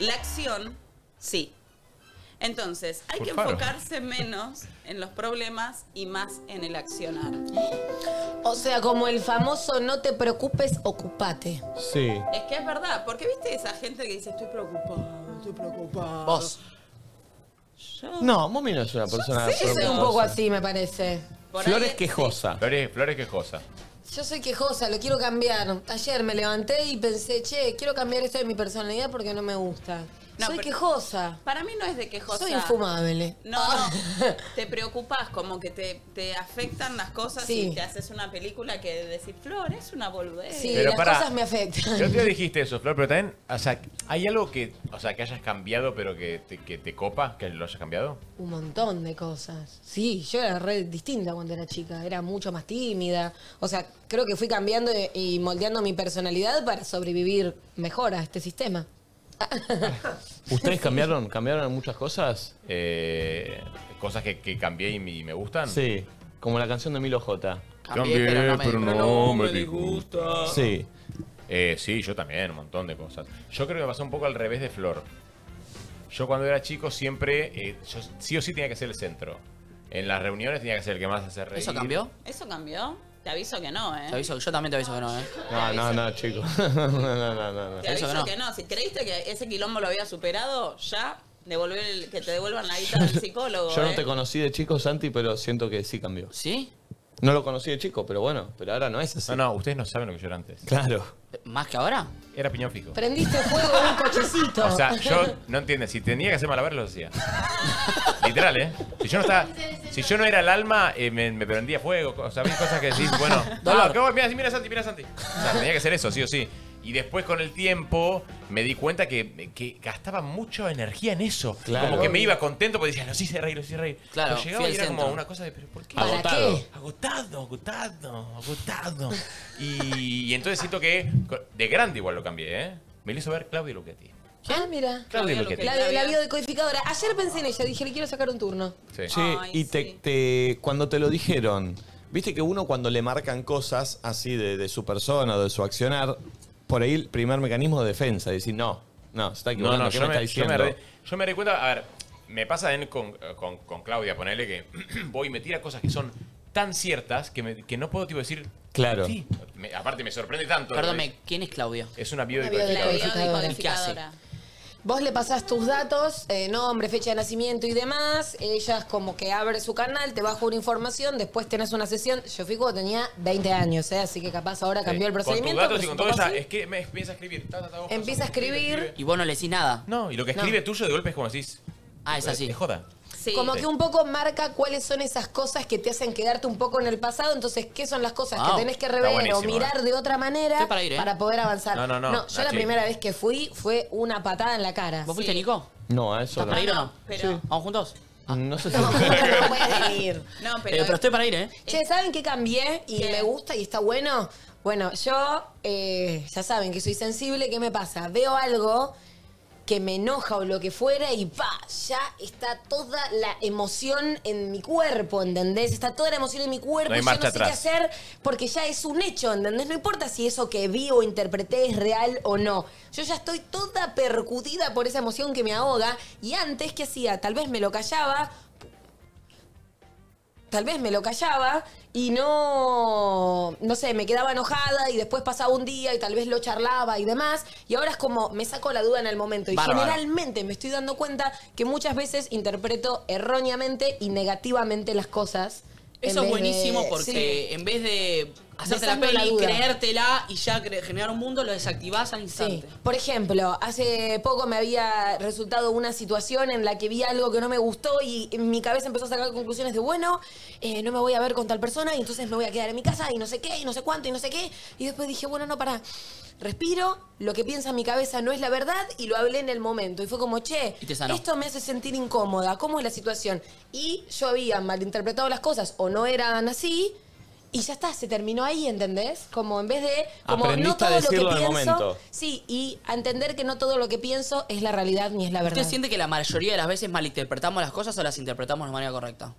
La acción, sí. Entonces, hay
Por
que
favor.
enfocarse menos en los problemas y más en el accionar.
O sea, como el famoso no te preocupes, ocupate.
Sí.
Es que es verdad, porque viste esa gente que dice estoy preocupado, estoy preocupado.
Vos. No, Mommy no es una persona.
Sí, soy un poco así, me parece.
Ah, Flores quejosa.
Flores, flores quejosa.
Yo soy quejosa, lo quiero cambiar. Ayer me levanté y pensé, che, quiero cambiar esto de mi personalidad porque no me gusta. soy quejosa.
Para mí no es de quejosa.
Soy Ah. infumable.
No, no. Te preocupas, como que te, te afectan las cosas
Sí.
y te haces una película que decir, Flor, es una boludez.
Sí,
Pero
las
pará.
cosas me afectan.
Yo te dijiste eso, Flor, pero también, o sea, ¿hay algo que, o sea, que hayas cambiado pero que te, que te copa, que lo hayas cambiado?
Un montón de cosas. Sí, yo era re distinta cuando era chica. Era mucho más tímida. O sea, creo que fui cambiando y y moldeando mi personalidad para sobrevivir mejor a este sistema.
¿Ustedes cambiaron, cambiaron muchas cosas?
Eh, cosas que, que cambié y me, y me gustan.
Sí, como la canción de Milo J.
Cambié, pero no me- pero no me
disgusta. Sí.
Eh, sí, yo también, un montón de cosas. Yo creo que me pasó un poco al revés de Flor. Yo cuando era chico siempre, eh, yo sí o sí tenía que ser el centro. En las reuniones tenía que ser el que más hace reír.
¿Eso cambió?
¿Eso cambió? Te aviso que no, ¿eh?
Te aviso, yo también te aviso que no, eh.
No, no, no, chicos. No, no, no, no, no.
Te aviso que no. Si creíste que ese quilombo lo había superado, ya devolver el- que te devuelvan la guita del psicólogo.
Yo no
¿eh?
te conocí de chico, Santi, pero siento que sí cambió.
¿Sí?
No lo conocí de chico, pero bueno, pero ahora no es así.
No, no, ustedes no saben lo que yo era antes.
Claro.
¿Más que ahora?
Era piñón fijo.
Prendiste fuego en un cochecito.
O sea, yo no entiendes, si tenía que hacer malabares lo hacía. Literal, ¿eh? Si yo no estaba, si yo no era el alma, eh, me, me prendía fuego, o sea, había cosas que decís, bueno,
Dolor.
ah, acabo- mira, mira Santi, mira Santi. O sea, tenía que ser eso, sí o sí. Y después con el tiempo me di cuenta que, que gastaba mucha energía en eso.
Claro.
Como que me iba contento porque decía, no, sí se reír, lo hice reír.
Claro,
Pero llegaba
fui
y
al
era como
centro.
una cosa de, pero ¿por qué?
¿Para Agotado. qué?
Agotado, agotado, agotado. Y, y entonces siento que de grande igual lo cambié, ¿eh? Me lo hizo ver Claudio Luchetti.
Ah, mira.
Claudia Luchetti.
La, la biodecodificadora. Ayer pensé en ella, dije, le quiero sacar un turno.
Sí.
Che, y te, te- cuando te lo dijeron, viste que uno cuando le marcan cosas así de, de su persona o de su accionar, por ahí el primer mecanismo de defensa, decir, no, no, se está
No,
equivocando,
no,
¿qué
yo
me
me,
está
yo,
diciendo?
me re- yo me di cuenta, a ver, me pasa en- con, con- con Claudia, ponele que voy y me tira cosas que son tan ciertas que, me- que no puedo tipo decir.
Claro.
Sí. Me- aparte me sorprende tanto.
Perdóname, ¿quién es Claudia?
Es una
biodecodificadora.
biodecodificadora.
¿Y qué hace? Vos le pasás tus datos, eh, nombre, fecha de nacimiento y demás. Ella es como que abre su canal, te baja una información, después tenés una sesión. Yo fui cuando tenía 20 años, ¿eh? así que capaz ahora cambió el
Con tus
procedimiento.
datos y
pero
con
si
todo,
tocó
ella
así,
es que me empieza a escribir. ta, ta, ta, hojas,
Empieza a
hojas,
escribir.
Y vos no le decís nada.
No, y lo que
No.
escribe tuyo de golpe es como decís.
Ah, es así.
"Eh, joda.
Como que un poco marca cuáles son esas cosas que te hacen quedarte un poco en el pasado. Entonces, ¿qué son las cosas
Wow.
que tenés que
Está
rever o
buenísimo,
mirar
eh.
de otra manera
Estoy para ir, ¿eh?
poder avanzar?
No, no, no,
yo la
Nachi.
primera vez que fui fue una patada en la cara.
¿Vos fuiste, Nico?
No, a eso
¿Estás para ir o
no.
no? ¿Vamos juntos?
No sé si.
No,
pero, pero estoy para ir, ¿eh?
Che, ¿saben qué cambié y me gusta y está bueno? Bueno, yo eh, ya saben que soy sensible, ¿qué me pasa? Veo algo que me enoja o lo que fuera y pa, ya está toda la emoción en mi cuerpo, ¿entendés? Está toda la emoción en mi cuerpo,
No hay
yo no sé
marcha
qué
atrás.
hacer porque ya es un hecho, ¿entendés? No importa si eso que vi o interpreté es real o no. Yo ya estoy toda percutida por esa emoción que me ahoga y antes, ¿qué hacía? Tal vez me lo callaba, tal vez me lo callaba y no, no sé, me quedaba enojada y después pasaba un día y tal vez lo charlaba y demás. Y ahora es como me saco la duda en el momento. Y
Bárbaro.
generalmente me estoy dando cuenta que muchas veces interpreto erróneamente y negativamente las cosas. en
Eso es
vez de-
buenísimo porque
Sí.
en vez de hacerte la
Desarme la
peli,
duda.
creértela y ya cre- generar un mundo, lo desactivás al instante.
Por ejemplo, hace poco me había resultado una situación en la que vi algo que no me gustó y en mi cabeza empezó a sacar conclusiones de, bueno, eh, no me voy a ver con tal persona y entonces me voy a quedar en mi casa y no sé qué, y no sé cuánto, y no sé qué. Y después dije, bueno, no, para. Respiro, lo que piensa mi cabeza no es la verdad y lo hablé en el momento. Y fue como, che,
Y te sanó.
esto me hace sentir incómoda, ¿cómo es la situación? Y yo había malinterpretado las cosas o no eran así Y ya está, se terminó ahí, ¿entendés? Como en vez de. Como
Aprendiste
no todo
a decirlo
lo que
en el
pienso.
momento.
Sí, y a entender que no todo lo que pienso es la realidad ni es la verdad.
¿Usted siente que la mayoría de las veces malinterpretamos las cosas o las interpretamos de manera correcta?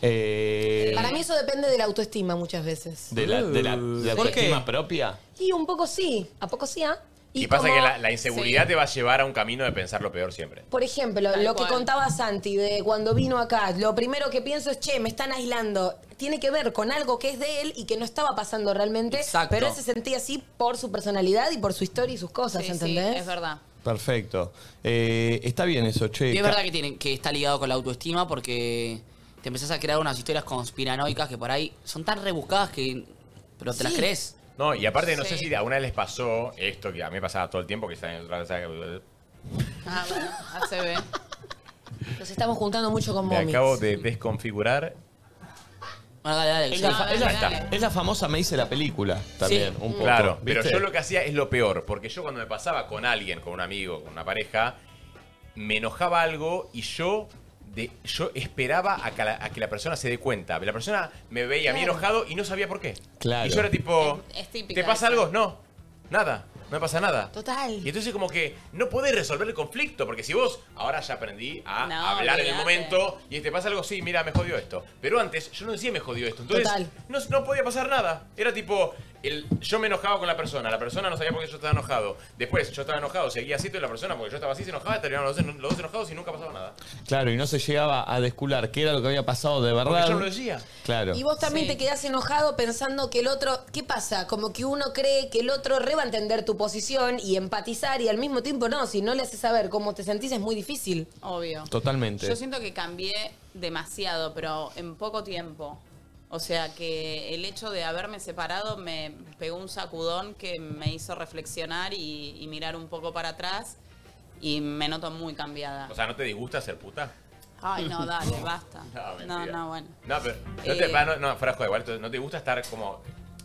Eh,
Para mí eso depende de la autoestima muchas veces.
¿De la, de la, de la
¿Por
autoestima propia?
Y un poco sí, a poco sí, ¿ah?
Y, pasa
como-
que la, la inseguridad
Sí.
te va a llevar a un camino de pensar lo peor siempre.
Por ejemplo, lo que contaba Santi de cuando vino acá, lo primero que pienso es, che, me están aislando. Tiene que ver con algo que es de él y que no estaba pasando realmente, pero él se sentía así por su personalidad y por su historia y sus cosas,
Sí, sí,
¿entendés?
es verdad.
Perfecto. Eh, está bien eso, che.
Y es
Ca-
verdad que, tiene, que está ligado con la autoestima porque te empezás a crear unas historias conspiranoicas que por ahí son tan rebuscadas que. Pero te las
Sí.
crees.
No, y aparte no sé
Sí.
si alguna vez les pasó esto que a mí me pasaba todo el tiempo que está en otra vez.
Ah, bueno, ACB.
Nos estamos juntando mucho con
Me
Momix.
acabo de desconfigurar.
Es la, fa- es la- es la famosa me hice la película también, un poco.
Claro, pero
¿viste?
yo lo que hacía es lo peor, porque yo cuando me pasaba con alguien, con un amigo, con una pareja, me enojaba algo y yo de, yo esperaba a que, la, a que la persona se dé cuenta. La persona me veía a mí
Claro.
enojado y no sabía por qué.
Claro.
Y yo era tipo,
Es típica.
¿te pasa
esa.
algo? No, nada, no me pasa nada.
Total.
Y entonces como que no podés resolver el conflicto, porque si vos ahora ya aprendí a
No,
hablar en el
olvidate.
momento y te pasa algo, sí, mira, me jodió esto. Pero antes yo no decía me jodió esto, entonces
Total.
no, no podía pasar nada. Era tipo, el, yo me enojaba con la persona, la persona no sabía por qué yo estaba enojado. Después yo estaba enojado, seguía así, y la persona porque yo estaba así se enojaba, terminaron los, dos- los dos enojados y nunca pasaba nada.
Claro, y no se llegaba a descular qué era lo que había pasado de
Porque
verdad.
yo no lo decía.
Claro.
Y vos también te quedás enojado pensando que el otro, ¿qué pasa? Como que uno cree que el otro re va a entender tu posición y empatizar y al mismo tiempo no, si no le haces saber cómo te sentís es muy difícil.
Obvio.
Totalmente.
Yo siento que cambié demasiado, pero en poco tiempo. O sea que el hecho de haberme separado me pegó un sacudón que me hizo reflexionar y, y mirar un poco para atrás y me noto muy cambiada.
O sea, ¿no te disgusta ser puta?
Ay, no, dale, basta.
mentira.
No, no, bueno.
No, pero no te,
Eh.
pa- no, no, fuera de juego, igual, ¿no te gusta estar como,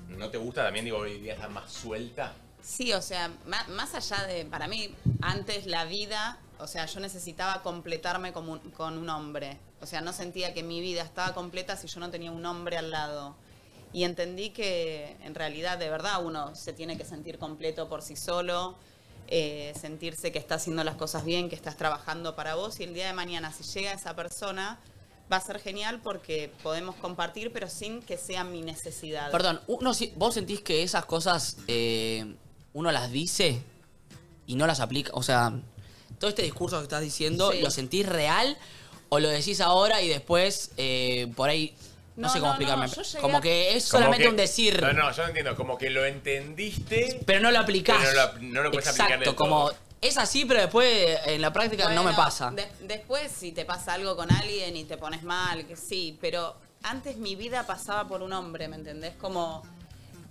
no te gusta también, digo, hoy día estar más suelta?
Sí, o sea, ma- más allá de, para mí, antes la vida, o sea, yo necesitaba completarme como un- con un hombre. O sea, no sentía que mi vida estaba completa si yo no tenía un hombre al lado. Y entendí que en realidad, de verdad, uno se tiene que sentir completo por sí solo, eh, sentirse que está haciendo las cosas bien, que estás trabajando para vos. Y el día de mañana, si llega esa persona, va a ser genial porque podemos compartir, pero sin que sea mi necesidad.
Perdón, uno, si- ¿vos sentís que esas cosas eh, uno las dice y no las aplica? O sea, todo este discurso que estás diciendo,
Sí.
¿lo sentís real o lo decís ahora y después eh, por ahí, no,
No,
sé cómo
no, no,
explicarme,
yo llegué
como
a-
que es
Como
solamente
que-
un decir,
No, no, yo no entiendo. Como que lo entendiste.
pero no lo aplicás.
Pero no lo- no lo puedes aplicar
Exacto,
del
como
todo.
es así, pero después en la práctica no me
Bueno,
pasa.
de- después, si te pasa algo con alguien y te pones mal, que sí, pero antes mi vida pasaba por un hombre, ¿me entendés? Como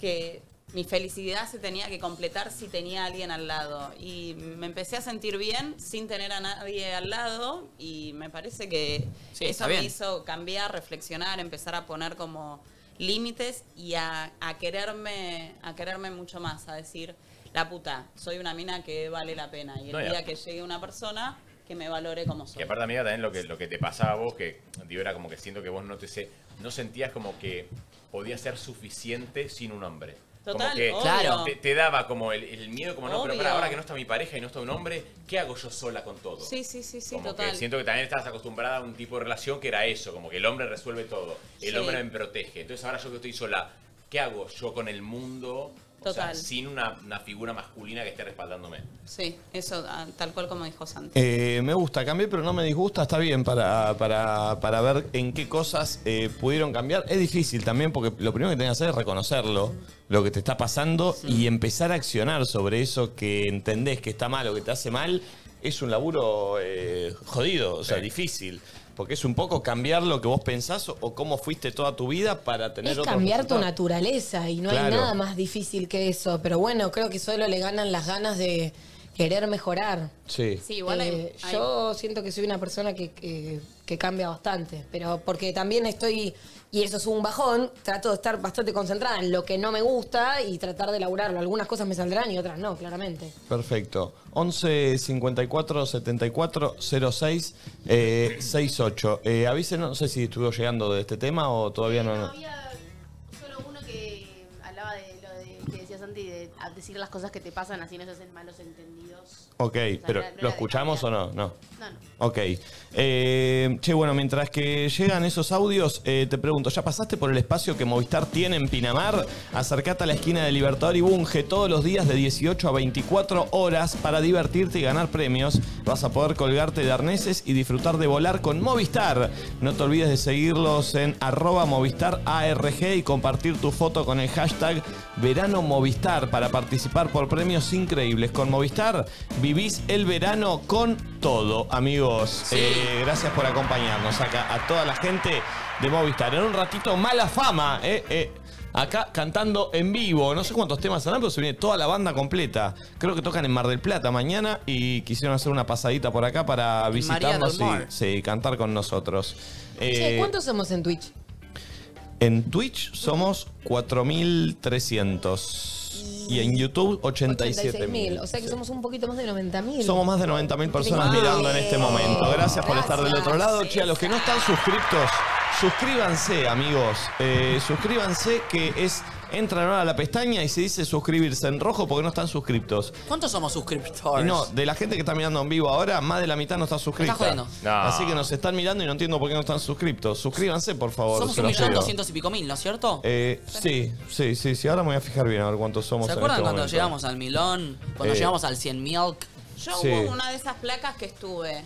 que mi felicidad se tenía que completar si tenía a alguien al lado. Y me empecé a sentir bien sin tener a nadie al lado y me parece que
Sí, está
eso me
bien.
hizo cambiar, reflexionar, empezar a poner como límites y a, a quererme a quererme mucho más, a decir, la puta, soy una mina que vale la pena. Y el
No, ya.
día que llegue una persona que me valore como soy.
Y aparte, amiga, también lo que, lo que te pasaba a vos, que digo, era como que siento que vos no te sé, no sentías como que podías ser suficiente sin un hombre.
Total,
como que
obvio. Claro.
te, te daba como el, el miedo, como no, pero para
Obvio.
ahora que no está mi pareja y no está un hombre, ¿qué hago yo sola con todo?
Sí, sí, sí, sí,
Como
total.
que siento que también estabas acostumbrada a un tipo de relación que era eso, como que el hombre resuelve todo, el
Sí.
hombre me protege. Entonces ahora yo que estoy sola, ¿qué hago yo con el mundo? O sea,
Total.
sin una, una figura masculina que esté respaldándome.
Sí, eso ah, tal cual como dijo Santi.
Eh, me gusta, cambié, pero no me disgusta. Está bien para, para, para ver en qué cosas eh, pudieron cambiar. Es difícil también porque lo primero que tenés que hacer es reconocerlo, lo que te está pasando y empezar a accionar sobre eso que entendés que está mal o que te hace mal. Es un laburo eh, jodido, o sea, difícil. Porque es un poco cambiar lo que vos pensás o, o cómo fuiste toda tu vida para tener
Es
otro
cambiar tu
resultado.
naturaleza y no
Claro.
hay nada más difícil que eso, pero bueno, creo que solo le ganan las ganas de querer mejorar.
Sí.
Eh,
hay-
Yo siento que soy una persona que, que- que cambia bastante, pero porque también estoy, y eso es un bajón, trato de estar bastante concentrada en lo que no me gusta y tratar de laburarlo. Algunas cosas me saldrán y otras no, claramente.
Perfecto. 11 54 74 06 eh, 68. Eh, avísenos, no sé si estuvo llegando de este tema o todavía no.
Había solo uno a decir las cosas que te pasan, así no se hacen malos entendidos.
Ok, pero
no era
¿lo
de
escuchamos o no? No.
No, no.
Ok. Eh, che, bueno, mientras que llegan esos audios, eh, te pregunto, ¿ya pasaste por el espacio que Movistar tiene en Pinamar? Acercate a la esquina de Libertador y Bunge todos los días de 18 a 24 horas para divertirte y ganar premios. Vas a poder colgarte de arneses y disfrutar de volar con Movistar. No te olvides de seguirlos en arroba Movistar ARG y compartir tu foto con el hashtag Verano Movistar para participar por premios increíbles. Con Movistar vivís el verano con todo, amigos. Eh, gracias por acompañarnos acá a toda la gente de Movistar. En un ratito, mala fama, eh, eh, Acá cantando en vivo, no sé cuántos temas serán, pero se viene toda la banda completa. Creo que tocan en Mar del Plata mañana y quisieron hacer una pasadita por acá para visitarnos y
del Mar.
sí, cantar con nosotros.
Che,
Eh,
¿cuántos somos en Twitch?
en Twitch somos 4.300 y en YouTube 87.000.
86.000. O sea que somos un poquito más de 90.000.
Somos más de 90.000 personas mirando en este momento. Gracias por estar del otro lado. Che, a los que no están suscriptos, suscríbanse, amigos. Eh, suscríbanse que es... Entran ahora a la pestaña y se dice suscribirse en rojo porque no están suscriptos.
¿Cuántos somos
Y
suscriptores?
no, de la gente que está mirando en vivo ahora, más de la mitad no está suscrita.
Me estás jodiendo. No.
Así que nos están mirando y no entiendo por qué no están suscriptos. Suscríbanse, por favor.
somos
se
un
los
millón
pido.
doscientos y pico mil, ¿no es cierto?
Eh, sí, sí, sí, sí. Ahora me voy a fijar bien a ver cuántos somos.
¿Se
en
acuerdan
este
cuando
momento.
llegamos al milón? Cuando
Eh.
llegamos al 100 milk.
Yo
Sí.
hubo una de esas placas que estuve.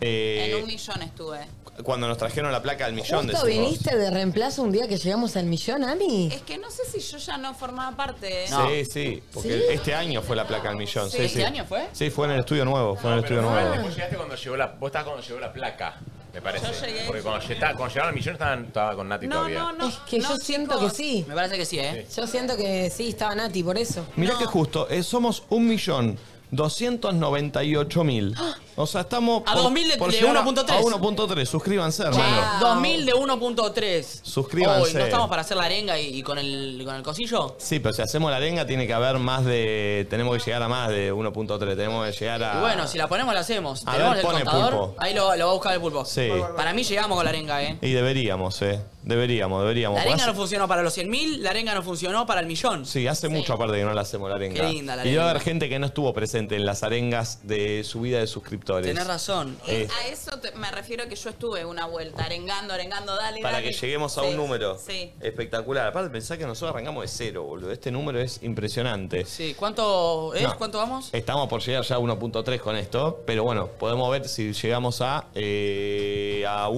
Eh,
En un millón estuve.
Cuando nos trajeron la placa del millón, decimos.
¿Justo viniste de reemplazo un día que llegamos al millón, Ani?
Es que no sé si yo ya no formaba parte. ¿eh?
Sí, sí, porque
¿Sí?
este año fue la placa del millón.
Sí,
Sí,
¿este
sí.
año fue?
Sí, fue en el estudio nuevo, fue en el estudio
Ah.
Pero
nuevo.
vos llegaste cuando llegó la, vos estabas cuando llegó la placa, me parece.
Yo llegué-
Porque cuando, llegaba- cuando llegaron al millón estaban, estaba con Nati todavía.
Es que yo siento que sí.
Me parece que sí, ¿eh?
Yo siento que sí, estaba Nati, por eso.
Mirá que justo, eh, somos un millón. 298 mil. O sea, estamos
A 2.000 de- de
llegar a-
1.3.
A 1.3. Suscríbanse, hermano.
2000 de 1.3.
Suscríbanse.
Uy, ¿No estamos para hacer la arenga y, y con, el, con el cosillo?
Sí, pero si hacemos la arenga tiene que haber más de... Tenemos que llegar a más de 1.3. Tenemos que llegar a...
Y bueno, si la ponemos, la hacemos.
Ah. A
Tenemos
ver,
el
pone
contador.
pulpo.
Ahí lo, lo va a buscar el pulpo.
Sí.
Para mí llegamos con la arenga, ¿eh?
Y deberíamos, eh. Deberíamos, deberíamos.
La arenga no
Hace-
funcionó para los 100.000, la arenga no funcionó para el millón.
Sí, hace mucho aparte que no la hacemos la arenga.
Qué linda la
Y debe
arenga.
haber gente que no estuvo presente en las arengas de subida de suscriptores.
Tenés razón.
Eh,
A eso te- me refiero que yo estuve una vuelta, arengando, arengando, dale,
para
dale.
que lleguemos a
Sí,
un número
Sí.
espectacular. Aparte, pensá que nosotros arrancamos de cero, boludo. Este número es impresionante.
Sí, ¿cuánto es?
No.
¿Cuánto vamos?
Estamos por llegar ya a 1.3 con esto, pero bueno, podemos ver si llegamos a, eh, a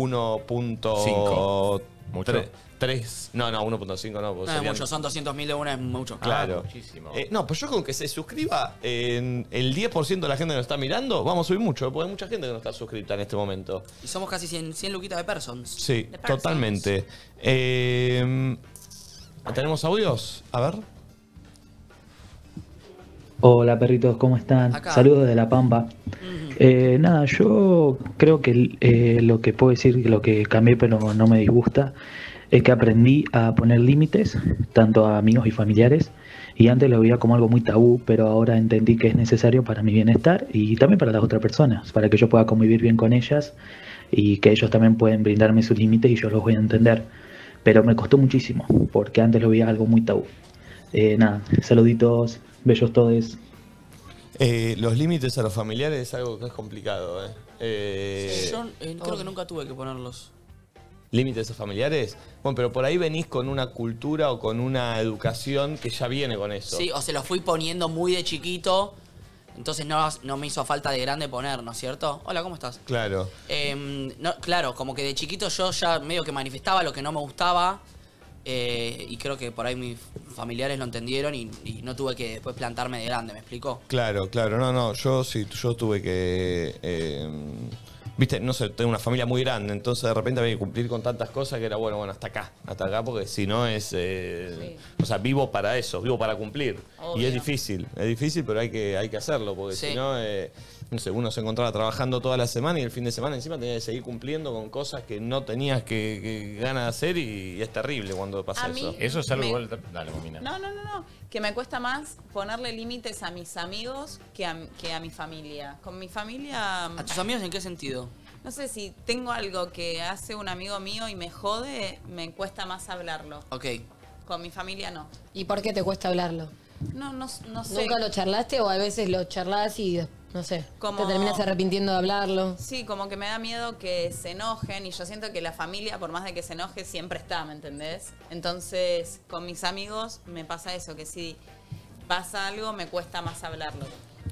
1.5. Tre- tres- No, no, 1.5 no. porque
No es
serían-
mucho, son 200.000 de una, es mucho.
Claro. Eh, no, pues yo con que se suscriba, eh, el 10% de la gente que nos está mirando, vamos a subir mucho, porque hay mucha gente que no está suscrita en este momento.
Y somos casi 100, 100 luquitas de persons.
Sí,
De persons.
totalmente. Eh, ¿Tenemos audios? A ver.
Hola perritos, ¿cómo están? Saludos de La Pampa. Eh, nada, yo creo que eh, lo que puedo decir, lo que cambié pero no me disgusta, es que aprendí a poner límites, tanto a amigos y familiares, y antes lo veía como algo muy tabú, pero ahora entendí que es necesario para mi bienestar y también para las otras personas, para que yo pueda convivir bien con ellas y que ellos también pueden brindarme sus límites y yo los voy a entender. Pero me costó muchísimo, porque antes lo veía algo muy tabú. Eh, nada, saluditos, bellos todes.
Eh, los límites a los familiares es algo que es complicado. ¿eh? Eh,
Yo eh, creo que nunca tuve que ponerlos.
límites a familiares. Bueno, pero por ahí venís con una cultura o con una educación que ya viene con eso.
Sí, o se los fui poniendo muy de chiquito. Entonces no, no me hizo falta de grande poner, ¿no es cierto? Hola, ¿cómo estás?
Claro.
Em, no, claro, como que de chiquito yo ya medio que manifestaba lo que no me gustaba. eh, y creo que por ahí mis familiares lo entendieron y, y no tuve que después plantarme de grande, ¿me explicó?
Claro, claro, no, no, yo sí, yo tuve que, eh, viste, no sé, tengo una familia muy grande, entonces de repente había que cumplir con tantas cosas que era, bueno, bueno, hasta acá, hasta acá, porque si no es, eh, o sea, vivo para eso, vivo para cumplir. Y es difícil, es difícil, pero hay que, hay que hacerlo, porque
Sí.
si no, eh, no sé, uno se encontraba trabajando toda la semana y el fin de semana encima tenía que seguir cumpliendo con cosas que no tenías que, que ganas de hacer y, y es terrible cuando pasa
A mí
eso.
Eso es algo me- igual-
Dale, momina.
No, no, no, no. Que me cuesta más ponerle límites a mis amigos que a, que a mi familia. Con mi familia.
¿A tus amigos en qué sentido?
No sé si tengo algo que hace un amigo mío y me jode, me cuesta más hablarlo.
Ok.
Con mi familia no.
¿Y por qué te cuesta hablarlo?
No, no, no sé.
¿Nunca lo charlaste o a veces lo charlas y, no sé,
Como-
te terminas arrepintiendo de hablarlo?
Sí, como que me da miedo que se enojen y yo siento que la familia, por más de que se enoje, siempre está, ¿me entendés? Entonces, con mis amigos me pasa eso, que si pasa algo me cuesta más hablarlo.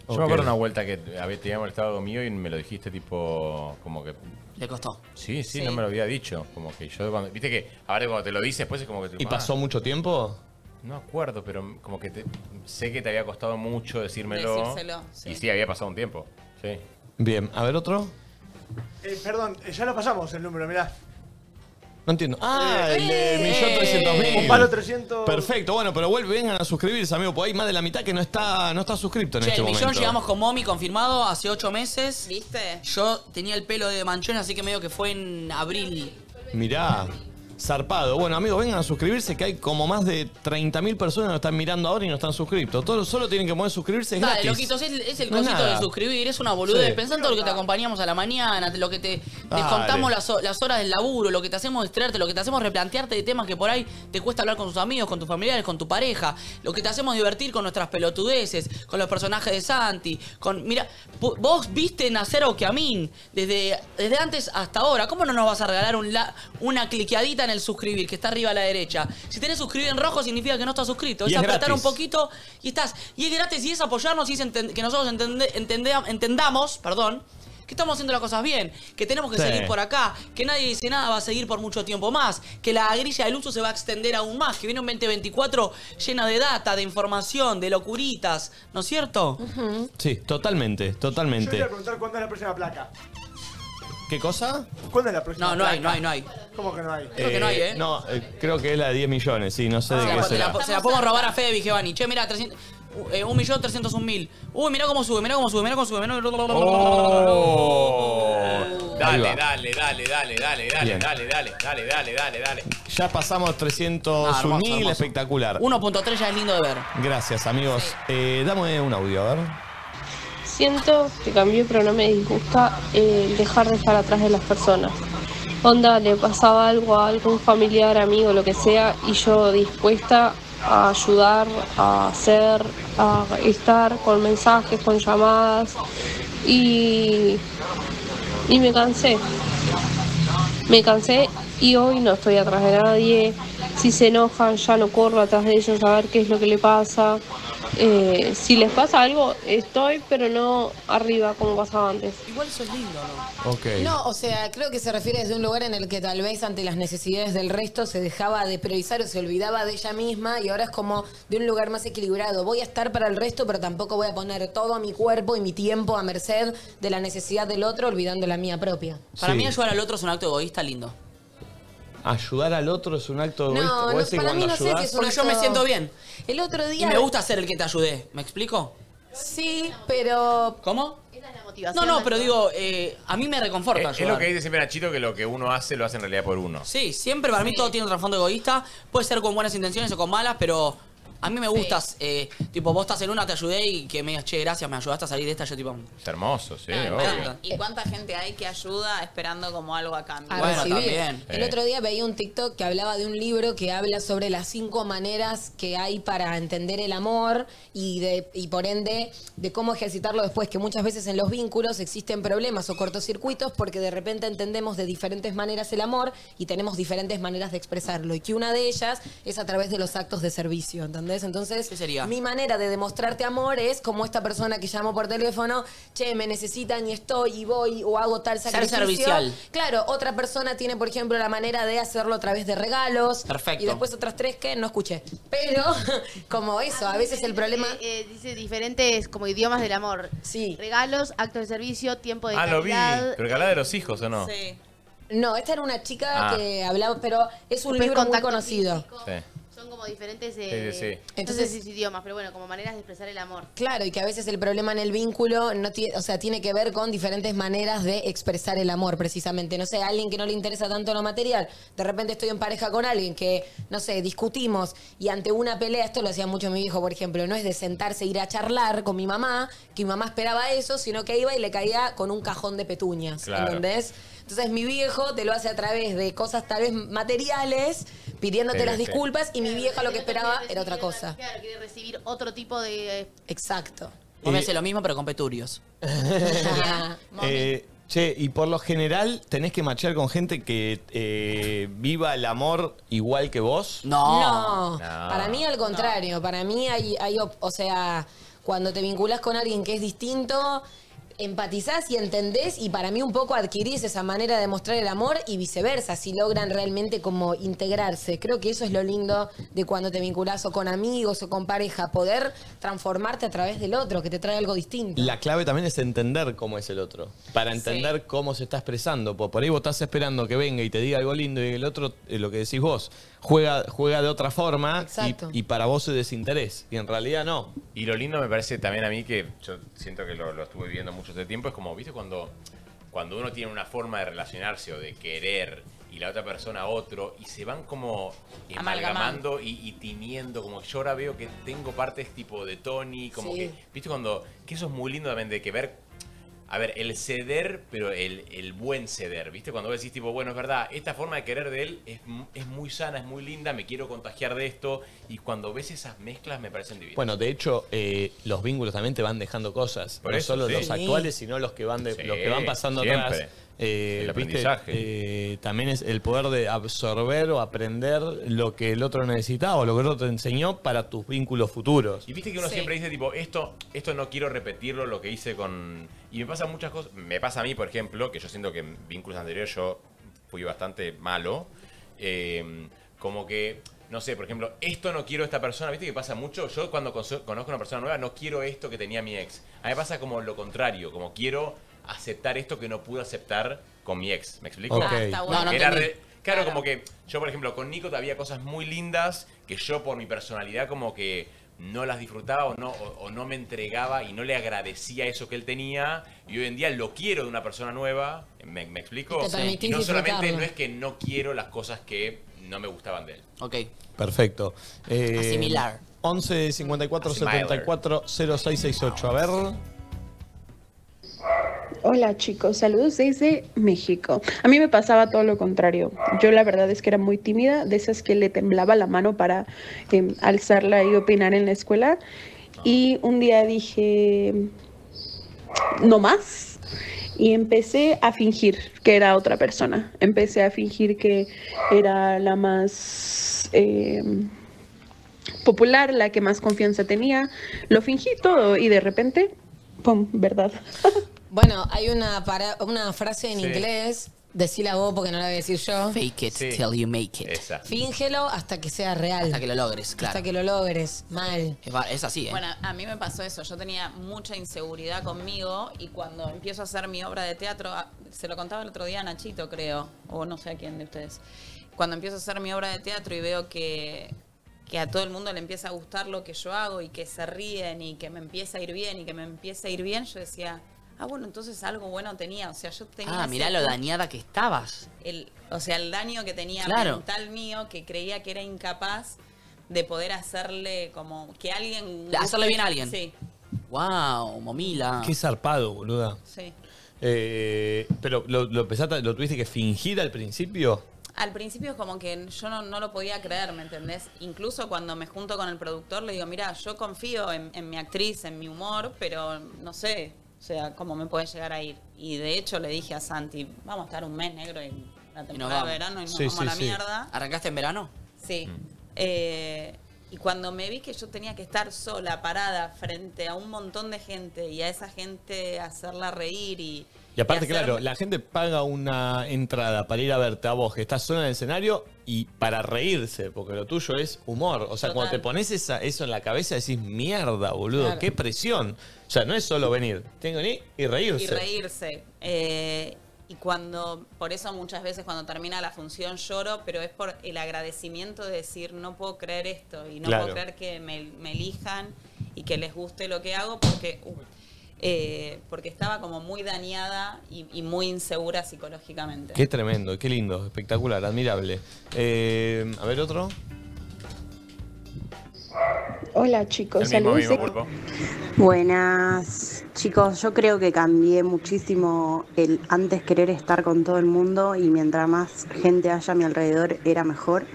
Yo me acuerdo una vuelta que a ver, te había molestado algo mío y me lo dijiste tipo como que...
Le costó.
Sí, sí,
Sí.
no me lo había dicho. Como que yo cuando... Viste que ahora cuando te lo dices después es como que... te- "Ah".
¿Y pasó mucho tiempo?
No acuerdo, pero como que te- sé que te había costado mucho decírmelo.
Decírselo, sí.
Y sí, había pasado un tiempo. Sí.
Bien, a ver otro.
Eh, perdón, eh, ya lo pasamos el número, mirá.
No entiendo. Ah, el de
¡Eh!
millón trescientos mil.
Un palo 300.
Perfecto, bueno, pero vuelven, vengan a suscribirse, amigo, porque hay más de la mitad que no está, no está suscripto en
Che,
este
el millón
momento.
llegamos con Momi confirmado hace ocho meses. ¿Viste? Yo tenía el pelo de manchón, así que medio que fue en abril.
Mirá, zarpado. Bueno, amigos, vengan a suscribirse, que hay como más de 30.000 personas que nos están mirando ahora y no están suscriptos. Todos solo tienen que poner suscribirse, es
Dale,
gratis.
loquitos, es, es el
No es
cosito
nada.
de suscribir, es una boludez.
Sí.
Pensá en todo lo que te acompañamos a la mañana, lo que te
Dale.
descontamos las, ho- las horas del laburo, lo que te hacemos distraerte, lo que te hacemos replantearte de temas que por ahí te cuesta hablar con tus amigos, con tus familiares, con tu pareja, lo que te hacemos divertir con nuestras pelotudeces, con los personajes de Santi, con. Mira, pu- vos viste nacer a Okiamin desde, desde antes hasta ahora. ¿Cómo no nos vas a regalar un la- una cliqueadita en el suscribir que está arriba a la derecha? Si tenés suscribir en rojo significa que no estás suscrito.
Y
Es
es
apretar un
gratis.
poquito poquito y estás. Y es gratis y es apoyarnos y es enten- que nosotros entende- entende- entendamos, perdón, que estamos haciendo las cosas bien, que tenemos que
Sí.
seguir por acá, que nadie dice nada, va a seguir por mucho tiempo más, que la grilla del uso se va a extender aún más, que viene un 2024 llena de data, de información, de locuritas, ¿no es cierto?
Sí, totalmente,
Yo voy
totalmente.
a preguntar cuándo es la próxima placa.
¿Qué cosa?
¿Cuándo es la próxima
No, no hay, no hay, no hay.
¿Cómo que no hay?
Eh, No, eh, creo que es la de 10 millones, sí, no sé de
se,
qué
Ah, la, se
será.
la- se la podemos robar a Fede Giovanni. Che, mira, 300, uh, eh, un millón trescientos un mil. Uy, mirá cómo sube, mirá cómo sube, mirá cómo sube. mirá-
Oh,
Dale,
Ahí va.
dale, dale, dale, dale, dale,
Bien.
dale, dale, dale, dale, dale, dale.
Ya pasamos 300
Ah, hermoso,
mil,
hermoso.
espectacular.
1.3 ya es lindo de ver.
Gracias, amigos. Eh, dame un audio, a ver.
Siento que cambié, pero no me disgusta el dejar de estar atrás de las personas. Onda, le pasaba algo a algún familiar, amigo, lo que sea, y yo dispuesta a ayudar, a hacer, a estar con mensajes, con llamadas, y, y me cansé. Me cansé y hoy no estoy atrás de nadie. Si se enojan, ya no corro atrás de ellos a ver qué es lo que le pasa. Eh, si les pasa algo, estoy, pero no arriba como pasaba antes.
Igual eso es lindo, ¿no?
Ok.
No, o sea, creo que se refiere desde un lugar en el que tal vez ante las necesidades del resto se dejaba de priorizar o se olvidaba de ella misma y ahora es como de un lugar más equilibrado. Voy a estar para el resto, pero tampoco voy a poner todo mi cuerpo y mi tiempo a merced de la necesidad del otro, olvidando la mía propia.
Para
Sí.
mí ayudar al otro es un acto egoísta lindo.
¿Ayudar al otro es un acto egoísta? ¿Vos
No, no,
decís que
para mí
cuando
no sé si
ayudás-
es un
Porque yo me
acto-
siento bien.
El otro
Y
día.
me gusta ser el que te ayude. ¿Me explico?
Sí, pero.
¿Cómo? No,
Motivación,
no, pero digo, eh, a mí me reconforta
Es, es lo
ayudar.
que dice siempre Nachito que lo que uno hace lo hace en realidad por uno.
Sí, siempre para mí todo tiene un trasfondo egoísta. Puede ser con buenas intenciones o con malas, pero a mí me gustas. eh, tipo, vos estás en una, te ayudé y que me digas, che, gracias, me ayudaste a salir de esta. Yo, tipo,
Es hermoso, sí,
Ah, me
obvio.
encanta.
¿Y cuánta gente hay que ayuda esperando como algo a cambio?
a recibir.
Eh.
El otro día veía un TikTok que hablaba de un libro que habla sobre las cinco maneras que hay para entender el amor y, de, y por ende de cómo ejercitarlo después, que muchas veces en los vínculos existen problemas o cortocircuitos porque de repente entendemos de diferentes maneras el amor y tenemos diferentes maneras de expresarlo y que una de ellas es a través de los actos de servicio, ¿entendés? Entonces,
sería?
mi manera de demostrarte amor es como esta persona que llamó por teléfono, che, me necesitan y estoy y voy o hago tal
Ser
sacrificio.
servicial.
Claro, otra persona tiene, por ejemplo, la manera de hacerlo a través de regalos.
Perfecto.
Y después otras tres que no escuché. Pero, como eso, a veces el problema.
Eh, dice diferentes como idiomas del amor.
Sí.
Regalos, actos de servicio, tiempo de
Ah, lo vi.
calidad.
Pero que hablaba de los hijos, ¿o no?
No, esta era una chica
Ah.
que hablaba, Eh, pero es un
Después
libro muy
contacto
conocido.
Sí.
Son como diferentes
Sí,
eh,
sí, sí.
Entonces-
Entonces, idiomas, pero bueno, como maneras de expresar el amor.
Claro, y que a veces el problema en el vínculo no tiene, o sea, tiene que ver con diferentes maneras de expresar el amor, precisamente. No sé, a alguien que no le interesa tanto lo material, de repente estoy en pareja con alguien que, no sé, discutimos y ante una pelea, esto lo hacía mucho mi viejo, por ejemplo, no es de sentarse e ir a charlar con mi mamá, que mi mamá esperaba eso, sino que iba y le caía con un cajón de petuñas,
Claro.
¿entendés? Entonces mi viejo te lo hace a través de cosas tal vez materiales, pidiéndote
Sí,
las
sí.
disculpas y mi vieja lo que esperaba
Quiere
era otra
recibir-
cosa.
Claro, quiere recibir otro tipo de. eh,
Exacto.
Vos me hace lo mismo, pero con peturios.
Eh, che, y por lo general tenés que machear con gente que eh, viva el amor igual que vos.
No, para mí al contrario, para mí hay, hay op- o sea, cuando te vinculas con alguien que es distinto, empatizás y entendés y para mí un poco adquirís esa manera de mostrar el amor y viceversa, si logran realmente como integrarse. Creo que eso es lo lindo de cuando te vinculás o con amigos o con pareja, poder transformarte a través del otro, que te trae algo distinto.
La clave también es entender cómo es el otro, para entender cómo se está expresando. po- Por ahí vos estás esperando que venga y te diga algo lindo y el otro, eh, lo que decís vos, juega, juega de otra forma y,
Exacto.
y para vos es desinterés. Y en realidad no.
Y lo lindo me parece también a mí que yo siento que lo, lo estuve viviendo mucho este tiempo, es como, viste, cuando, cuando uno tiene una forma de relacionarse o de querer y la otra persona otro y se van como
Amalgamando.
amalgamando y, y tiniendo, como yo ahora veo que tengo partes tipo de Tony, como
Sí.
que, viste, cuando, que eso es muy lindo también de que ver a ver, el ceder, pero el, el buen ceder, ¿viste? Cuando vos decís, tipo, bueno, es verdad, esta forma de querer de él es, mu- es muy sana, es muy linda, me quiero contagiar de esto. Y cuando ves esas mezclas me parecen divinas.
Bueno, de hecho, eh, los vínculos también te van dejando cosas.
Por
no
eso,
solo
sí.
los
Sí.
actuales, sino los que van, de-
Sí,
los que van pasando
siempre.
atrás. Eh,
El
¿viste?
aprendizaje.
Eh, también es el poder de absorber o aprender lo que el otro necesitaba o lo que el otro te enseñó para tus vínculos futuros.
Y viste que uno
Sí.
siempre dice, tipo, esto, esto no quiero repetirlo, lo que hice con... Y me pasa muchas cosas. Me pasa a mí, por ejemplo, que yo siento que en vínculos anteriores yo fui bastante malo. Eh, como que, no sé, por ejemplo, esto no quiero esta persona. Viste que pasa mucho. Yo cuando conso- conozco a una persona nueva, no quiero esto que tenía mi ex. A mí me pasa como lo contrario, como quiero aceptar esto que no pude aceptar con mi ex. ¿Me explico?
Ok. Ah, está bueno. No, no
Era
entendí.
re- Claro, como que yo, por ejemplo, con Nico había cosas muy lindas que yo por mi personalidad como que no las disfrutaba o no, o, o no me entregaba y no le agradecía eso que él tenía. Y hoy en día lo quiero de una persona nueva. ¿Me, me explico?
Y te permitís
Y no solamente
disfrutarlo.
no es que no quiero las cosas que no me gustaban de él.
Ok.
Perfecto. Eh,
Asimilar.
11 54
Asimilar.
74 0668. A ver.
Hola chicos, saludos desde México. A mí me pasaba todo lo contrario. Yo la verdad es que era muy tímida, de esas que le temblaba la mano para em, alzarla y opinar en la escuela. Y un día dije, no más. Y empecé a fingir que era otra persona. Empecé a fingir que era la más... em, popular, la que más confianza tenía, lo fingí todo y de repente, ¡pum!, verdad.
Bueno, hay una, para- una frase en
Sí.
inglés, decíla vos porque no la voy a decir yo.
Fake it till you make it.
Fíngelo hasta que sea real.
Hasta que lo logres, claro.
Hasta que lo logres. Mal.
Es, va- es así, ¿eh?
Bueno, a mí me pasó eso. Yo tenía mucha inseguridad conmigo y cuando empiezo a hacer mi obra de teatro, a- se lo contaba el otro día a Nachito, creo, o no sé a quién de ustedes. Cuando empiezo a hacer mi obra de teatro y veo que, que a todo el mundo le empieza a gustar lo que yo hago y que se ríen y que me empieza a ir bien y que me empieza a ir bien, yo decía, ah, bueno, entonces algo bueno tenía. O sea, yo tenía.
ah, mirá lo
cierto-
dañada que estabas.
el, o sea, el daño que tenía
Claro.
mental mío, que creía que era incapaz de poder hacerle como que alguien...
De hacerle bien a alguien.
Sí,
Wow, momila.
Qué zarpado, boluda.
sí.
Eh, pero lo, lo, empezaste a- lo tuviste que fingir al principio.
Al principio es como que yo no, no lo podía creer, ¿me entendés? Incluso cuando me junto con el productor le digo, mira, yo confío en, en mi actriz, en mi humor, pero no sé, o sea, cómo me puede llegar a ir. Y de hecho le dije a Santi, vamos a estar un mes negro en la
Y nos vamos.
temporada
Ah.
de verano y nos vamos a la mierda.
¿Arrancaste en verano?
Sí. Eh, y cuando me vi que yo tenía que estar sola, parada, frente a un montón de gente y a esa gente hacerla reír y...
Y aparte,
hacer-
claro, la gente paga una entrada para ir a verte a vos, que estás sola en el escenario, y para reírse, porque lo tuyo es humor. O sea, cuando te
Total.
pones esa- eso en la cabeza, decís, mierda, boludo,
Claro.
qué presión. O sea, no es solo venir, tengo que venir y reírse.
Y reírse. Eh, y cuando, por eso muchas veces cuando termina la función lloro, pero es por el agradecimiento de decir, no puedo creer esto y no
Claro.
puedo creer que me, me elijan y que les guste lo que hago porque, uy, eh, porque estaba como muy dañada y- y muy insegura psicológicamente.
Qué tremendo, qué lindo, espectacular, admirable. Eh, a ver otro.
Hola chicos,
El mismo,
saludos.
mismo pulpo.
Buenas chicos, yo creo que cambié muchísimo el antes querer estar con todo el mundo y mientras más gente haya a mi alrededor era mejor.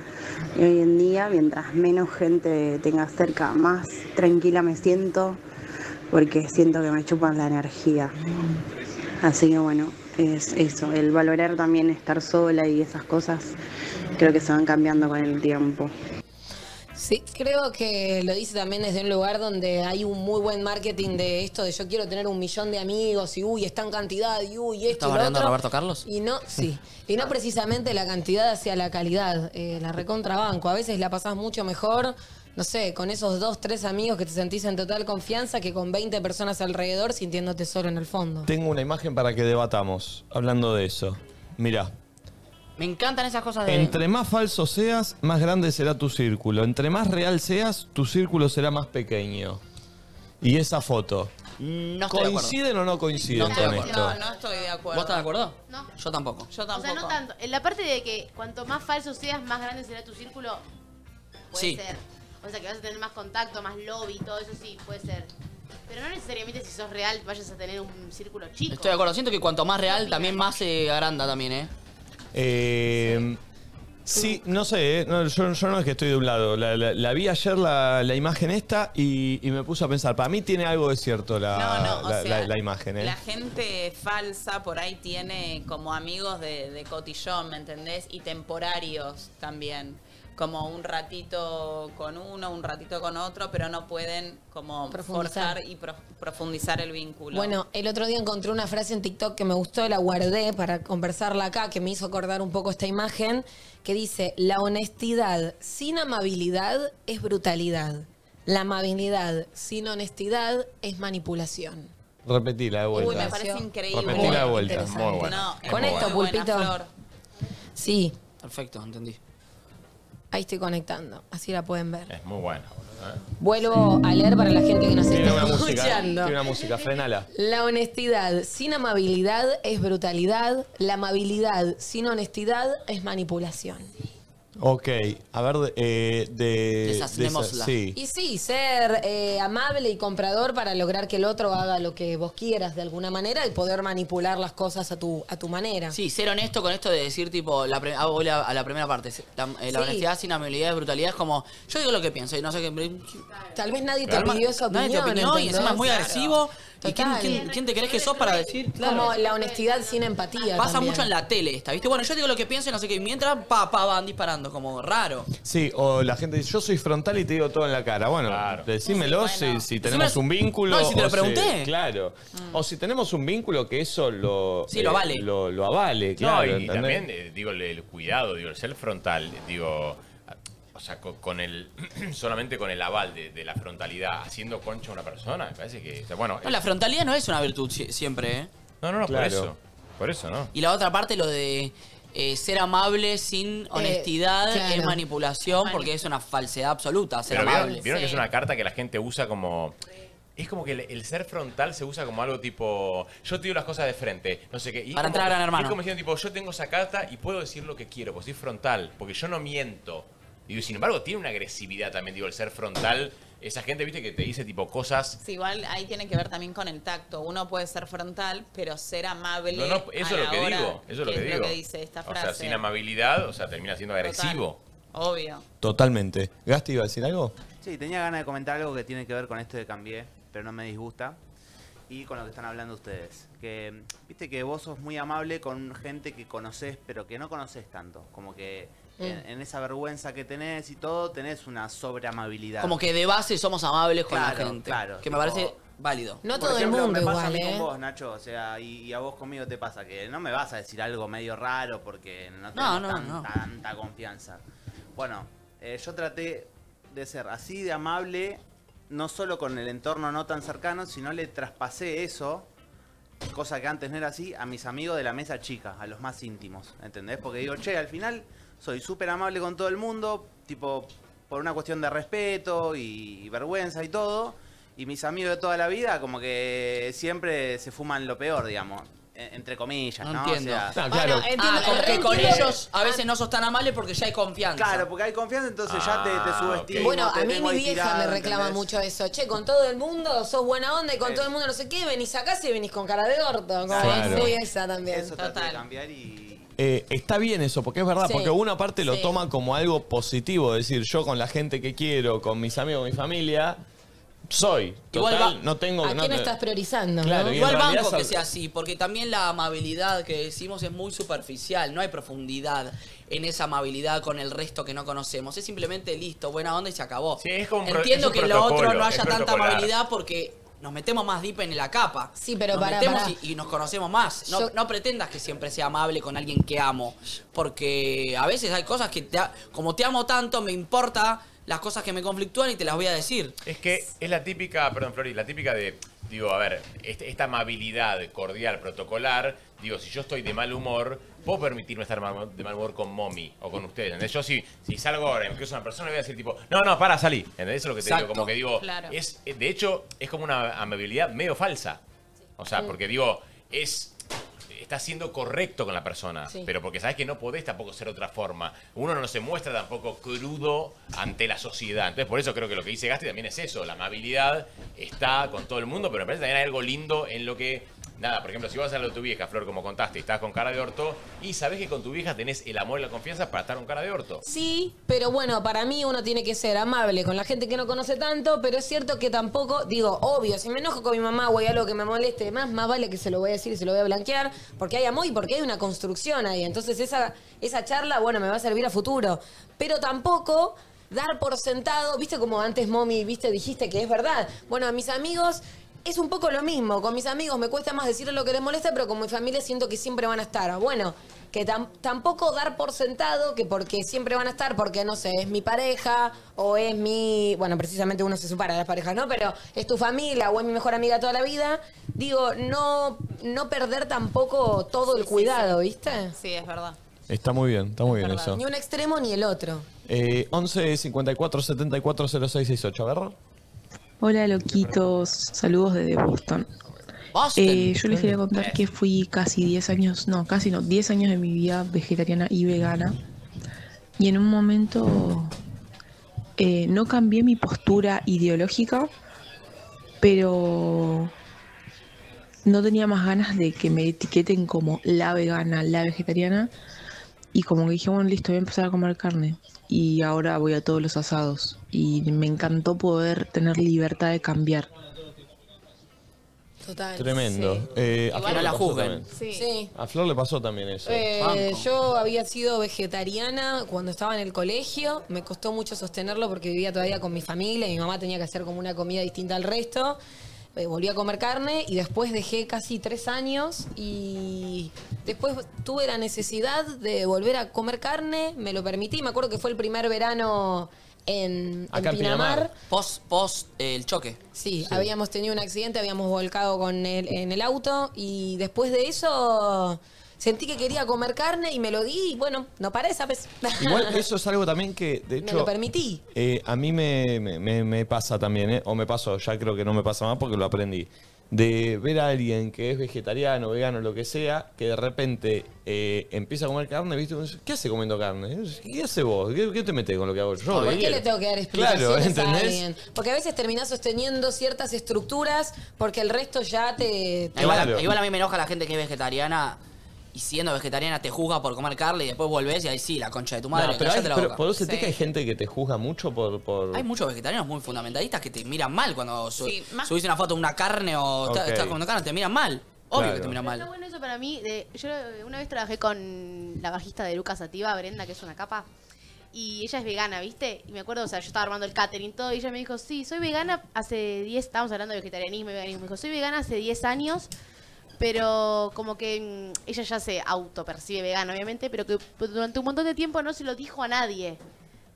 Y hoy en día, mientras menos gente tenga cerca, más tranquila me siento porque siento que me chupan la energía. Así que bueno, es eso, el valorar también estar sola y esas cosas creo que se van cambiando con el tiempo.
Sí, creo que lo dice también desde un lugar donde hay un muy buen marketing de esto de yo quiero tener un millón de amigos y uy, está en cantidad y uy, esto
¿Estás
y lo
bardeando a
otro.
Roberto Carlos?
Y no, sí. Y no precisamente la cantidad hacia la calidad, eh, la recontrabanco. A veces la pasás mucho mejor, no sé, con esos dos, tres amigos que te sentís en total confianza que con 20 personas alrededor sintiéndote solo en el fondo.
Tengo una imagen para que debatamos, hablando de eso. Mirá,
Me encantan esas cosas de.
entre más falso seas, más grande será tu círculo. Entre más real seas, tu círculo será más pequeño. Y esa foto.
No estoy de acuerdo.
¿Coinciden o no coinciden
No estoy
con
de
esto?
acuerdo.
No, no estoy de acuerdo.
¿Vos estás de acuerdo?
No.
Yo tampoco.
Yo
O sea,
tampoco.
no tanto. En la parte de que cuanto más falso seas, más grande será tu círculo, puede
Sí.
ser. O sea, que vas a tener más contacto, más lobby, todo eso sí, puede ser. Pero no necesariamente si sos real vayas a tener un círculo chico.
Estoy de acuerdo. Siento que cuanto más real, también más se agranda también, ¿eh?
Eh, sí, no sé, eh, no, yo, yo no es que estoy de un lado. La, la- la vi ayer la, la imagen esta y, y me puse a pensar. Para mí tiene algo de cierto la,
o
la-
sea,
la- la imagen. eh.
La gente falsa por ahí tiene como amigos de, de cotillón, ¿me entendés? Y temporarios también. Como un ratito con uno, un ratito con otro, pero no pueden como
Profundizar.
forzar y pro- profundizar el vínculo.
Bueno, el otro día encontré una frase en TikTok que me gustó, la guardé para conversarla acá, que me hizo acordar un poco esta imagen, que dice, la honestidad sin amabilidad es brutalidad. La amabilidad sin honestidad es manipulación.
Repetí la de vuelta.
Uy, me parece
increíble.
Repetí la de
Muy
vuelta.
interesante.
Muy buena.
No, Con esto,
buena,
pulpito. Sí,
Perfecto, entendí.
ahí estoy conectando, así la pueden ver.
Es muy buena, boludo. ¿eh?
Vuelvo a leer para la gente que nos
Tiene
está
una música.
escuchando.
Tiene una música, frenala.
La honestidad sin amabilidad es brutalidad. La amabilidad sin honestidad es manipulación.
Ok, a ver, eh, de.
Desacémosla.
desa- sí.
Y sí, ser eh, amable y comprador para lograr que el otro haga lo que vos quieras de alguna manera y poder manipular las cosas a tu, a tu manera.
Sí, ser honesto con esto de decir, tipo, la pre- ah, voy a, a la primera parte. se- La, eh, la
Sí.
honestidad sin amabilidad es brutalidad. Es como, yo digo lo que pienso y no sé qué.
Tal vez nadie te
Calma,
pidió esa opinión.
nadie te opinó y
¿entendés?
encima es muy agresivo. ¿Y quién,
Total.
quién- quién te crees que sos para decir?
Como la honestidad sin empatía.
Pasa
también.
mucho en la tele esta, ¿viste? Bueno, yo digo lo que pienso y no sé qué. Y mientras, pa, pa, van disparando, como raro.
Sí, o la gente dice, yo soy frontal y te digo todo en la cara. Bueno, decímelo si, si tenemos
Decime-
un vínculo.
No, y si te lo
o
pregunté.
claro. O si tenemos un vínculo que eso lo... eh,
Sí, lo avale.
Lo, lo avale,
no,
claro.
y
¿entendés?
también, eh, digo, el, el cuidado, digo, el ser frontal, digo, a- o sea, co- con, el, solamente con el aval de, de la frontalidad, haciendo concha a una persona, me parece que, o sea, bueno,
No, la frontalidad no es una virtud si- siempre, ¿eh?
no, no, no,
Claro.
por eso, por eso, ¿no?
Y la otra parte, lo de eh, ser amable
Eh,
sin honestidad
claro.
es manipulación porque es una falsedad absoluta ser
Pero
amable.
vieron, vieron que es una carta que la gente usa como... Es como que el, el ser frontal se usa como algo tipo, yo te digo las cosas de frente, no sé qué. Y
Para
como-
entrar a Gran Hermano.
Es como diciendo, tipo, yo tengo esa carta y puedo decir lo que quiero, porque soy frontal, porque yo no miento. Y sin embargo, tiene una agresividad también, digo, el ser frontal. Esa gente, viste, que te dice tipo cosas...
Sí, igual ahí tiene que ver también con el tacto. Uno puede ser frontal, pero ser amable.
No, no, eso
a
es lo
la
que
hora,
digo, eso es lo que digo.
dice esta
O sea,
frase.
sin amabilidad, o sea, termina siendo agresivo.
Obvio.
Totalmente. ¿Gasti iba a decir algo?
Sí, tenía ganas de comentar algo que tiene que ver con esto de cambié, pero no me disgusta. Y con lo que están hablando ustedes. Que, viste que vos sos muy amable con gente que conoces, pero que no conoces tanto. Como que en,
Mm.
en esa vergüenza que tenés y todo, tenés una sobreamabilidad.
Como que de base somos amables con la
Claro,
gente.
claro,
que me
tipo-
parece válido.
Por ejemplo, me pasa a mí con vos, Nacho, o sea, y, y a vos conmigo te pasa que no me vas a decir algo medio raro porque no tengo
no,
tanta,
no.
tanta confianza. Bueno, eh, yo traté de ser así de amable, no solo con el entorno no tan cercano, sino le traspasé eso, cosa que antes no era así, a mis amigos de la mesa chica, a los más íntimos, ¿entendés? Porque digo, che, al final soy súper amable con todo el mundo, tipo, por una cuestión de respeto y vergüenza y todo. Y mis amigos de toda la vida, como que siempre se fuman lo peor, digamos. eh, entre comillas, ¿no?
No entiendo.
O sea-
Ah, entiendo, porque con ellos a veces no sos tan amable porque ya hay confianza.
Claro, porque hay confianza, entonces ya te, te
Ah,
subestimo.
ok.
Bueno,
te
a mí
tengo
mi
ahí
vieja
tirado,
me reclama
¿entendés?
mucho eso. Che, con todo el mundo sos buena onda y con
Eh.
todo el mundo no sé qué, venís acá y venís con cara de orto. Como
Claro.
Sí, esa también.
Eso traté de cambiar y...
Eh, está bien eso, porque es verdad,
Sí,
porque una parte lo
sí.
toma como algo positivo, es decir, yo con la gente que quiero, con mis amigos, mi familia, soy.
Igual
Total,
va-
no tengo...
¿A
no
quién
te-
estás priorizando?
Claro,
no?
y en
Igual
realidad
banco que
sab-
sea así, porque también la amabilidad que decimos es muy superficial, no hay profundidad en esa amabilidad con el resto que no conocemos. Es simplemente listo, buena onda y se acabó.
como un pro-
Entiendo
es un
que en lo otro
protocolo,
no
es
haya tanta
protocolar.
amabilidad porque nos metemos más deep en la capa.
Sí, pero
nos
pará,
metemos
pará.
Y, y nos conocemos más. No,
Yo-
no pretendas que siempre sea amable con alguien que amo, porque a veces hay cosas que, te ha- como te amo tanto, me importa las cosas que me conflictúan y te las voy a decir.
Es que es la típica, perdón, Flori, la típica de, digo, a ver, este- esta amabilidad cordial, protocolar, digo, si yo estoy de mal humor, puedo permitirme estar mal- de mal humor con mommy o con ustedes, ¿entendés? Yo si, si salgo ahora y me cruzo una persona, voy a decir tipo, no, no, para, salí, ¿entendés? Eso es lo que te
Exacto.
digo, como que digo,
Claro.
es, de hecho, es como una amabilidad medio falsa, o sea,
Mm.
porque digo, es... Estás siendo correcto con la persona,
Sí.
pero porque sabes que no podés tampoco ser otra forma. Uno no se muestra tampoco crudo ante la sociedad. Entonces, por eso creo que lo que dice Gasti también es eso. La amabilidad está con todo el mundo, pero me parece que también hay algo lindo en lo que. Nada, por ejemplo, si vas a lo de tu vieja, Flor, como contaste, estás con cara de orto y sabés que con tu vieja tenés el amor y la confianza para estar con cara de orto.
Sí, pero bueno, para mí uno tiene que ser amable con la gente que no conoce tanto, pero es cierto que tampoco, digo, obvio, si me enojo con mi mamá o hay algo que me moleste más, más vale que se lo voy a decir y se lo voy a blanquear, porque hay amor y porque hay una construcción ahí. Entonces esa, esa charla, bueno, me va a servir a futuro. Pero tampoco dar por sentado, viste como antes, mommy, viste, dijiste que es verdad. Bueno, a mis amigos... Es un poco lo mismo, con mis amigos me cuesta más decirles lo que les molesta, pero con mi familia siento que siempre van a estar. Bueno, que tam- tampoco dar por sentado que porque siempre van a estar, porque no sé, es mi pareja o es mi, bueno, precisamente uno se supara de las parejas, ¿no? Pero es tu familia o es mi mejor amiga toda la vida, digo, no no perder tampoco todo el cuidado, ¿viste?
Sí, es verdad.
Está muy bien, está muy bien eso.
Ni un extremo ni el otro.
Eh, 11 54 74 0668, ¿verdad?
Hola loquitos, saludos desde Boston.
Boston.
Eh, yo les quería contar que fui casi 10 años, no, casi no, 10 años de mi vida vegetariana y vegana. Y en un momento eh, no cambié mi postura ideológica, pero no tenía más ganas de que me etiqueten como la vegana, la vegetariana. Y como que dije, bueno, listo, voy a empezar a comer carne. Y ahora voy a todos los asados. Y me encantó poder tener libertad de cambiar.
Total.
Tremendo. Eh, a
Igual
Flor
no
le
la
pasó
juzguen.
también.
Sí. Sí.
A Flor le pasó también eso.
Eh, yo había sido vegetariana cuando estaba en el colegio. Me costó mucho sostenerlo porque vivía todavía con mi familia. y Mi mamá tenía que hacer como una comida distinta al resto. Eh, volví a comer carne y después dejé casi tres años y después tuve la necesidad de volver a comer carne. Me lo permití. Me acuerdo que fue el primer verano en, en Pinamar.
Post, post eh, el choque.
Sí, habíamos tenido un accidente, habíamos volcado con el- en el auto y después de eso sentí que quería comer carne y me lo di y bueno, no paré, ¿sabes?
Igual eso es algo también que, de
me
hecho...
lo permití.
Eh, a mí me, me- me- me pasa también, ¿eh? o me pasó, ya creo que no me pasa más porque lo aprendí, de ver a alguien que es vegetariano, vegano, lo que sea, que de repente eh, empieza a comer carne, ¿viste? Uno dice, ¿Qué hace comiendo carne? ¿Qué hace vos? ¿Qué, qué te metes con lo que hago yo?
¿Por qué
Miguel?"
le tengo que dar explicaciones
Claro,
a
¿entendés?
alguien? Porque a veces terminás sosteniendo ciertas estructuras porque el resto ya te... te-
Igual,
Claro.
igual a mí me enoja la gente que es vegetariana y siendo vegetariana te juzga por comer carne y después volvés y ahí sí, la concha de tu madre,
No, pero hay,
cállate la
pero
boca.
por eso te que hay
Sí.
gente que te juzga mucho por... por...
Hay muchos vegetarianos muy fundamentalistas que te miran mal cuando su-
Sí, más-
subís una foto de una carne o estás
Ok.
estás comiendo carne, te miran mal. Obvio
Claro.
que te miran
Está
mal.
bueno eso para mí. de- yo eh, una vez trabajé con la bajista de Lucas Ativa, Brenda, que es una capa. Y ella es vegana, ¿viste? Y me acuerdo, o sea, yo estaba armando el catering todo y ella me dijo, sí, soy vegana hace 10, estábamos hablando de vegetarianismo y veganismo, me dijo, soy vegana hace 10 años, pero como que mm, ella ya se autopercibe vegana, obviamente, pero que durante un montón de tiempo no se lo dijo a nadie.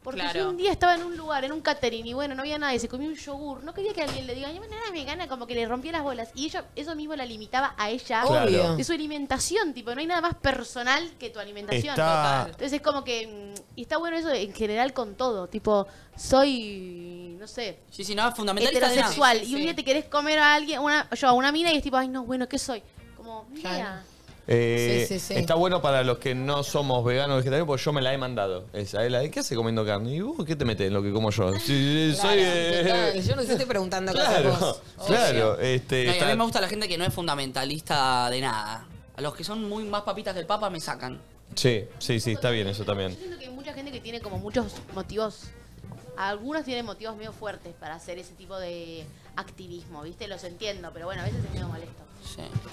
Porque
Claro.
yo un día estaba en un lugar, en un catering, y bueno, no había nadie, se comió un yogur. No quería que alguien le diga, "Ay, bueno, era vegana, como que le rompía las bolas. Y ella, eso mismo la limitaba a ella
Claro.
de su alimentación. Tipo, no hay nada más personal que tu alimentación.
Está-
Total. Entonces es como que. mm, Y está bueno eso en general con todo. Tipo, soy. No sé.
Sí, sí, no, fundamentalista de nada.
Heterosexual.
Sí,
Y un
sí.
día te querés comer a alguien, una, yo a una mina, y es tipo, ay, no, bueno, ¿qué soy? como, mira.
Eh,
Sí, sí, sí.
Está bueno para los que no somos veganos o vegetarianos, porque yo me la he mandado. Esa, es la de, ¿qué hace comiendo carne? ¿Y vos qué te metes en lo que como yo? Sí, sí,
Claro,
soy. eh,
total, yo no sé, estoy preguntando cosas
claro,
vos.
claro. Este,
No, y a
está-
mí me gusta la gente que no es fundamentalista de nada. A los que son muy más papitas del papa me sacan.
Sí, sí, sí, está bien eso también.
Siento que hay mucha gente que tiene como muchos motivos. Algunos tienen motivos medio fuertes para hacer ese tipo de activismo, ¿viste? Los entiendo, pero bueno, a veces es medio molesto.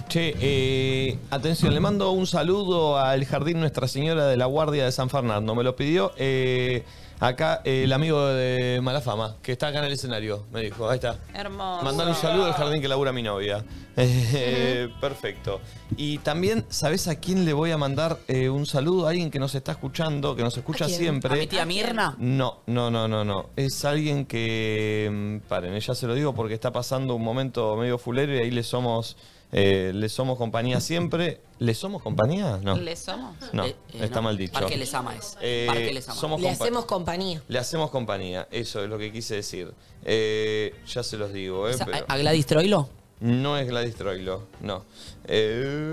Che, eh, atención, le mando un saludo al Jardín Nuestra Señora de la Guardia de San Fernando. Me lo pidió eh, acá eh, el amigo de Malafama, que está acá en el escenario, me dijo. Ahí
Eh,
está.
Hermoso.
Mandar un saludo al jardín que labura mi novia. Eh, Perfecto. Y también, ¿sabes a quién le voy a mandar eh, un saludo? A alguien que nos está escuchando, que nos escucha siempre.
¿A mi tía Mirna?
No, no, no, no, no. Es alguien que. mm, Paren, ya se lo digo porque está pasando un momento medio fulero y ahí le somos. eh, le somos compañía siempre. ¿Le somos compañía? No.
¿Le somos?
No,
Eh, eh,
está
no.
mal dicho.
Parque les ama es.
Eh,
Parque les ama.
somos
Le
compa-
hacemos compañía.
Le hacemos compañía, eso es lo que quise decir. Eh, ya se los digo, ¿eh?
¿Es a-
pero-
a Gladys Troilo?
No es Gladys Troilo, no.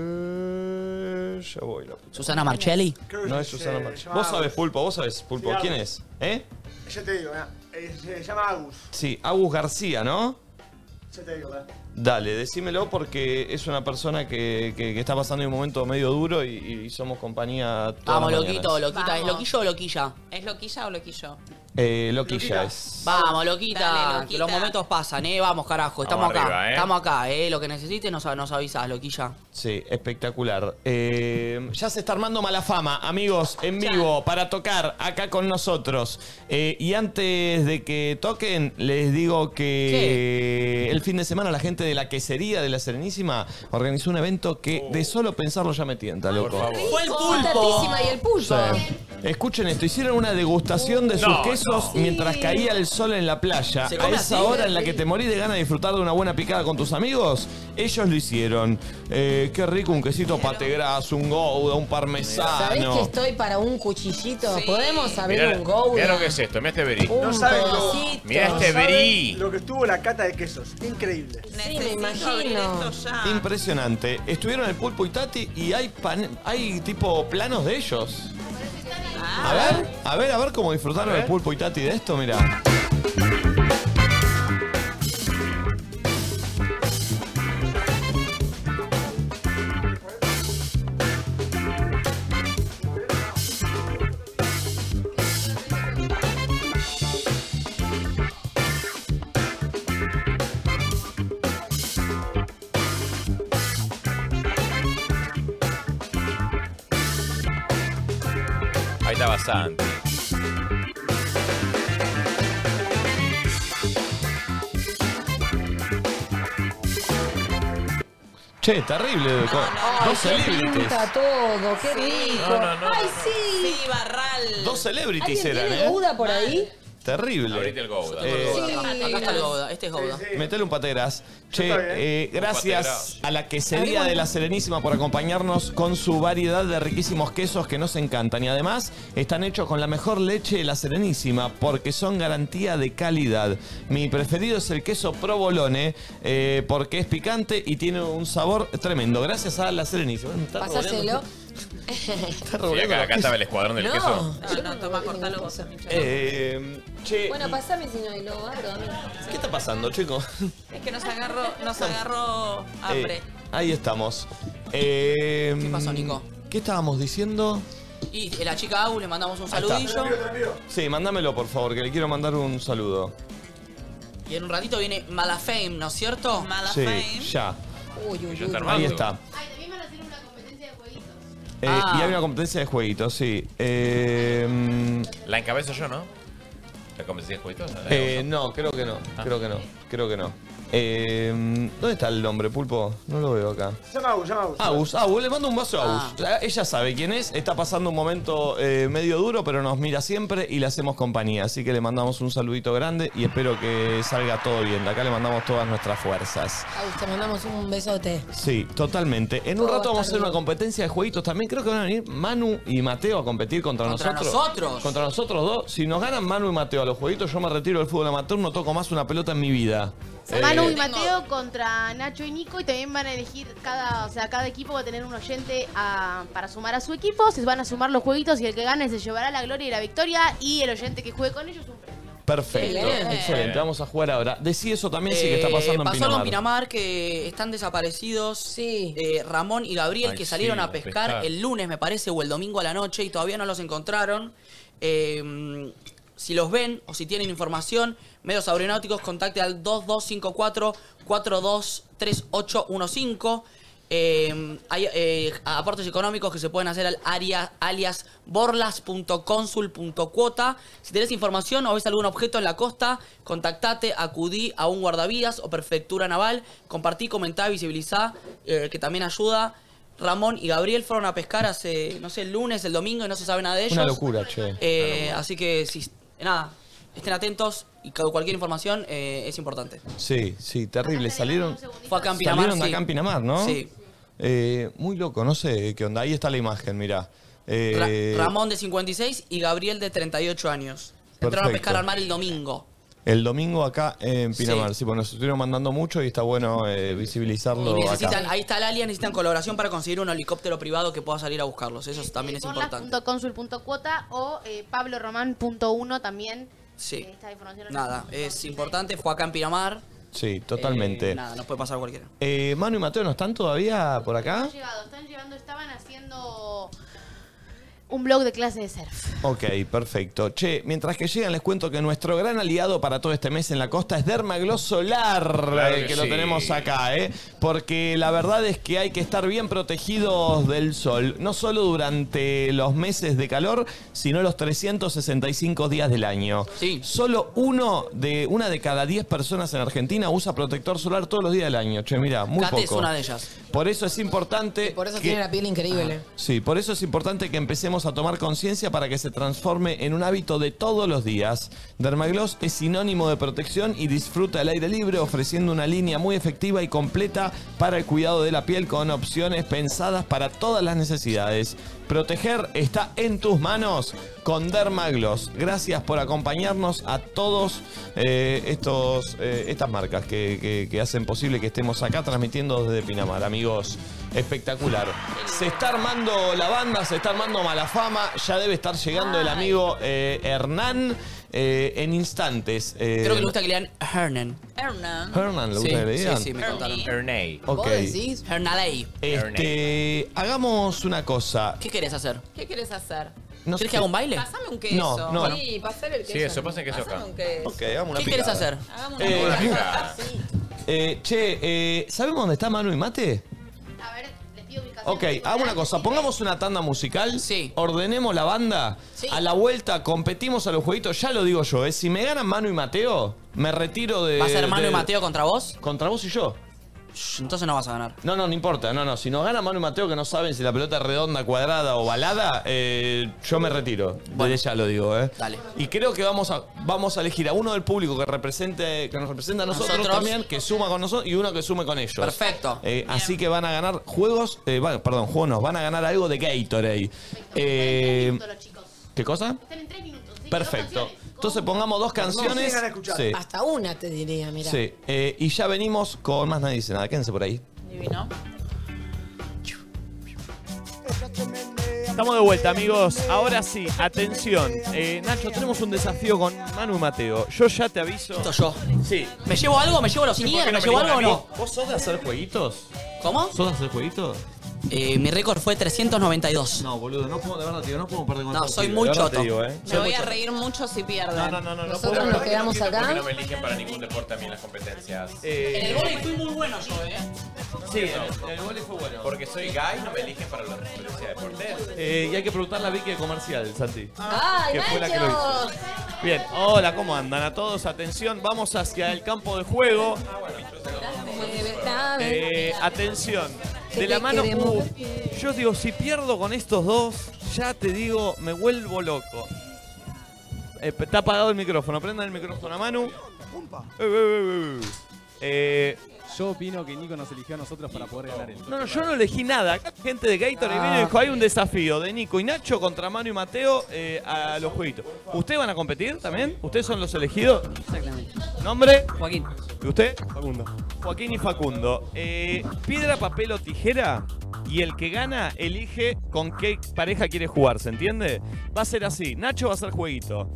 Eh, ya voy. la puta.
¿Susana Marchelli?
No es Susana
se
Marchelli.
llamaba
Vos sabés, Pulpo, vos sabés, Pulpo.
Sí,
¿Quién
Agus.
es? ¿Eh?
Yo te digo, mirá, eh, se llama Agus.
Sí, Agus García, ¿no?
Yo te digo, ¿verdad?
Dale, decímelo porque es una persona que, que- que está pasando un momento medio duro y, y somos compañía todas
Vamos,
las
loquito,
mañanas.
loquita. ¿Es loquillo o loquilla?
¿Es loquilla o loquillo?
Eh, loquilla es.
Vamos, loquita,
Dale, loquita.
que los momentos pasan, eh, vamos, carajo, estamos
Vamos
acá,
arriba, eh.
estamos acá, eh, lo que necesites nos, nos avisas, loquilla.
Sí, espectacular. Eh, ya se está armando mala fama, amigos, en vivo, para tocar acá con nosotros. Eh, y antes de que toquen, les digo que el fin de semana la gente de la quesería de la Serenísima organizó un evento que
Oh.
de solo pensarlo ya me tienta, loco.
Fue
el
pulpo. y el pulpo.
Sí. Escuchen esto, hicieron una degustación de sus
No,
quesos
no.
mientras
Sí.
caía el sol en la playa.
¿Se
A
come
esa
así?
hora en la que te morís de ganas de disfrutar de una buena picada con tus amigos, ellos lo hicieron. Eh, qué rico, un quesito pate graso, un gouda, un
¿Sabés que
parmesano.
estoy para un cuchillito? ¿Podemos abrir
Mirá,
un go?
mirá lo que es esto, mirá este brí.
Un pedacito.
Mirá este
No saben
brí.
Lo que estuvo la cata de quesos. Increíble.
Sí, me imagino.
Impresionante. Estuvieron el pulpo y Tati y hay, pan- hay tipo planos de ellos.
Ah.
A ver, a ver, a ver cómo disfrutaron el pulpo y Tati de esto, mira.
Ahí está bastante.
Che, terrible. co- 12
Ay, qué
libretes.
pinta todo, qué rico.
No, no, no.
Ay, sí.
Sí, Barral.
Dos celebrities
¿Alguien
eran,
tiene
¿eh?
Gouda por ahí?
Terrible.
Abrite el Gouda.
Eh,
Acá está el Gouda, este es Gouda.
Metele un pategras. Che,
Está bien.
eh,
Un
gracias
pategras.
a la quesería de la Serenísima por acompañarnos con su variedad de riquísimos quesos que nos encantan. Y además están hechos con la mejor leche de la Serenísima porque son garantía de calidad. Mi preferido es el queso provolone eh, porque es picante y tiene un sabor tremendo. Gracias a la Serenísima. Está
Pasáselo.
revolviendo
Sí, acá-
los
acá estaba el escuadrón del
No.
queso.
No, Ah, no, toma, cortalo vos,
Eh, che,
Bueno, pasame si no, y lo abro a mí.
¿qué está pasando, chicos?
Es que nos agarró, nos agarró hambre.
Eh, ahí estamos. ¿Qué
pasó, Nico?
¿Qué estábamos diciendo?
Y eh, la chica Agus le mandamos un
Ahí está.
saludillo.
Sí, mándamelo, por favor, que le quiero mandar un saludo.
Y en un ratito viene Malafame, ¿no es cierto?
Sí, ya.
Uy, uy,
uy.
Ahí está.
Ay, también van a hacer una competencia de jueguitos.
Eh,
Ah.
Y hay una competencia de jueguitos, sí. Eh,
La encabezo yo, ¿no? ¿La convencí de Ah. jueguitos?
eh, no, creo que no. Creo que no. Creo que no. Eh, ¿Dónde está el nombre, Pulpo? No lo veo acá.
Se llama Agus, se llama Agus.
Agus, Agus, le mando un vaso
Ah.
a Agus. Ah, Ella sabe quién es, está pasando un momento eh, medio duro, pero nos mira siempre y le hacemos compañía. Así que le mandamos un saludito grande y espero que salga todo bien. De acá le mandamos todas nuestras fuerzas.
Agus, te mandamos un besote.
Sí, totalmente. En un rato
Todo va a
vamos a
estar
hacer una
bien.
competencia de jueguitos también. Creo que van a venir Manu y Mateo a competir contra,
¿Contra
nosotros.
nosotros?
Contra nosotros dos. Si nos ganan Manu y Mateo a los jueguitos, yo me retiro del fútbol amateur, no toco más una pelota en mi vida.
Manu
Eh,
y Mateo contra Nacho y Nico y también van a elegir cada, o sea, cada equipo va a tener un oyente a- para sumar a su equipo, se van a sumar los jueguitos y el que gane se llevará la gloria y la victoria y el oyente que juegue con ellos un premio.
Perfecto,
Bien.
excelente. Vamos a jugar ahora. Decí eso también, sí, que está
Eh,
pasando en
pasó
Pinamar.
algo en Pinamar que están desaparecidos eh, Ramón y Gabriel
Ay,
que
sí,
salieron a
a
pescar,
pescar.
el lunes me parece o el domingo a la noche y todavía no los encontraron. Eh, si los ven o si tienen información, medios aeronáuticos, contacte al 2254-423815. Eh, hay eh, aportes económicos que se pueden hacer al área alias borlas.consul.cuota. Si tenés información o ves algún objeto en la costa, contactate, acudí a un guardavidas o prefectura naval, compartí, comentá, visibilizá, eh, que también ayuda. Ramón y Gabriel fueron a pescar hace, no sé, el lunes, el domingo y no se sabe nada de ellos.
Una locura, che.
Eh, así que, si, nada, estén atentos y cu- cualquier información eh, es importante.
Sí, sí, terrible. Salieron,
Fue acá en Pinamar,
salieron de
sí.
acá en Pinamar, ¿no?
Sí.
Eh, muy loco, no sé eh, qué onda. Ahí está la imagen, mirá.
Ra-
Eh,
Ramón de 56 y Gabriel de 38 años. Entraron a
Perfecto.
pescar al mar el domingo.
El domingo acá en
Sí.
Pinamar. Sí, porque nos estuvieron mandando mucho y está bueno eh, visibilizarlo.
Y necesitan,
acá.
ahí está el alias, necesitan colaboración para conseguir un helicóptero privado que pueda salir a buscarlos. Eso también es importante.
Borlas.consul.cuota o eh, pabloroman.1 también.
Sí.
Esta información
Nada, es importante. Fue acá en Pinamar.
Sí, totalmente.
Eh, nada, nos puede pasar cualquiera.
Eh, Manu y Mateo, ¿no están todavía por acá?
Están llegando, están llegando, estaban haciendo un blog de clase de surf.
Ok, perfecto. Che, mientras que llegan les cuento que nuestro gran aliado para todo este mes en la costa es Dermagloss Solar,
Claro
eh, que,
que
lo
sí.
tenemos acá, ¿eh? Porque la verdad es que hay que estar bien protegidos del sol, no solo durante los meses de calor, sino los 365 días del año. Sí. Solo uno de, una de cada 10 personas en Argentina usa protector solar todos los días del año. Che, mira, muy
Cate
poco.
es una de ellas.
Por eso es importante...
Por eso
que-
tiene la piel increíble.
Ah, Sí, por eso es importante que empecemos a tomar conciencia para que se transforme en un hábito de todos los días. Dermagloss es sinónimo de protección y disfruta el aire libre ofreciendo una línea muy efectiva y completa para el cuidado de la piel con opciones pensadas para todas las necesidades. Proteger está en tus manos con Dermagloss. Gracias por acompañarnos a todos eh, estos, eh, estas marcas que, que- que hacen posible que estemos acá transmitiendo desde Pinamar, amigos. Espectacular. Se está armando la banda, se está armando mala fama. Ya debe estar llegando el amigo eh, Hernán eh, en instantes. Eh,
Creo que le gusta que le digan Hernan.
Hernán.
Hernán, ¿le gusta
Sí,
que le digan?
Sí, sí, me contaron.
Hernay.
Ok.
Hernaley.
Este, hagamos una cosa.
¿Qué querés hacer?
¿Qué quieres hacer?
No sé-
Pásame un queso.
No, no, no.
Sí, pasale el queso.
Sí, eso, pasa el queso
Pásame
acá.
un queso.
Ok, hagamos una
¿Qué querés
picada.
hacer?
Hagamos
Eh,
una
Eh, che, eh, ¿sabemos dónde está Manu y Mate? Ok, hago una cosa, pongamos una tanda musical, ordenemos la banda, a la vuelta competimos a los jueguitos, ya lo digo yo, eh, si me ganan Manu y Mateo, me retiro de...
¿Va a ser Manu
Eh, de-
y Mateo contra vos?
Contra vos y yo.
Entonces no vas a ganar.
No, no, no importa, no, no, si nos gana Manu y Mateo que no saben si la pelota es redonda, cuadrada o balada, eh, yo me retiro, desde ya lo digo, ¿eh?
Dale.
Y creo que vamos a, vamos a elegir a uno del público que represente, que nos representa a nosotros,
Nosotros.
también, que suma con nosotros y uno que sume con ellos.
Perfecto.
Eh, así que van a ganar juegos, eh, va- perdón, juegos no, van a ganar algo de Gatorade. Eh, ¿Qué cosa? Perfecto. Entonces pongamos dos canciones. Sí,
Hasta una te diría, mira.
sí. Eh, y ya venimos con más nadie dice nada. Quédense por ahí.
Divino.
Estamos de vuelta, amigos. Ahora sí, atención. Eh, Nacho, tenemos un desafío con Manu y Mateo. Yo ya te aviso. Esto
yo.
Sí.
¿Me llevo algo? ¿Me llevo los
¿Por
inigues?
qué
¿Me llevo algo o
venís
no?
a mí? ¿Vos sos de hacer jueguitos?
¿Cómo?
¿Sos de hacer jueguitos?
Eh, mi récord fue 392.
No, boludo, no puedo, de verdad, tío, no puedo perder
No, soy muy choto.
¿eh?
Me voy a reír mucho si pierden. No, no,
no, no.
Nosotros
La verdad
nos
que
quedamos
no entiendo
acá.
por qué no me eligen para ningún deporte a mí en las competencias.
Eh,
En el vóley fui muy bueno yo, eh.
Sí, el, fue bueno. Porque soy gay, no me eligen para la competencia de deportes.
Eh, y hay que preguntarle a Vicky de comercial, Santi.
¡Ay,
que fue la que lo
Nacho!
Bien, hola, ¿cómo andan? A todos, atención, vamos hacia el campo de juego. Eh, atención, de la mano.
Queremos.
Uh, yo digo, si pierdo con estos dos, ya te digo, me vuelvo loco. Eh, está apagado el micrófono, prendan el micrófono a Manu. Eh, eh, eh, eh, eh.
Eh, yo opino que Nico nos eligió a nosotros para poder ganar esto.
No, no, yo no elegí nada. Acá gente de
Ah.
Gatorade vino y dijo, hay un desafío de Nico y Nacho contra Manu y Mateo eh, a los jueguitos. ¿Ustedes van a competir también? ¿Ustedes son los elegidos?
Exactamente.
¿Nombre?
Joaquín.
¿Y usted? Facundo. Joaquín y Facundo. Eh, piedra, papel o tijera. Y el que gana elige con qué pareja quiere jugar, ¿se entiende? Va a ser así. Nacho va a hacer jueguito.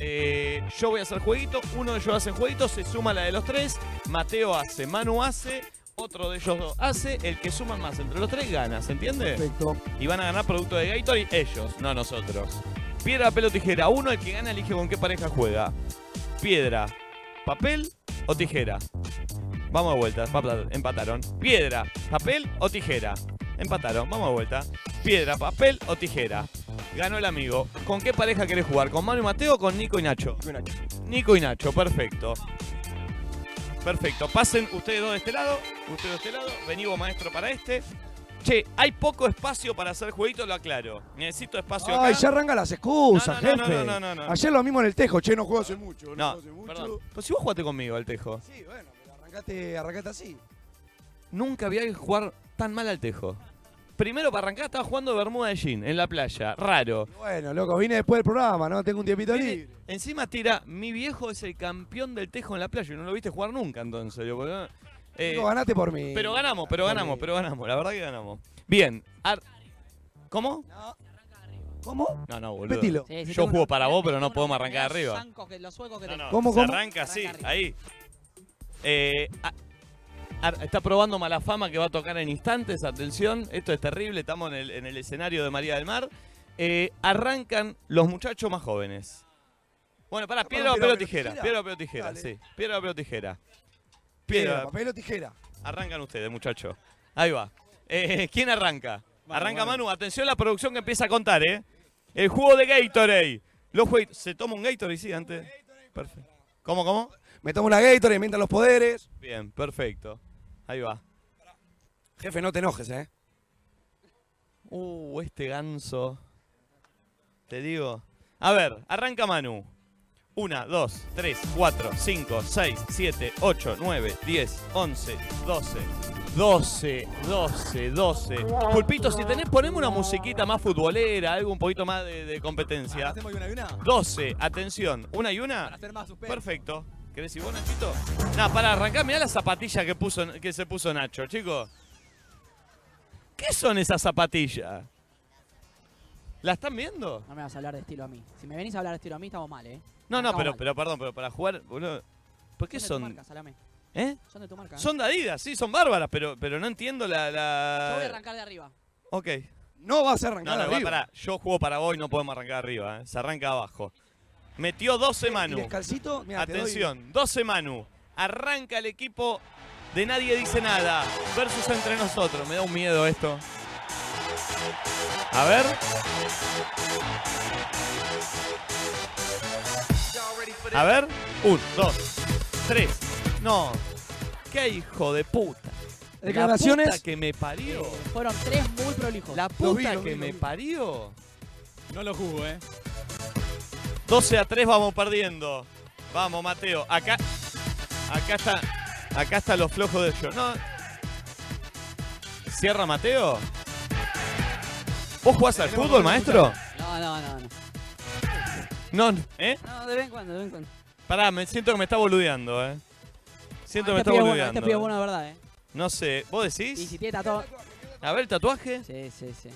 Eh, yo voy a hacer jueguito. Uno de ellos hace jueguito. Se suma la de los tres. Mateo hace. Manu hace. Otro de ellos dos hace. El que suman más entre los tres gana, ¿se entiende?
Perfecto.
Y van a ganar producto de Gatorade ellos, no nosotros. Piedra, papel o tijera. Uno, el que gana elige con qué pareja juega. Piedra, papel o tijera. Vamos de vuelta, papá, empataron. Piedra, papel o tijera. Empataron, vamos de vuelta. Piedra, papel o tijera. Ganó el amigo. ¿Con qué pareja querés jugar? ¿Con Manu y Mateo o con Nico y Nacho? Nico y Nacho. Nico y Nacho, perfecto. Perfecto. Pasen ustedes dos de este lado. Ustedes de este lado. Vení vos, maestro, para este. Che, hay poco espacio para hacer jueguito, lo aclaro. Necesito espacio acá.
Ay, ya arranca las excusas,
No, no, no,
jefe.
no, no, no, no.
Ayer lo mismo en el tejo, che, no juego hace mucho.
No, perdón. Pues si vos jugaste conmigo al tejo.
Arrancaste, arrancaste así.
Nunca había que jugar tan mal al tejo. Primero para arrancar estaba jugando Bermuda de Jean en la playa. Raro.
Bueno, loco, vine después del programa, ¿no? Tengo un tiempito libre.
Encima tira, mi viejo es el campeón del tejo en la playa y no lo viste jugar nunca entonces. digo, porque- Eh,
Digo, ganaste por mí.
Pero ganamos, pero ganamos, pero ganamos. La verdad que ganamos. Bien. ar- ¿Cómo?
¿Cómo?
No, no, boludo.
Repetilo. Sí, sí,
Yo
tengo
juego para vos, pero no podemos arrancar arriba. No,
¿Cómo, cómo?
se arranca así, ahí. Eh, a- ar- está probando mala fama que va a tocar en instantes. Atención, esto es terrible. Estamos en el, en el escenario de María del Mar. Eh, arrancan los muchachos más jóvenes. Bueno, pará, piedra, papel o tijera. Piedra, papel o tijera, sí. Piedra, papel o tijera.
Piedra,
Piedra.
papel o tijera.
Arrancan ustedes, muchachos. Ahí va. Eh, ¿Quién arranca? arranca Manu. Atención la producción que empieza a contar, ¿eh? El juego de Gatorade. Los juegos- ¿Se toma un Gatorade, sí, antes? Perfecto. ¿Cómo, cómo?
Me tomo una Gatorade, inventan los poderes.
Bien, perfecto. Ahí va.
Jefe, no te enojes, ¿eh?
Uh, este ganso. Te digo. A ver, arranca Manu. 1, 2, 3, 4, 5, 6, 7, 8, 9, 10, 11, 12. 12, 12, 12. Pulpito, si tenés, poneme una musiquita más futbolera, algo un poquito más de, de competencia.
¿Hacemos una y una?
12, atención, una y una. Perfecto. ¿Querés ir vos, Nachito? Nah, para arrancar, mirá las zapatillas que, puso, que se puso Nacho, chicos. ¿Qué son esas zapatillas? ¿La están viendo?
No me vas a hablar de estilo a mí. Si me venís a hablar de estilo a mí, estamos mal, ¿eh?
No, no,
Estamos
pero,
mal.
pero perdón, pero para jugar, boludo. ¿Por qué
de tu
son?
marca, Salame.
¿Eh?
Son de tu marca. ¿eh?
Son de Adidas, sí, son bárbaras, pero, pero no entiendo la. la-
Yo voy a arrancar de arriba.
Ok.
No vas a
No, no, igual pará, yo juego para vos y no podemos arrancar arriba, ¿eh? se arranca abajo. Metió 12 Manu.
descalcito? Mirá, te doy-
Atención, 12 Manu. Arranca el equipo de Nadie Dice Nada versus entre nosotros. Me da un miedo esto. A ver. A ver. Un, dos, tres. No. Qué hijo de puta.
Declaraciones.
La puta que me parió.
eh, Fueron tres muy prolijos.
La
Los vi,
puta
los vi,
que
los
me
vi.
parió.
No lo juzgo, eh.
12 a 3 vamos perdiendo. Vamos, Mateo. Acá. Acá está. Acá está los flojos de ellos. No. ¿Cierra Mateo? ¿Vos jugás al fútbol, maestro?
No, no, no, no.
No, ¿eh?
No, de vez en cuando, de vez en cuando.
Pará, me siento que me está boludeando, eh. Siento que me
Este
está
pibe es bueno, este pibe es
boludeando.
bueno de verdad, ¿eh?
No sé, ¿vos decís?
Y si tiene tatuado.
A ver, tatuaje.
Sí, sí, sí.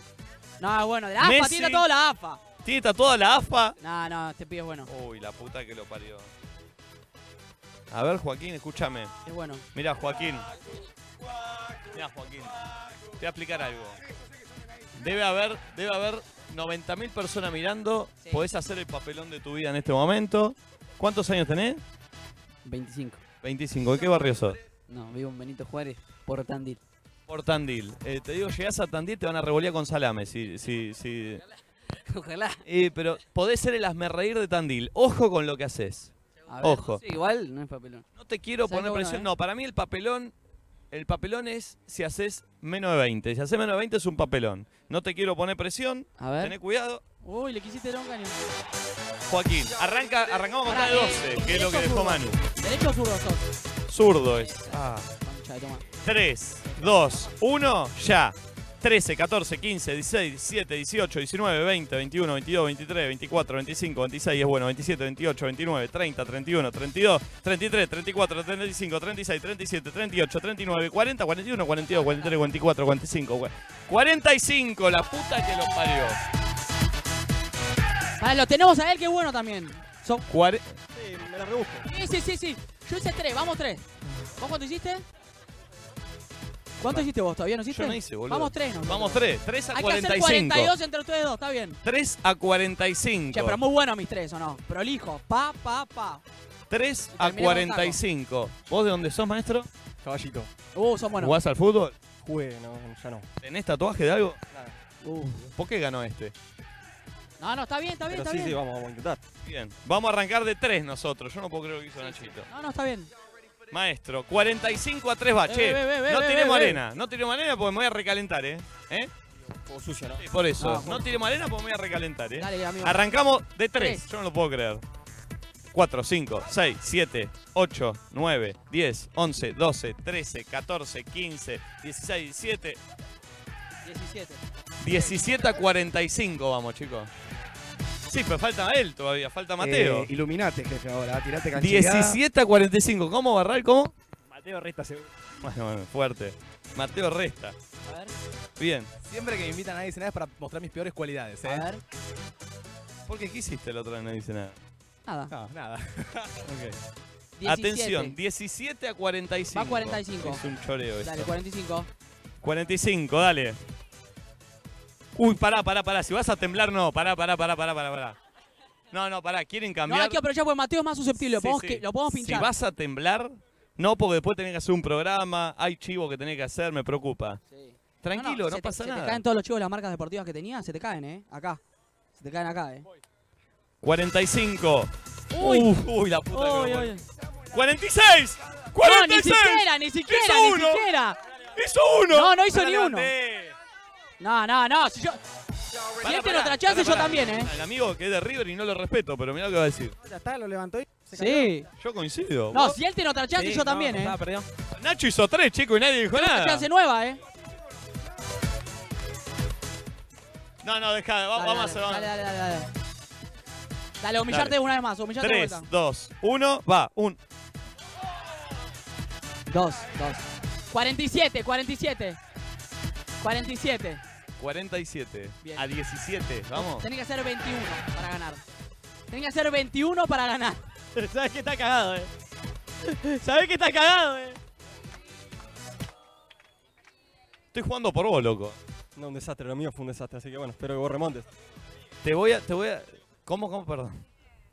No, bueno, de la AFA,
Messi.
tiene tatuado la AFA.
¿Tiene tatuada la AFA?
No, no, este pibe es bueno.
Uy, la puta que lo parió. A ver, Joaquín, escúchame.
Es bueno.
Mira, Joaquín. Mira, Joaquín. Te voy a explicar algo. Debe haber, debe haber 90.000 personas mirando. Podés hacer el papelón de tu vida en este momento. ¿Cuántos años tenés?
25.
25. ¿De qué barrio sos?
No, vivo en Benito Juárez por Tandil.
Por Tandil. Eh, te digo, llegás a Tandil, te van a revolear con salame. Si, si, si.
Ojalá.
Eh, pero podés ser el hazmerreír de Tandil. Ojo con lo que haces.
A ver,
Ojo.
sí, igual no es papelón.
No te quiero
¿Sabes
poner
qué bueno,
presión.
eh?
No, para mí el papelón. El papelón es si haces menos de 20. Si haces menos de 20 es un papelón. No te quiero poner presión.
A ver.
Tené cuidado.
Uy, le quisiste dar un cañón. eh,
Joaquín, arranca, arrancamos con la de 12, que es lo que dejó Manu.
Derecho zurdo sos.
Zurdo es.
Ah,
Ah.
Concha de tu madre.
3, 2, 1, ya. 13, 14, 15, 16, 17, 18, 19, 20, 21, 22, 23, 24, 25, 26, es bueno, 27, 28, 29, 30, 31, 32, 33, 34, 35, 36, 37, 38, 39, 40, 41, 42, 43, 44, 45, cua- 45, la puta que los parió.
Ah, lo tenemos a él, qué bueno también. So-
Cuare-
Sí, me la rebusco. Sí, sí, sí, sí. Yo hice tres, vamos tres. ¿Vos cuánto hiciste? ¿Cuánto hiciste vos? ¿Todavía no hiciste?
Yo no hice, boludo.
Vamos tres, ¿no?
Vamos tres, tres a
Hay que hacer
45.
42 entre ustedes dos, está bien.
3 a 45.
Che, pero muy bueno mis tres, ¿o no? Prolijo. Pa, pa, pa.
3 a
terminamos
45. ¿Vos de dónde sos, maestro? Caballito.
Uh, son buenos.
¿Jugás al fútbol?
Jugué, no, ya no.
¿Tenés tatuaje de algo? Uh.
Nada.
¿Por qué ganó este?
No, no, está bien, está bien, está bien.
vamos a intentar. Bien. Vamos a arrancar de 3 nosotros. Yo no puedo creer lo que hizo Nachito.
No, no, está bien.
Maestro, 45 a 3 va.
Eh,
Che,
ve, ve, ve,
no
ve,
tiremos
ve, ve.
arena. No tiremos arena porque me voy a recalentar, ¿eh? ¿Eh?
O sucia, ¿no?
Sí, por eso.
Ah,
no
bueno.
tiremos arena porque me voy a recalentar, ¿eh?
Dale, amigo.
Arrancamos de 3.
Tres.
Yo no lo puedo creer. 4, 5, 6, 7, 8, 9, 10, 11, 12, 13, 14, 15, 16, 17.
17.
17 a 45 vamos, chicos. Sí, pero falta él todavía, falta Mateo.
Eh, iluminate, jefe, ahora. Tirate canchereada.
17 a 45. ¿Cómo, Barral? ¿Cómo?
Mateo resta seguro.
Bueno, bueno, fuerte. Mateo Resta.
A ver.
Bien.
Siempre que me invitan a nadie nada es para mostrar mis peores cualidades, ¿eh? A ver.
¿Por qué qué hiciste el otro día? No dice nada.
Nada.
No, nada.
Ok. Atención, 17 a 45.
Va 45.
Es un choreo esto.
Dale, 45.
45, dale. Uy, pará, pará, pará. Si vas a temblar, no. Pará, pará, pará, pará, pará. pará. No, no, pará. ¿Quieren cambiar?
No, hay que aprovechar porque Mateo es más susceptible. Lo,
Sí,
podemos,
sí.
que- lo podemos pinchar.
Si vas a temblar, no, porque después tenés que hacer un programa. Hay chivo que tenés que hacer, me preocupa. Tranquilo, no,
se te-
pasa
Se
nada.
te caen todos los chivos de las marcas deportivas que tenía, se te caen, ¿eh? Acá. Se te caen acá, ¿eh?
45.
Uy.
Uf, uy, la puta que
Uy,
me
uy.
parió. 46. 46.
No, ni siquiera, ni siquiera,
Hizo
ni
uno.
siquiera.
Hizo uno.
No, no hizo
Pará,
ni uno.
levanté.
No, no, no. Si yo. Si este él tiene otra chance,
Pará,
yo
pará.
también, ¿eh?
Al amigo que es de River y no lo respeto, pero mirá lo que va a decir.
Ya está, lo levantó y.
Sí. Yo coincido.
No,
Vos-
si él tiene otra chance,
Sí,
yo
no,
también,
no
¿eh?
estaba Nacho hizo tres, chico, y nadie dijo
Tiene otra
nada.
chance nueva, ¿eh?
No, no, deja, va-
Dale,
vamos
dale,
a
Dale, dale,
hacer.
dale. Dale, Dale, humillarte
Dale.
una vez más, humillarte de
3,
vuelta.
2, 1, va, un.
2, 2. 47, 47. 47.
47
Bien.
a 17, vamos.
Tenés que hacer 21 para ganar. Tenés que hacer 21 para ganar. Sabes que está cagado, eh. Sabes que está cagado, eh.
Estoy jugando por vos, loco.
No, un desastre. Lo mío fue un desastre, así que bueno, espero que vos remontes.
Te voy a. Te voy a... ¿Cómo, cómo, perdón?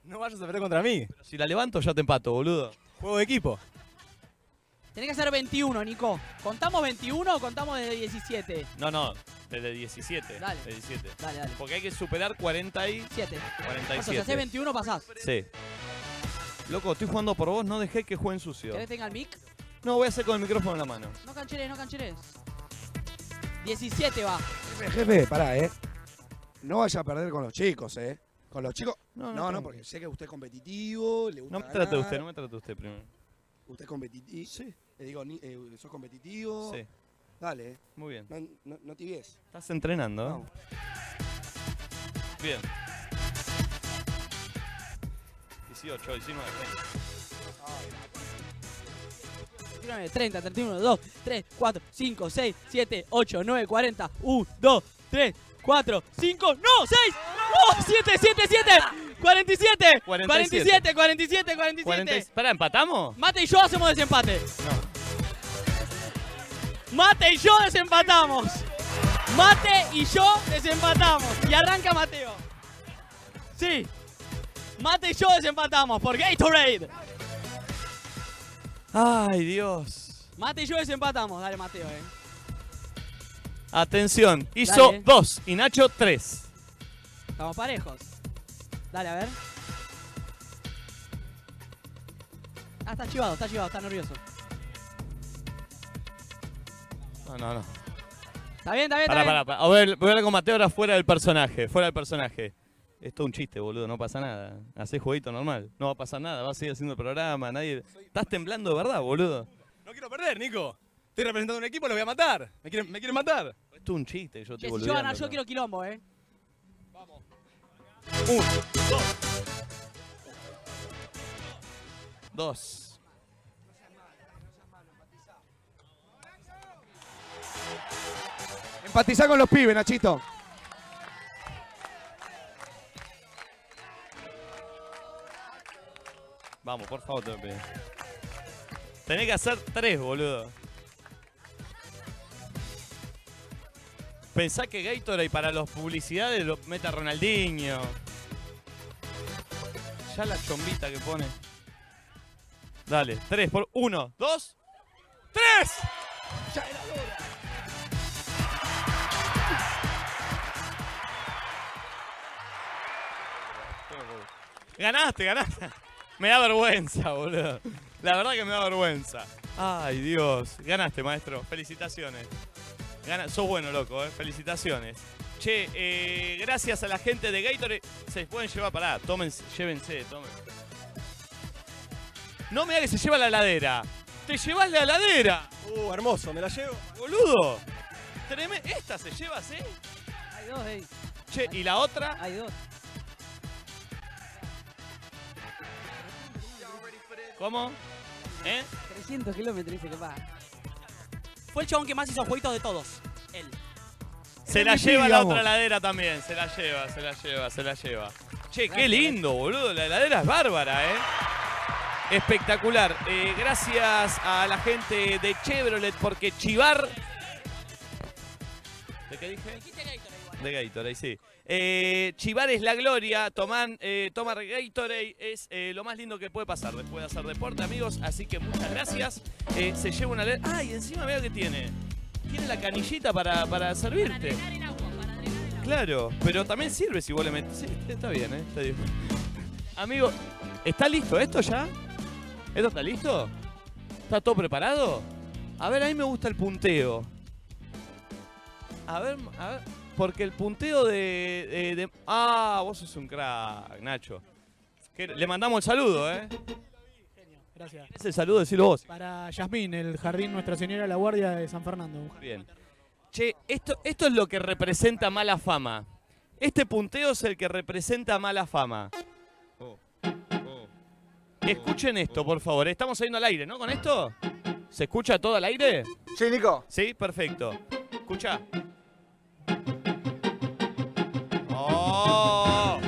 No vayas a perder contra mí.
Si la levanto, ya te empato, boludo.
Juego de equipo.
Tenés que hacer 21, Nico. ¿Contamos 21 o contamos desde 17?
No, no, desde 17.
Dale.
de 17.
Dale, dale.
Porque hay que superar 40 y...
O sea, si
47.
haces 21 pasás.
Sí. Loco, estoy jugando por vos, no dejé que jueguen sucio.
¿Querés tenga el mic?
No, voy a hacer con el micrófono en la mano.
No cancheres, no cancheres. 17 va.
Jefe, pará, ¿eh? No vaya a perder con los chicos, ¿eh? Con los chicos.
No,
No,
no,
no,
tranqui.
porque sé que usted es competitivo, le gusta.
No me trate
ganar.
usted, no me trate usted primero.
Usted es competitivo. Sí. Le digo, ni- eh, sos competitivo.
Sí.
Dale. eh.
Muy bien.
No, no, no tibies.
Estás entrenando, ¿eh? Bien. 18, 19,
29, 30, 31, 2, 3, 4, 5, 6, 7, 8, 9, 40, 1, 2, 3, 4, 5, no, 6, no, 7, 7, 7, 47, 47, 47, 47.
¿Para, empatamos?
Mate y yo hacemos desempate. Mate y yo desempatamos. Mate y yo desempatamos. Y arranca Mateo. Sí. Mate y yo desempatamos por Gatorade.
Ay, Dios.
Mate y yo desempatamos. Dale, Mateo, eh.
Atención, hizo
Dale.
2 y Nacho 3.
Estamos parejos. Dale, a ver. Ah, está chivado, está chivado, está nervioso.
No, no, no.
Está bien, está bien, está
Pará,
bien.
pará, pará. A ver, voy a hablar con Mateo ahora fuera del personaje, fuera del personaje. Es todo un chiste, boludo, no pasa nada. Hacés jueguito normal. No va a pasar nada, vas a seguir haciendo el programa, nadie. Estás temblando de verdad, boludo.
No quiero perder, Nico. Estoy representando a un equipo, los voy a matar. Me quieren, me quieren matar.
Es todo un chiste, yo te
Che,
boludo.
si
Yo, Ana, yo quiero quilombo, ¿eh?
Dos.
Empatizá con los pibes, Nachito.
Vamos, por favor, te lo pido. Tenés que hacer tres, boludo. Pensá que Gatorade para los publicidades lo meta Ronaldinho. Ya la chombita que pone. Dale, tres por uno, dos, tres. Ganaste, ganaste. Me da vergüenza, boludo. La verdad que me da vergüenza. Ay, Dios. Ganaste, maestro. Felicitaciones. Gana... Sos bueno, loco, ¿eh? Felicitaciones. Che, eh, gracias a la gente de Gatorade. Se pueden llevar, pará. Tómense, llévense, tomen. No me da que se lleva la heladera. Te llevas la heladera.
Uh, hermoso, me la llevo.
Boludo. Treme- Esta se lleva, ¿sí?
Hay dos, eh.
Che, ¿y la otra?
Hay dos.
¿Cómo? ¿Eh?
300 kilómetros, dice que va.
Fue el chabón que más hizo jueguitos de todos. Él.
Se
Es
la
mi
lleva
pick,
la
vamos.
otra heladera también, se la lleva, se la lleva, se la lleva. Che, qué lindo, boludo, la heladera es bárbara, ¿eh? Espectacular. Eh, gracias a la gente de Chevrolet porque chivar... ¿De qué dije? De Gatorade, sí. Eh, chivar es la gloria, toman, eh, tomar Gatorade es eh, lo más lindo que puede pasar después de hacer deporte, amigos. Así que muchas gracias. Eh, se lleva una heladera... ¡Ay, encima veo que tiene! Tiene la canillita para, para servirte. Claro, pero también sirve si vos le metes. Sí, está bien, ¿eh? Está bien. Amigo, ¿está listo esto ya? ¿Esto está listo? ¿Está todo preparado? A ver, a mí me gusta el punteo. A ver, a ver. Porque el punteo de. de- de- Ah, vos sos un crack, Nacho. Que- Le mandamos el saludo, ¿eh?
Gracias.
Ese saludo, decilo vos.
Para Yasmín, el jardín Nuestra Señora de la Guardia de San Fernando.
Bien. Che, esto, esto es lo que representa mala fama. Este punteo es el que representa mala fama. Escuchen esto, por favor. Estamos saliendo al aire, ¿no? ¿Con esto? ¿Se escucha todo al aire? Sí, Nico. Sí, perfecto. Escucha. ¡Oh!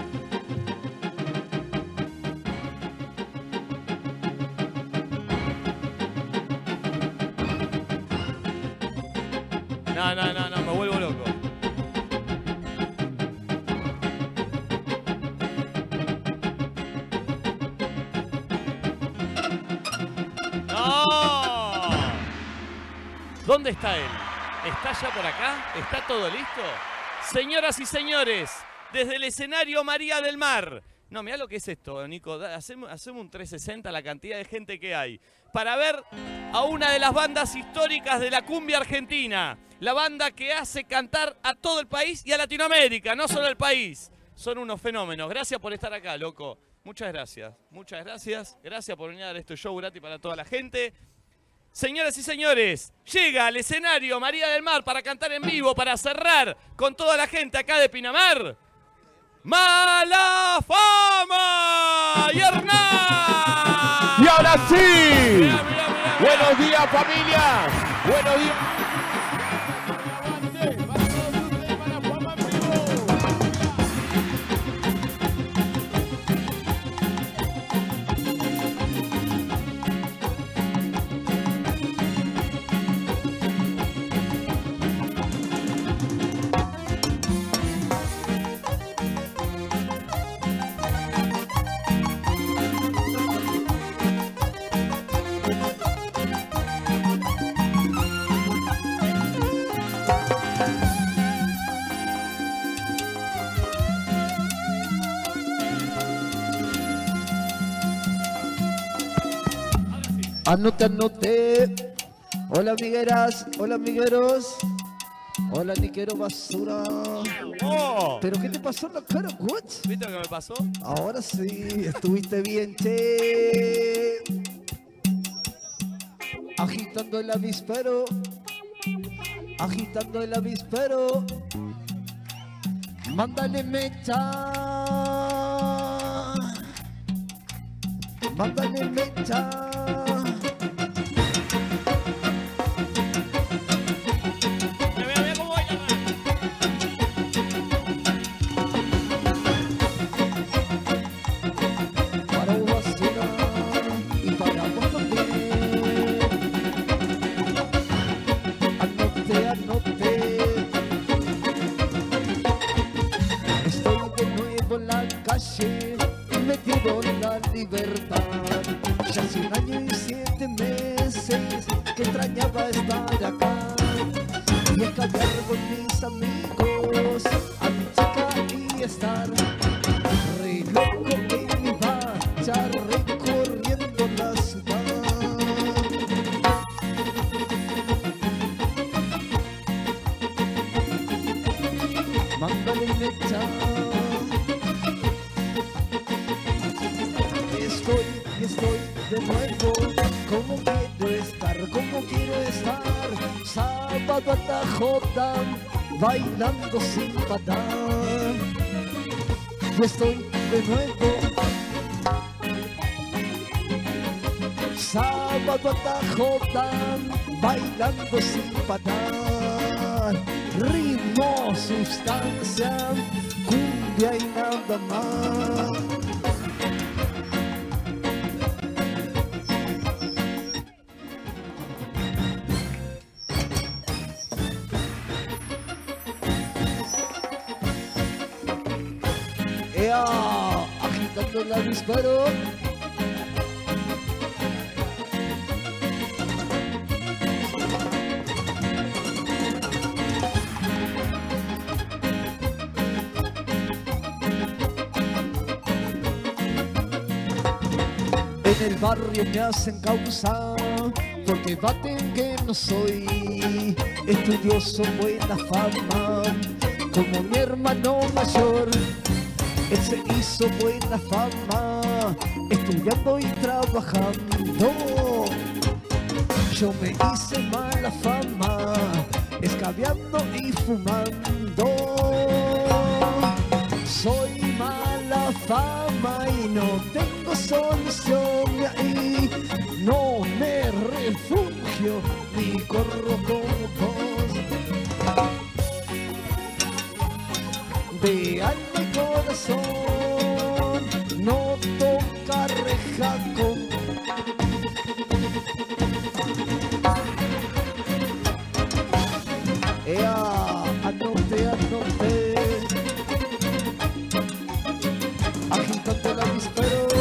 No, no, no, no, me vuelvo loco. ¡No! ¿Dónde está él? ¿Está ya por acá? ¿Está todo listo? Señoras y señores, desde el escenario María del Mar. No, mirá lo que es esto, Nico. Da- Hacemos, hacemos un 360 la cantidad de gente que hay. Para ver a una de las bandas históricas de la cumbia argentina. La banda que hace cantar a todo el país y a Latinoamérica, no solo al país. Son unos fenómenos. Gracias por estar acá, loco. Muchas gracias. Muchas gracias. Gracias por venir a dar este show gratis para toda la gente. Señoras y señores, llega al escenario María del Mar para cantar en vivo, para cerrar con toda la gente acá de Pinamar. ¡Mala fama! ¡Y Hernán!
Y ahora sí, buenos días familia, buenos días.
Anote, anote. Hola, amigueras. Hola, amigueros. Hola, tiquero basura. ¿Pero qué te pasó en la cara, what?
¿Viste lo que me pasó?
Ahora sí, estuviste bien, che. Agitando el avispero. Agitando el avispero. Mándale mecha. Mándale mecha. para vos basura y para vos también. Anote, anote. Estoy de nuevo en la calle, me tiró la libertad. Ya hace un año y siete meses que extrañaba estar acá. Y escapar con mis amigos, a mi chica y estar Re loco en mi marcha, recorriendo la ciudad. Mándale mecha. Estoy, estoy de nuevo. Como quiero estar, como quiero estar. Sábado a la jota, bailando sin patar. Y estoy de nuevo. Sábado a la jota, bailando sin patar. Ritmo, sustancia, cumbia y nada más. ¡Ea! Agitando el avispero. En el barrio me hacen causa porque baten que no soy estudioso, buena fama, como mi hermano mayor. Él se hizo buena fama estudiando y trabajando. Yo me hice mala fama escabeando y fumando. Soy mala fama y no tengo solución y ahí. No me refugio ni corro como vos. de alma y corazón no toca rejaco. Ea, anote, anote, agitando el avispero.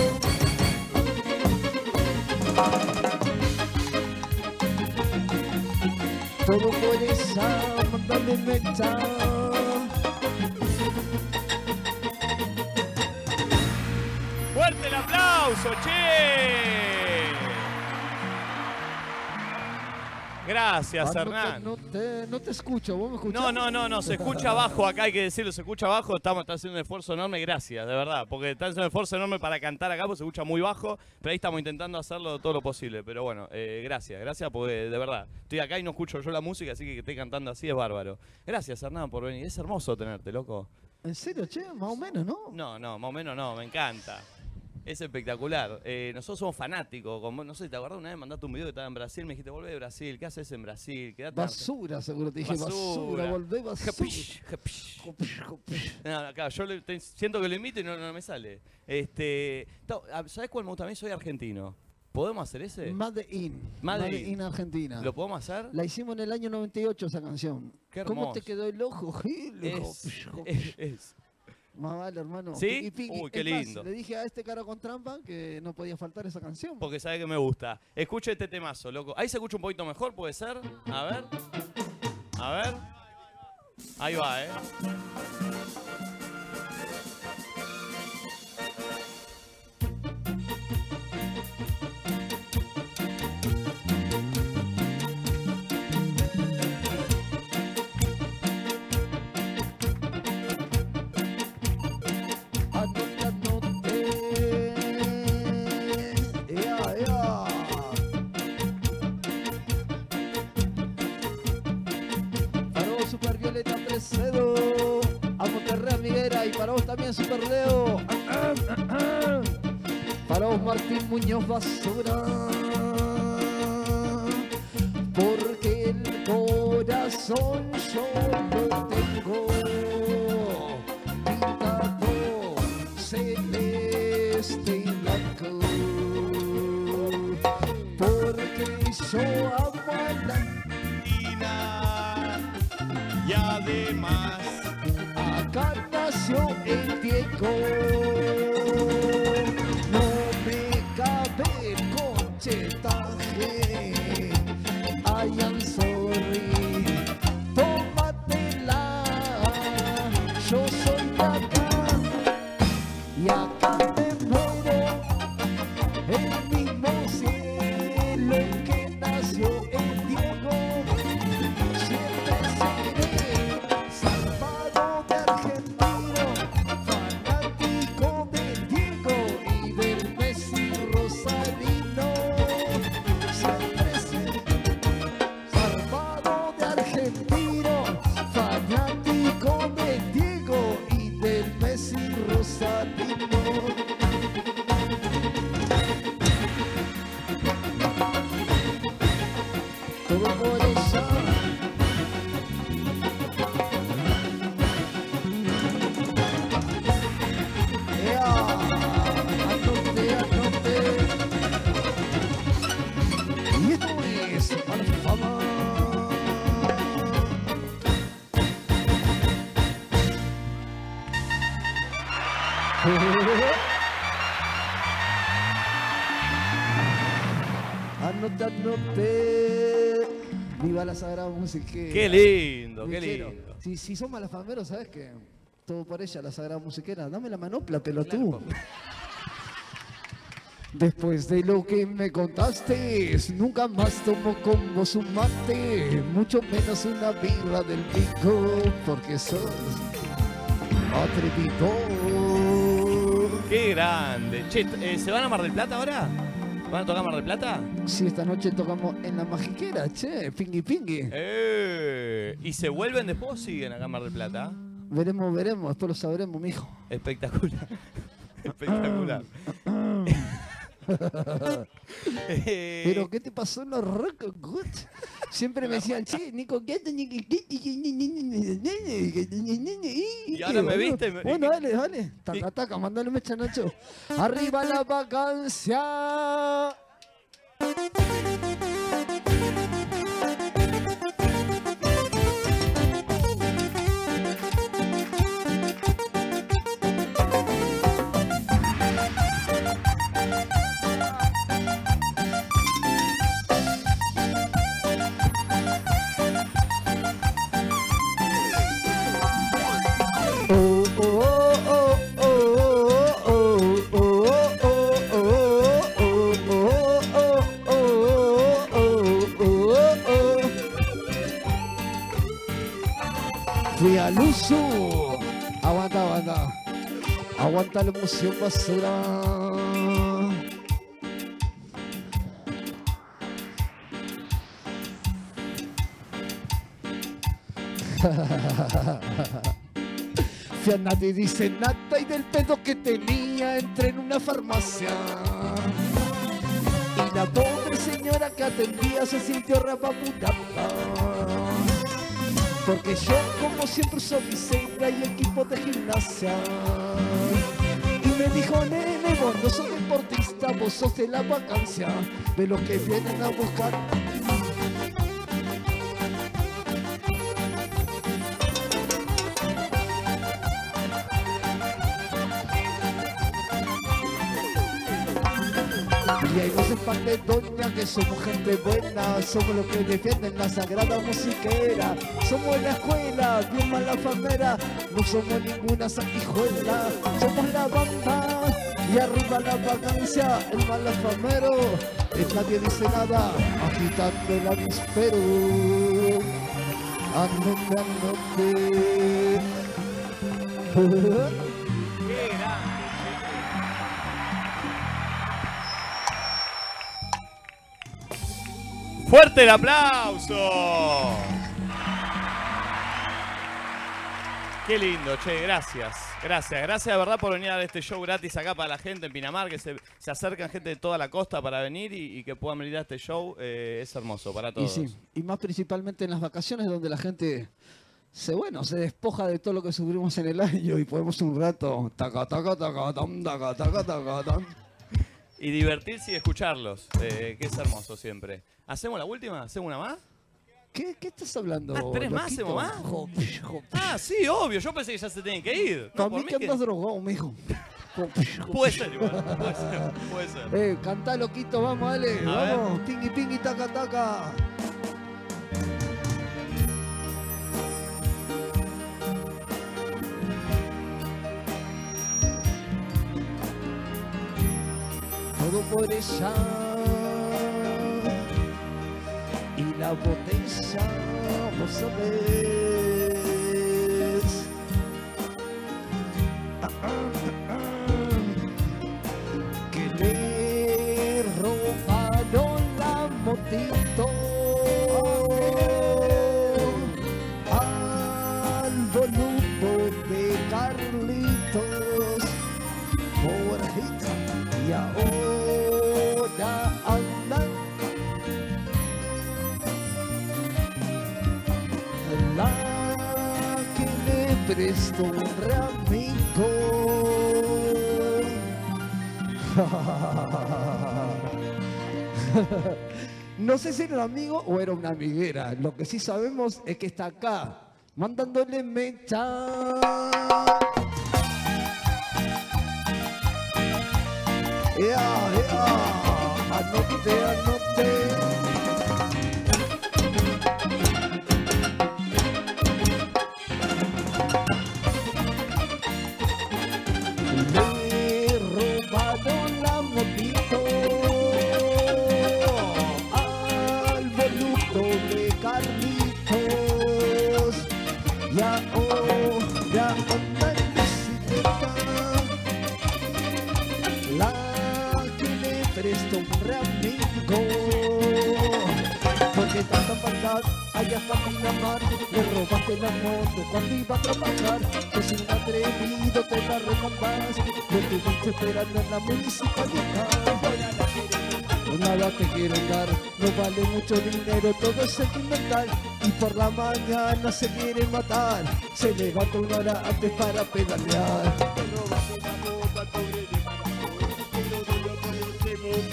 Todo por esa, mándale mecha.
¡Fuerte el aplauso, che! Gracias,
Ah, no te-
Hernán.
No te, no te escucho, vos me escuchás.
No, no, no, no, se escucha abajo acá, hay que decirlo, se escucha abajo, estamos está haciendo un esfuerzo enorme, gracias, de verdad, porque está haciendo un esfuerzo enorme para cantar acá, porque se escucha muy bajo, pero ahí estamos intentando hacerlo todo lo posible, pero bueno, eh, gracias, gracias, porque de verdad, estoy acá y no escucho yo la música, así que que esté cantando así es bárbaro. Gracias, Hernán, por venir, es hermoso tenerte, loco.
En serio, che, más o menos, ¿no?
No, no, más o menos no, me encanta. Es espectacular. Eh, nosotros somos fanáticos. Como, no sé, ¿te acordás una vez mandaste un video que estaba en Brasil? Me dijiste, volvé de Brasil, ¿qué haces en Brasil? Quedate
Basura, seguro te dije, basura, volvé basura. Japish, japish.
No, no, claro, yo le- te- siento que lo imito y no, no me sale. Este, to- ah, ¿Sabes cuál me gusta a mí? Soy argentino. ¿Podemos hacer ese?
Made in.
Made
Made
in.
in Argentina.
¿Lo podemos hacer?
La hicimos en el año 98 esa canción.
Qué
¿Cómo
hermoso.
te quedó el ojo, Gil?
Es- es- es-
Más vale, hermano.
¿Sí?
Piqui, piqui.
Uy, qué
Es más,
lindo.
le dije a este cara con trampa que no podía faltar esa canción.
Porque sabe que me gusta. Escucha este temazo, loco. Ahí se escucha un poquito mejor, puede ser. A ver. A ver. Ahí va, eh.
torneo. Ah, ah, ah, ah. Para Martín Muñoz Basura. Porque el corazón yo lo tengo. Pintado celeste y blanco. Porque yo amo a la Argentina. Y además, acá nació el Diego. No me cabe conchetaje. I am sorry. Tómatela. Yo soy de acá. Y acá te muero. El mismo cielo en que nació el Diego. Siempre seré salvado de argentino, fanático del Diego y del Messi Rosalino. Siempre seré salvado de argentino, fanático del Diego y del Messi Rosalino. Todo por eso. Ea, anote, anote. Y esto es Alfama. Anote, anote. Viva la sagrada música.
Qué lindo, qué
Luchero,
lindo.
Si, si sos malafameros, ¿sabes qué? Todo por ella, la sagrada musiquera. Dame la manopla, pelotudo. Después de lo que me contaste, nunca más tomo con vos un mate, mucho menos una birra del pico, porque sos atrevido.
Qué grande. Che, eh, ¿se van a Mar del Plata ahora? ¿Van a tocar Mar del Plata?
Si esta noche tocamos en la magiquera, che, pingui pingui.
Eh, ¿Y se vuelven después o siguen acá en Mar del Plata?
Veremos, veremos, después lo sabremos, mijo.
Espectacular. Espectacular. Eh,
Pero ¿qué te pasó en los rock good? Siempre me decían, che, Nico, ¿qué haces? Y
Y ahora me viste y me-
Bueno, dale, dale. Taca, taca, mandale un mecha, Nacho. Arriba la vacancia. Oh, oh, oh, oh, oh, oh, oh, oh, oh, oh, oh, oh, oh, oh, oh, oh, oh. Fui al uso. Aguanta, aguanta. Aguanta la emoción basura. Fui a nadie dice nada y del pedo que tenía entré en una farmacia. Y la pobre señora que atendía se sintió rapaputapa. Porque yo como siempre uso mi cena y equipo de gimnasia. Y me dijo, nene, vos no sos deportista, vos sos de la vacancia, de lo que vienen a buscar. Y ahí no se parte doña que somos gente buena, somos los que defienden la sagrada musiquera, somos la escuela, bien mala famera, no somos ninguna sanguijuela, somos la banda y arriba la vacancia, el malafamero, el nadie dice nada, agitando el avispero, anote, anote.
¡Fuerte el aplauso! Qué lindo, che, gracias. Gracias, gracias de verdad por venir a dar este show gratis acá para la gente en Pinamar, que se, se acercan gente de toda la costa para venir y, y que puedan venir a este show. eh, es hermoso para
Y
todos.
sí, y más principalmente en las vacaciones donde la gente se, bueno, se despoja de todo lo que sufrimos en el año y podemos un rato. Taca, taca, taca, tam, taca, taca, taca, tam.
Y divertirse y escucharlos, eh, que es hermoso siempre. ¿Hacemos la última? ¿Hacemos una más?
¿Qué, qué estás hablando?
Ah, ¿tres más
loquito?
hacemos más?
Jo, jo,
Ah, sí, obvio. Yo pensé que ya se tienen que ir.
Para
No,
mí
por mí
que
que-
andas drogado, mijo. Jo, jo,
Puede
jo.
ser igual, puede ser, puede ser.
Eh, cantá, loquito, vamos, dale,
A ver.
vamos. Tingui, tingui, taca, taca.
todo por ella y la botella, vos sabés. Ah, ah, ah, ah, Que le robaron la motito al volumen de Carlitos por y ahora andan la que le prestó un ramico
No sé si era un amigo o era una amiguera. Lo que sí sabemos es que está acá, mandándole mecha.
¡Ea, ea! Anote, anote. Le robaron la motito al voluto de Carlitos. Y ahora anda en bicicleta. La que le presto un ramigo Porque tanta maldad allá está Pinamar Le robaste la moto cuando iba a trabajar Pues sin atrevido te la recambás Lo tuviste esperando en la municipalidad Nada te quieren dar, no vale mucho dinero, todo es sentimental Y por la mañana se quieren matar Se levanta una hora antes para pedalear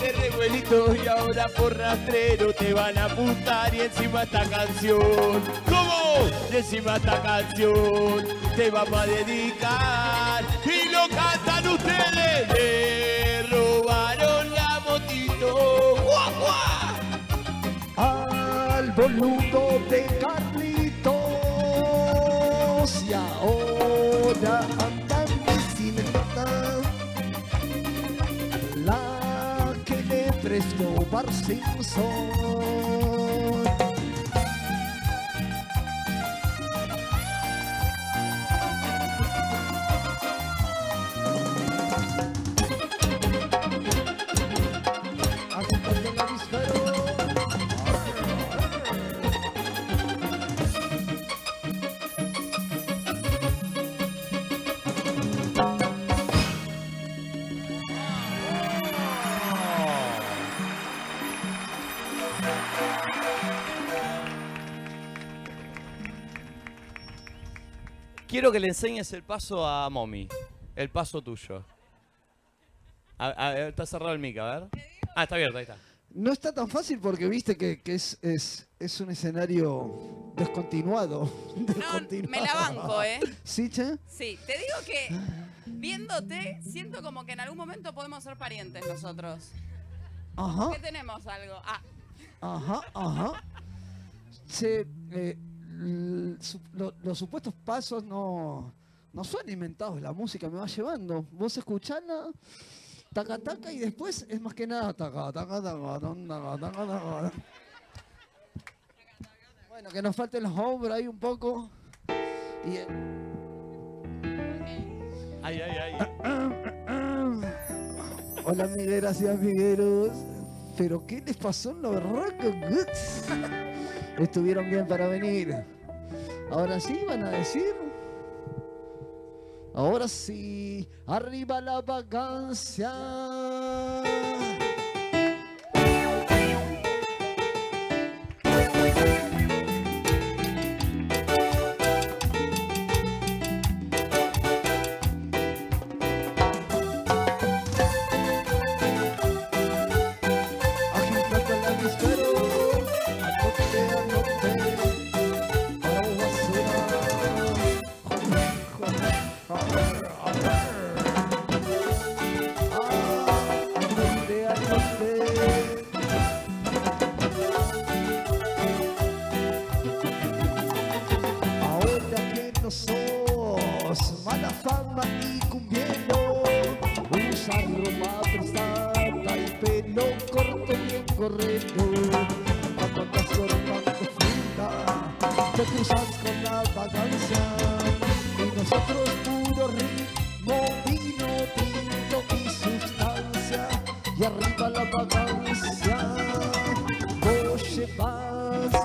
De revuelito y ahora por rastrero te van a apuntar y encima esta canción. ¿Cómo? Y encima esta canción te vamos a dedicar y lo cantan ustedes. Le robaron la motito. ¡Guau, guau!
Ah. al boludo de Carlitos y ahora anda en bicicleta la que le prestó Bar Simpson. Acompaña el avispero.
Quiero que le enseñes el paso a Momi. El paso tuyo. A- a- está cerrado el mic, a ver. Ah, está abierto, ahí está.
No está tan fácil porque viste que, que es, es, es un escenario descontinuado. descontinuado.
Me la banco, ¿eh?
¿Sí, che?
Sí, te digo que viéndote, siento como que en algún momento podemos ser parientes nosotros.
Ajá.
¿Qué tenemos algo? Ah,
Ajá, ajá. Che, eh, l- su- lo- los supuestos pasos no, no son inventados, la música me va llevando. Vos escuchala, taca taca y después es más que nada taca taca taca tan, taca taca taca. Bueno, que nos falten los hombros ahí un poco. Y eh, el-
Ay, ay,
Hola amigueras y amigueros. ¿Pero qué les pasó en los Rock Goods? Estuvieron bien para venir. Ahora sí van a decir
Ahora sí, arriba la vacancia. Agitando el avispero, anoche, anoche, para un basura. Ahora que no sos mala fama y cumbiero, usa ropa prestada y pelo corto bien correcto. Cuando andas cortando funda, te cruzas con la vacancia y nosotros puro ritmo, vino, tinto y sustancia y arriba la vacancia. Vos llevas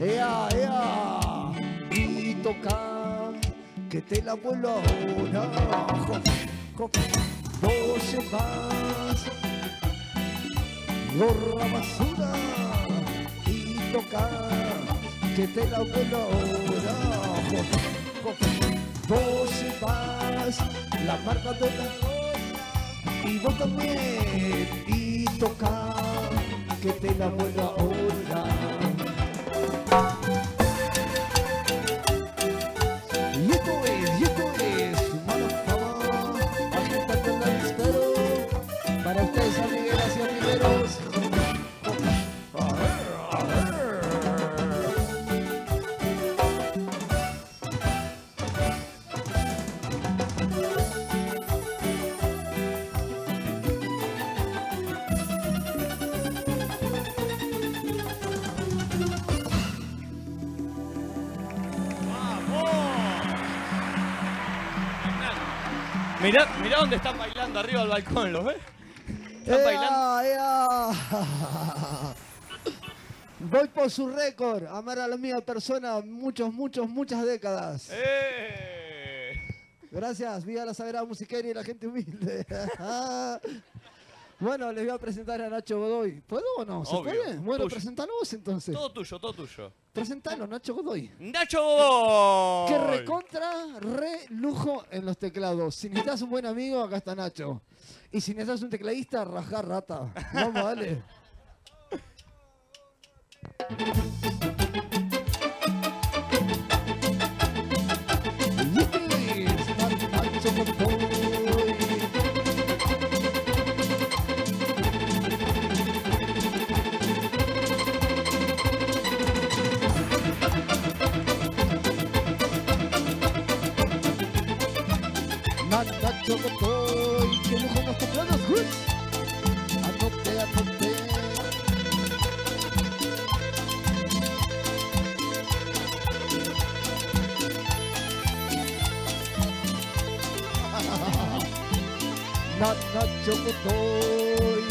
¡Ea, ea! Y toca que te la vuelo ahora. Jo, jo. Vos llevas gorra basura y toca que te la vuelo ahora. Jo, jo. Vos llevas la marca de la gloria y vos también y toca que te la vuelo ahora. Y esto es, y esto es, mala fama, agitando el avispero, para ustedes San Miguel hacia Riveros.
Mirá, mirá dónde están bailando arriba del balcón, ¿lo ves?
¡Ea, ea! Voy por su récord, amar a la misma persona muchos, muchos, muchas décadas.
Eh.
Gracias, viva la sagrada musiquera y la gente humilde. bueno, les voy a presentar a Nacho Godoy. ¿Puedo o no? ¿Se
Obvio,
puede? Bueno,
tuyo.
presentalo vos entonces.
Todo tuyo, todo tuyo.
Presentalo, Nacho Godoy.
¡Nacho Godoy!
Que recontra, re lujo en los teclados. Si necesitas un buen amigo, acá está Nacho. Y si necesitas un tecladista, rajá rata. Vamos, dale. Y esto es Nacho Godoy. Nacho Godoy, que lujo en los teclados. ¡Ups! Anote, anote. Na- Nacho Godoy.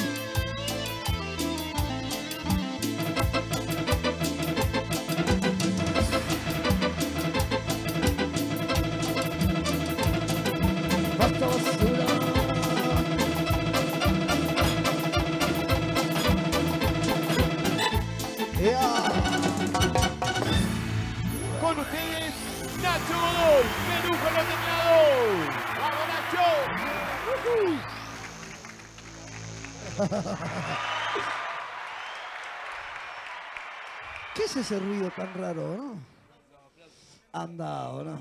Basta basura.
Con ustedes, Nacho Godoy, de lujo en los teclados. ¡Vamos, Nacho! ¡Ujú!
¿Qué es ese ruido tan raro, no? Anda, ahora.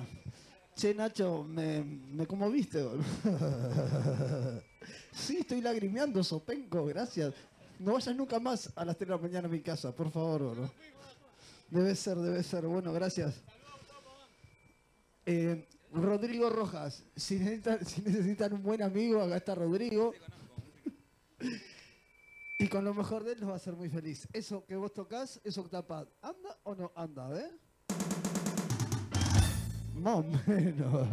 Che, Nacho, me, me conmoviste. boludo. sí, estoy lagrimeando, sopenco, gracias. No vayas nunca más a las 3 de la mañana a mi casa, por favor, boludo. Debe ser, debe ser. Bueno, gracias. Eh, Rodrigo Rojas, si necesitan, si necesitan un buen amigo, acá está Rodrigo. Y con lo mejor de él los va a hacer muy feliz. Eso que vos tocas, eso que tapás, ¿anda o no anda, eh? Más o menos.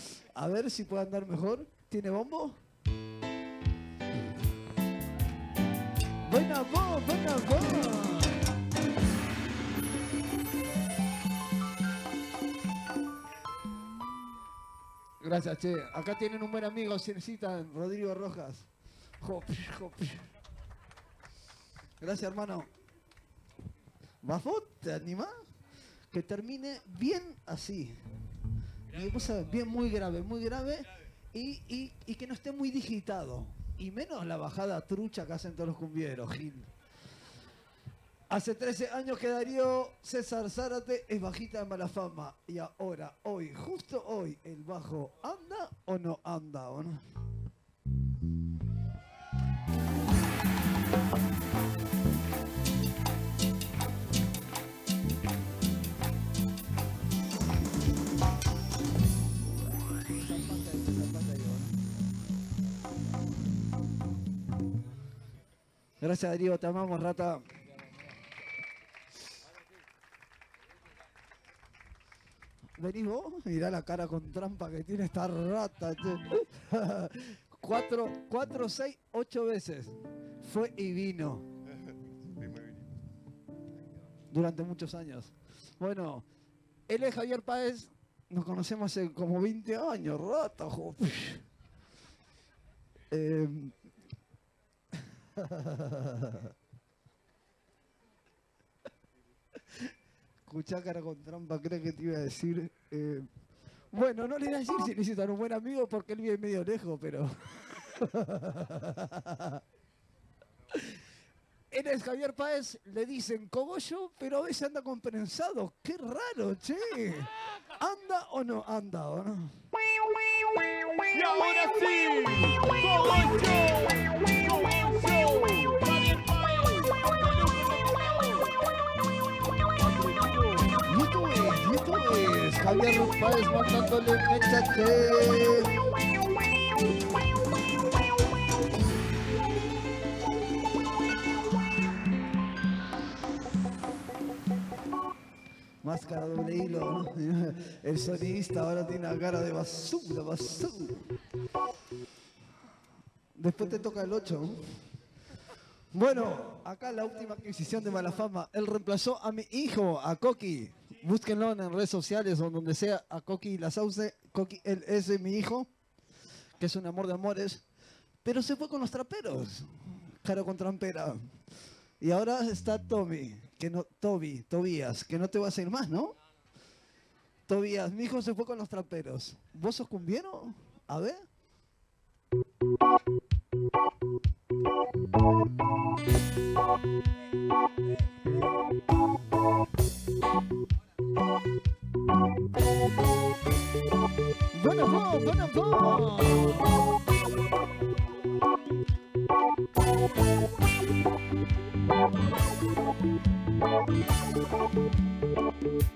A ver si puede andar mejor. ¿Tiene bombo? Buena voz, buena voz. Gracias, che. Acá tienen un buen amigo, si necesitan, Rodrigo Rojas. Hop, hop. Gracias, hermano. ¿Vas vos? ¿Te animás? Que termine bien así. Y cosa bien muy grave, muy grave. Y, y- y que no esté muy digitado. Y menos la bajada trucha que hacen todos los cumbieros, Gil. Hace 13 años que Darío César Zárate es bajita de mala fama. Y ahora, hoy, justo hoy, el bajo anda o no anda o no. Gracias Darío, te amamos, rata. ¿Venís vos? Mirá la cara con trampa que tiene esta rata, che. cuatro, cuatro, seis, ocho veces. Fue y vino. Durante muchos años. Bueno, él es Javier Páez. Nos conocemos hace como 20 años, rata, jo. Em, Escuchá, cara con trampa, creo que te iba a decir. eh, Bueno, no le iba a decir si necesitan un buen amigo porque él vive medio lejos, pero. Eres Javier Páez, le dicen cogollo, pero a veces anda con prensado. ¡Qué raro, che! ¿Anda o no anda o no?
Y ahora sí, Cogollo, Cogollo, Javier
Y esto es, y esto es Javier Páez mandándole un mechate. Máscara doble hilo, ¿no? El sonidista ahora tiene la cara de basura, basura. Después te toca el 8. Bueno, acá la última adquisición de mala fama. Él reemplazó a mi hijo, a Coqui. Búsquenlo en redes sociales o donde sea, a Coqui La Sauce. Coqui, él es mi hijo, que es un amor de amores. Pero se fue con los traperos. Cara con trampera. Y ahora está Tommy, que no, Toby, Tobías, que no te vas a ir más, ¿no? Tobías, mi hijo se fue con los traperos. ¿Vos sos cumbiero? A ver. Buena voz, buena voz.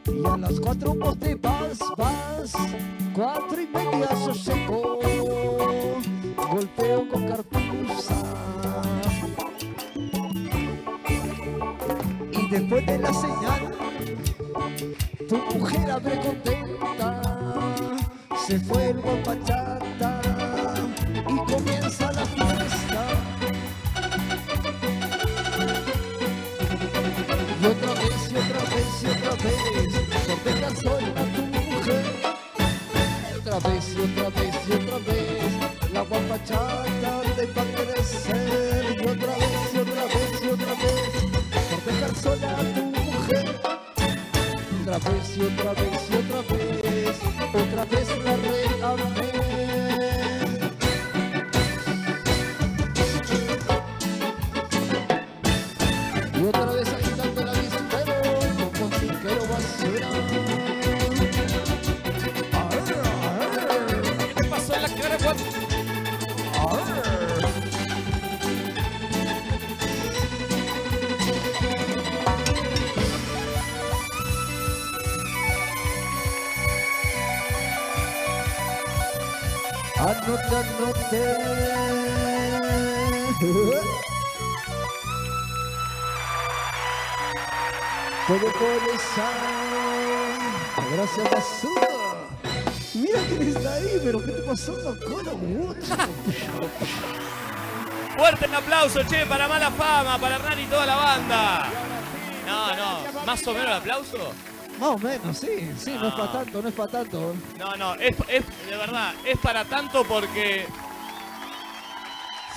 Y a las cuatro vos te vas, vas, cuatro y media sos seco, golpeo con cartuza. Y después de la señal, tu mujer abre contenta, se fue el guapachata y comienza la fiesta. Y otra vez, y otra vez, y otra vez, sorteja suelta tu mujer. Y otra vez, y otra vez, y otra vez, la guapachata te va a crecer. Y otra vez, y otra vez, y otra vez, sorteja sola a tu mujer. Y otra vez, y otra vez, y otra vez, otra vez la reamé. Y otra vez agitando la disquero, como disquero basura. ¿Qué pasó en la cara, guap?
Anota, anote. Todo corazón. Gracias, basura. Mira quién está ahí, pero ¿qué te pasó en la cola,
Fuerte el aplauso, che, para mala fama, para Hernán y toda la banda. No, no, más o menos el aplauso.
Más o menos, sí, sí, no es para tanto, no es para tanto.
No, no, es, es- de verdad, es para tanto porque.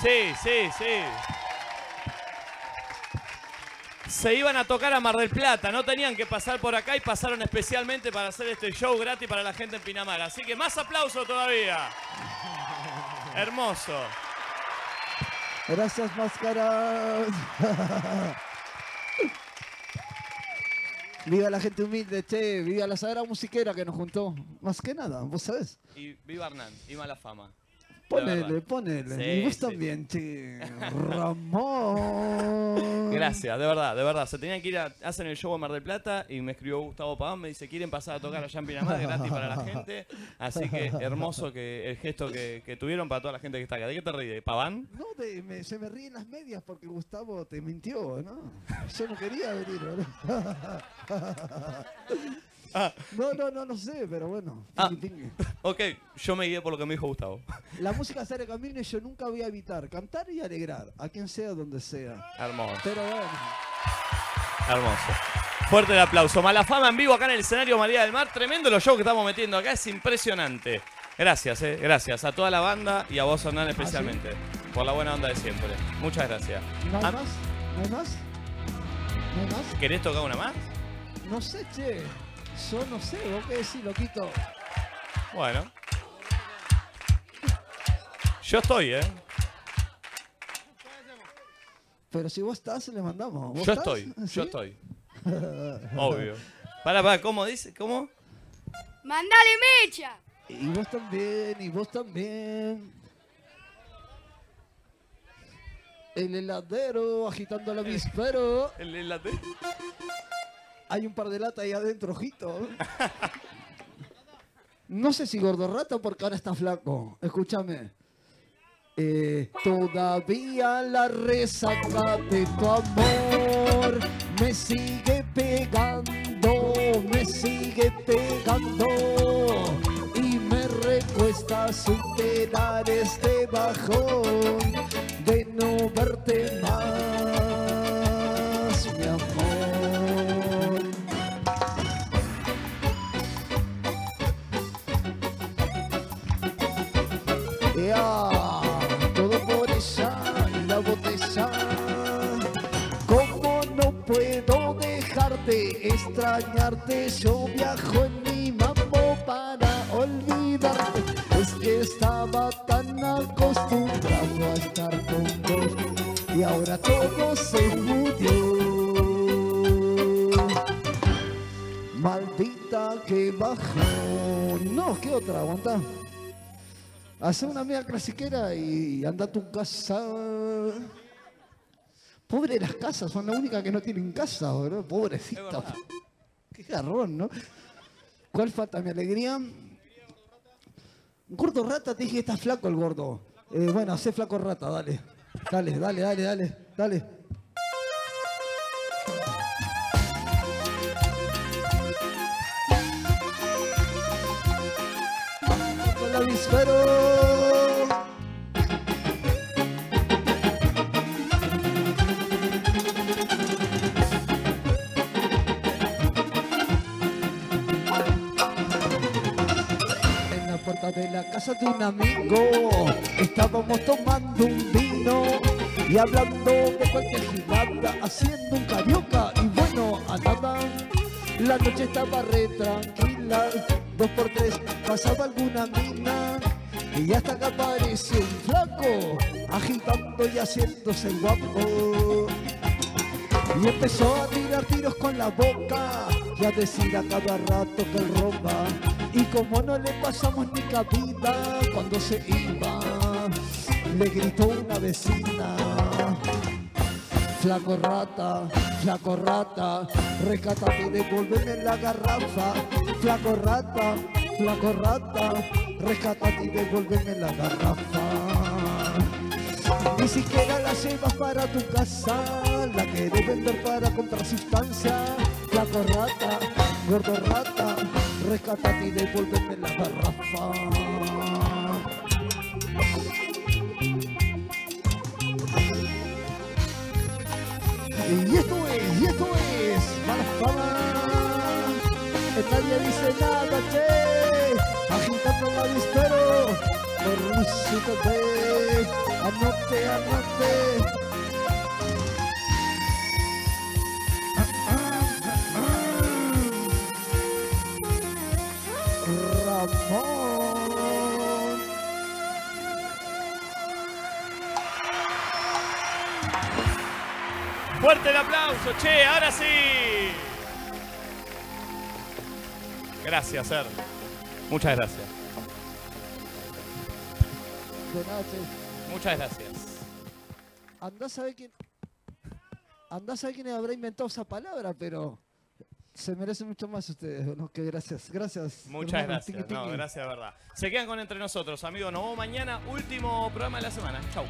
Sí, sí, sí. Se iban a tocar a Mar del Plata, no tenían que pasar por acá y pasaron especialmente para hacer este show gratis para la gente en Pinamar. Así que más aplauso todavía. Hermoso.
Gracias, máscaras. Viva la gente humilde, che, viva la sagrada musiquera que nos juntó. Más que nada, vos sabés.
Y viva Hernán, y mala fama.
Ponele, ponele.
Sí,
y vos
sí.
también, che. Ramón.
Gracias, de verdad, de verdad. Se tenían que ir a. Hacen el show a Mar del Plata y me escribió Gustavo Paván. Me dice: Quieren pasar a tocar allá en Pinamar gratis para la gente. Así que hermoso que el gesto que, que tuvieron para toda la gente que está acá. ¿De qué te ríes? ¿Paván?
No, de- me- se me ríen las medias porque Gustavo te mintió, ¿no? Yo no quería venir, ¿no? No, no, no, no sé, pero bueno.
Ah,
pingui, pingui.
ok, yo me guié por lo que me dijo Gustavo.
La música sale camino y yo nunca voy a evitar cantar y alegrar, a quien sea donde sea.
Hermoso.
Pero bueno.
Hermoso. Fuerte el aplauso. Malafama en vivo acá en el escenario María del Mar. Tremendo los shows que estamos metiendo acá. Es impresionante. Gracias, eh. Gracias a toda la banda y a vos, Hernán, especialmente. Por la buena onda de siempre. Muchas gracias.
¿No hay
Ah,
más? ¿No hay más? ¿No hay más?
¿Querés tocar una más?
No sé, che. Yo no sé, vos qué decís, loquito.
Bueno. Yo estoy, ¿eh?
Pero si vos estás, le mandamos. ¿Vos
Yo
estás?
estoy.
¿Sí?
Yo estoy. Obvio. Pará, pará. ¿Cómo dice? ¿Cómo?
¡Mandale mecha!
Y vos también, y vos también. El heladero agitando el avispero.
El helate.
Hay un par de latas ahí adentro, ojito. No sé si gordo rato porque ahora está flaco. Escúchame. Eh, todavía la resaca de tu amor me sigue pegando, me sigue pegando y me recuesta superar este bajón de no verte más, mi amor. Ya, todo por ella y la botella. Como no puedo dejarte, extrañarte, yo viajo en mi mambo para olvidarte. Es que estaba tan acostumbrado a estar con vos y ahora todo se murió. Maldita que bajó. No, ¿qué otra? Aguanta. Hacé una media clasiquera y anda a tu casa. Pobre las casas, son las únicas que no tienen casa, bro. Pobrecita. Qué garrón, ¿no? ¿Cuál falta mi alegría? Gordo rata, te dije que está flaco el gordo. Eh, bueno, hacé flaco rata, dale. Dale, dale, dale, dale, dale. Con el avispero. En la puerta de la casa de un amigo estábamos tomando un vino y hablando de cualquier giganta, haciendo un carioca y bueno, a nada. La noche estaba re tranquila, dos por tres pasaba alguna mina y hasta que apareció un flaco agitando y haciéndose el guapo. Y empezó a tirar tiros con la boca y a decir a cada rato que él roba. Y como no le pasamos ni cabida cuando se iba, le gritó una vecina. Flaco rata, flaco rata, rescátate, devuélveme la garrafa. Flaco rata, flaco rata, rescátate y devuélveme la garrafa. Ni siquiera la llevas para tu casa, la querés vender para comprar sustancia. Flaco rata, gordo rata, rescatate y devuélveme la garrafa. Y esto es, y esto es, mala fama.
pasito de anote, anote. Ramón.
Fuerte el aplauso, che, ahora sí. Gracias, Ser. Muchas gracias.
De nada, che.
Muchas gracias.
Andá a saber quién. Andá a saber quién habrá inventado esa palabra, pero. Se merecen mucho más ustedes, ¿no? Que gracias. Gracias.
Muchas
hermano.
gracias.
Tiqui,
No,
tiqui.
gracias de verdad. Se quedan con entre nosotros, amigos. Nos vemos mañana. Último programa de la semana. Chau.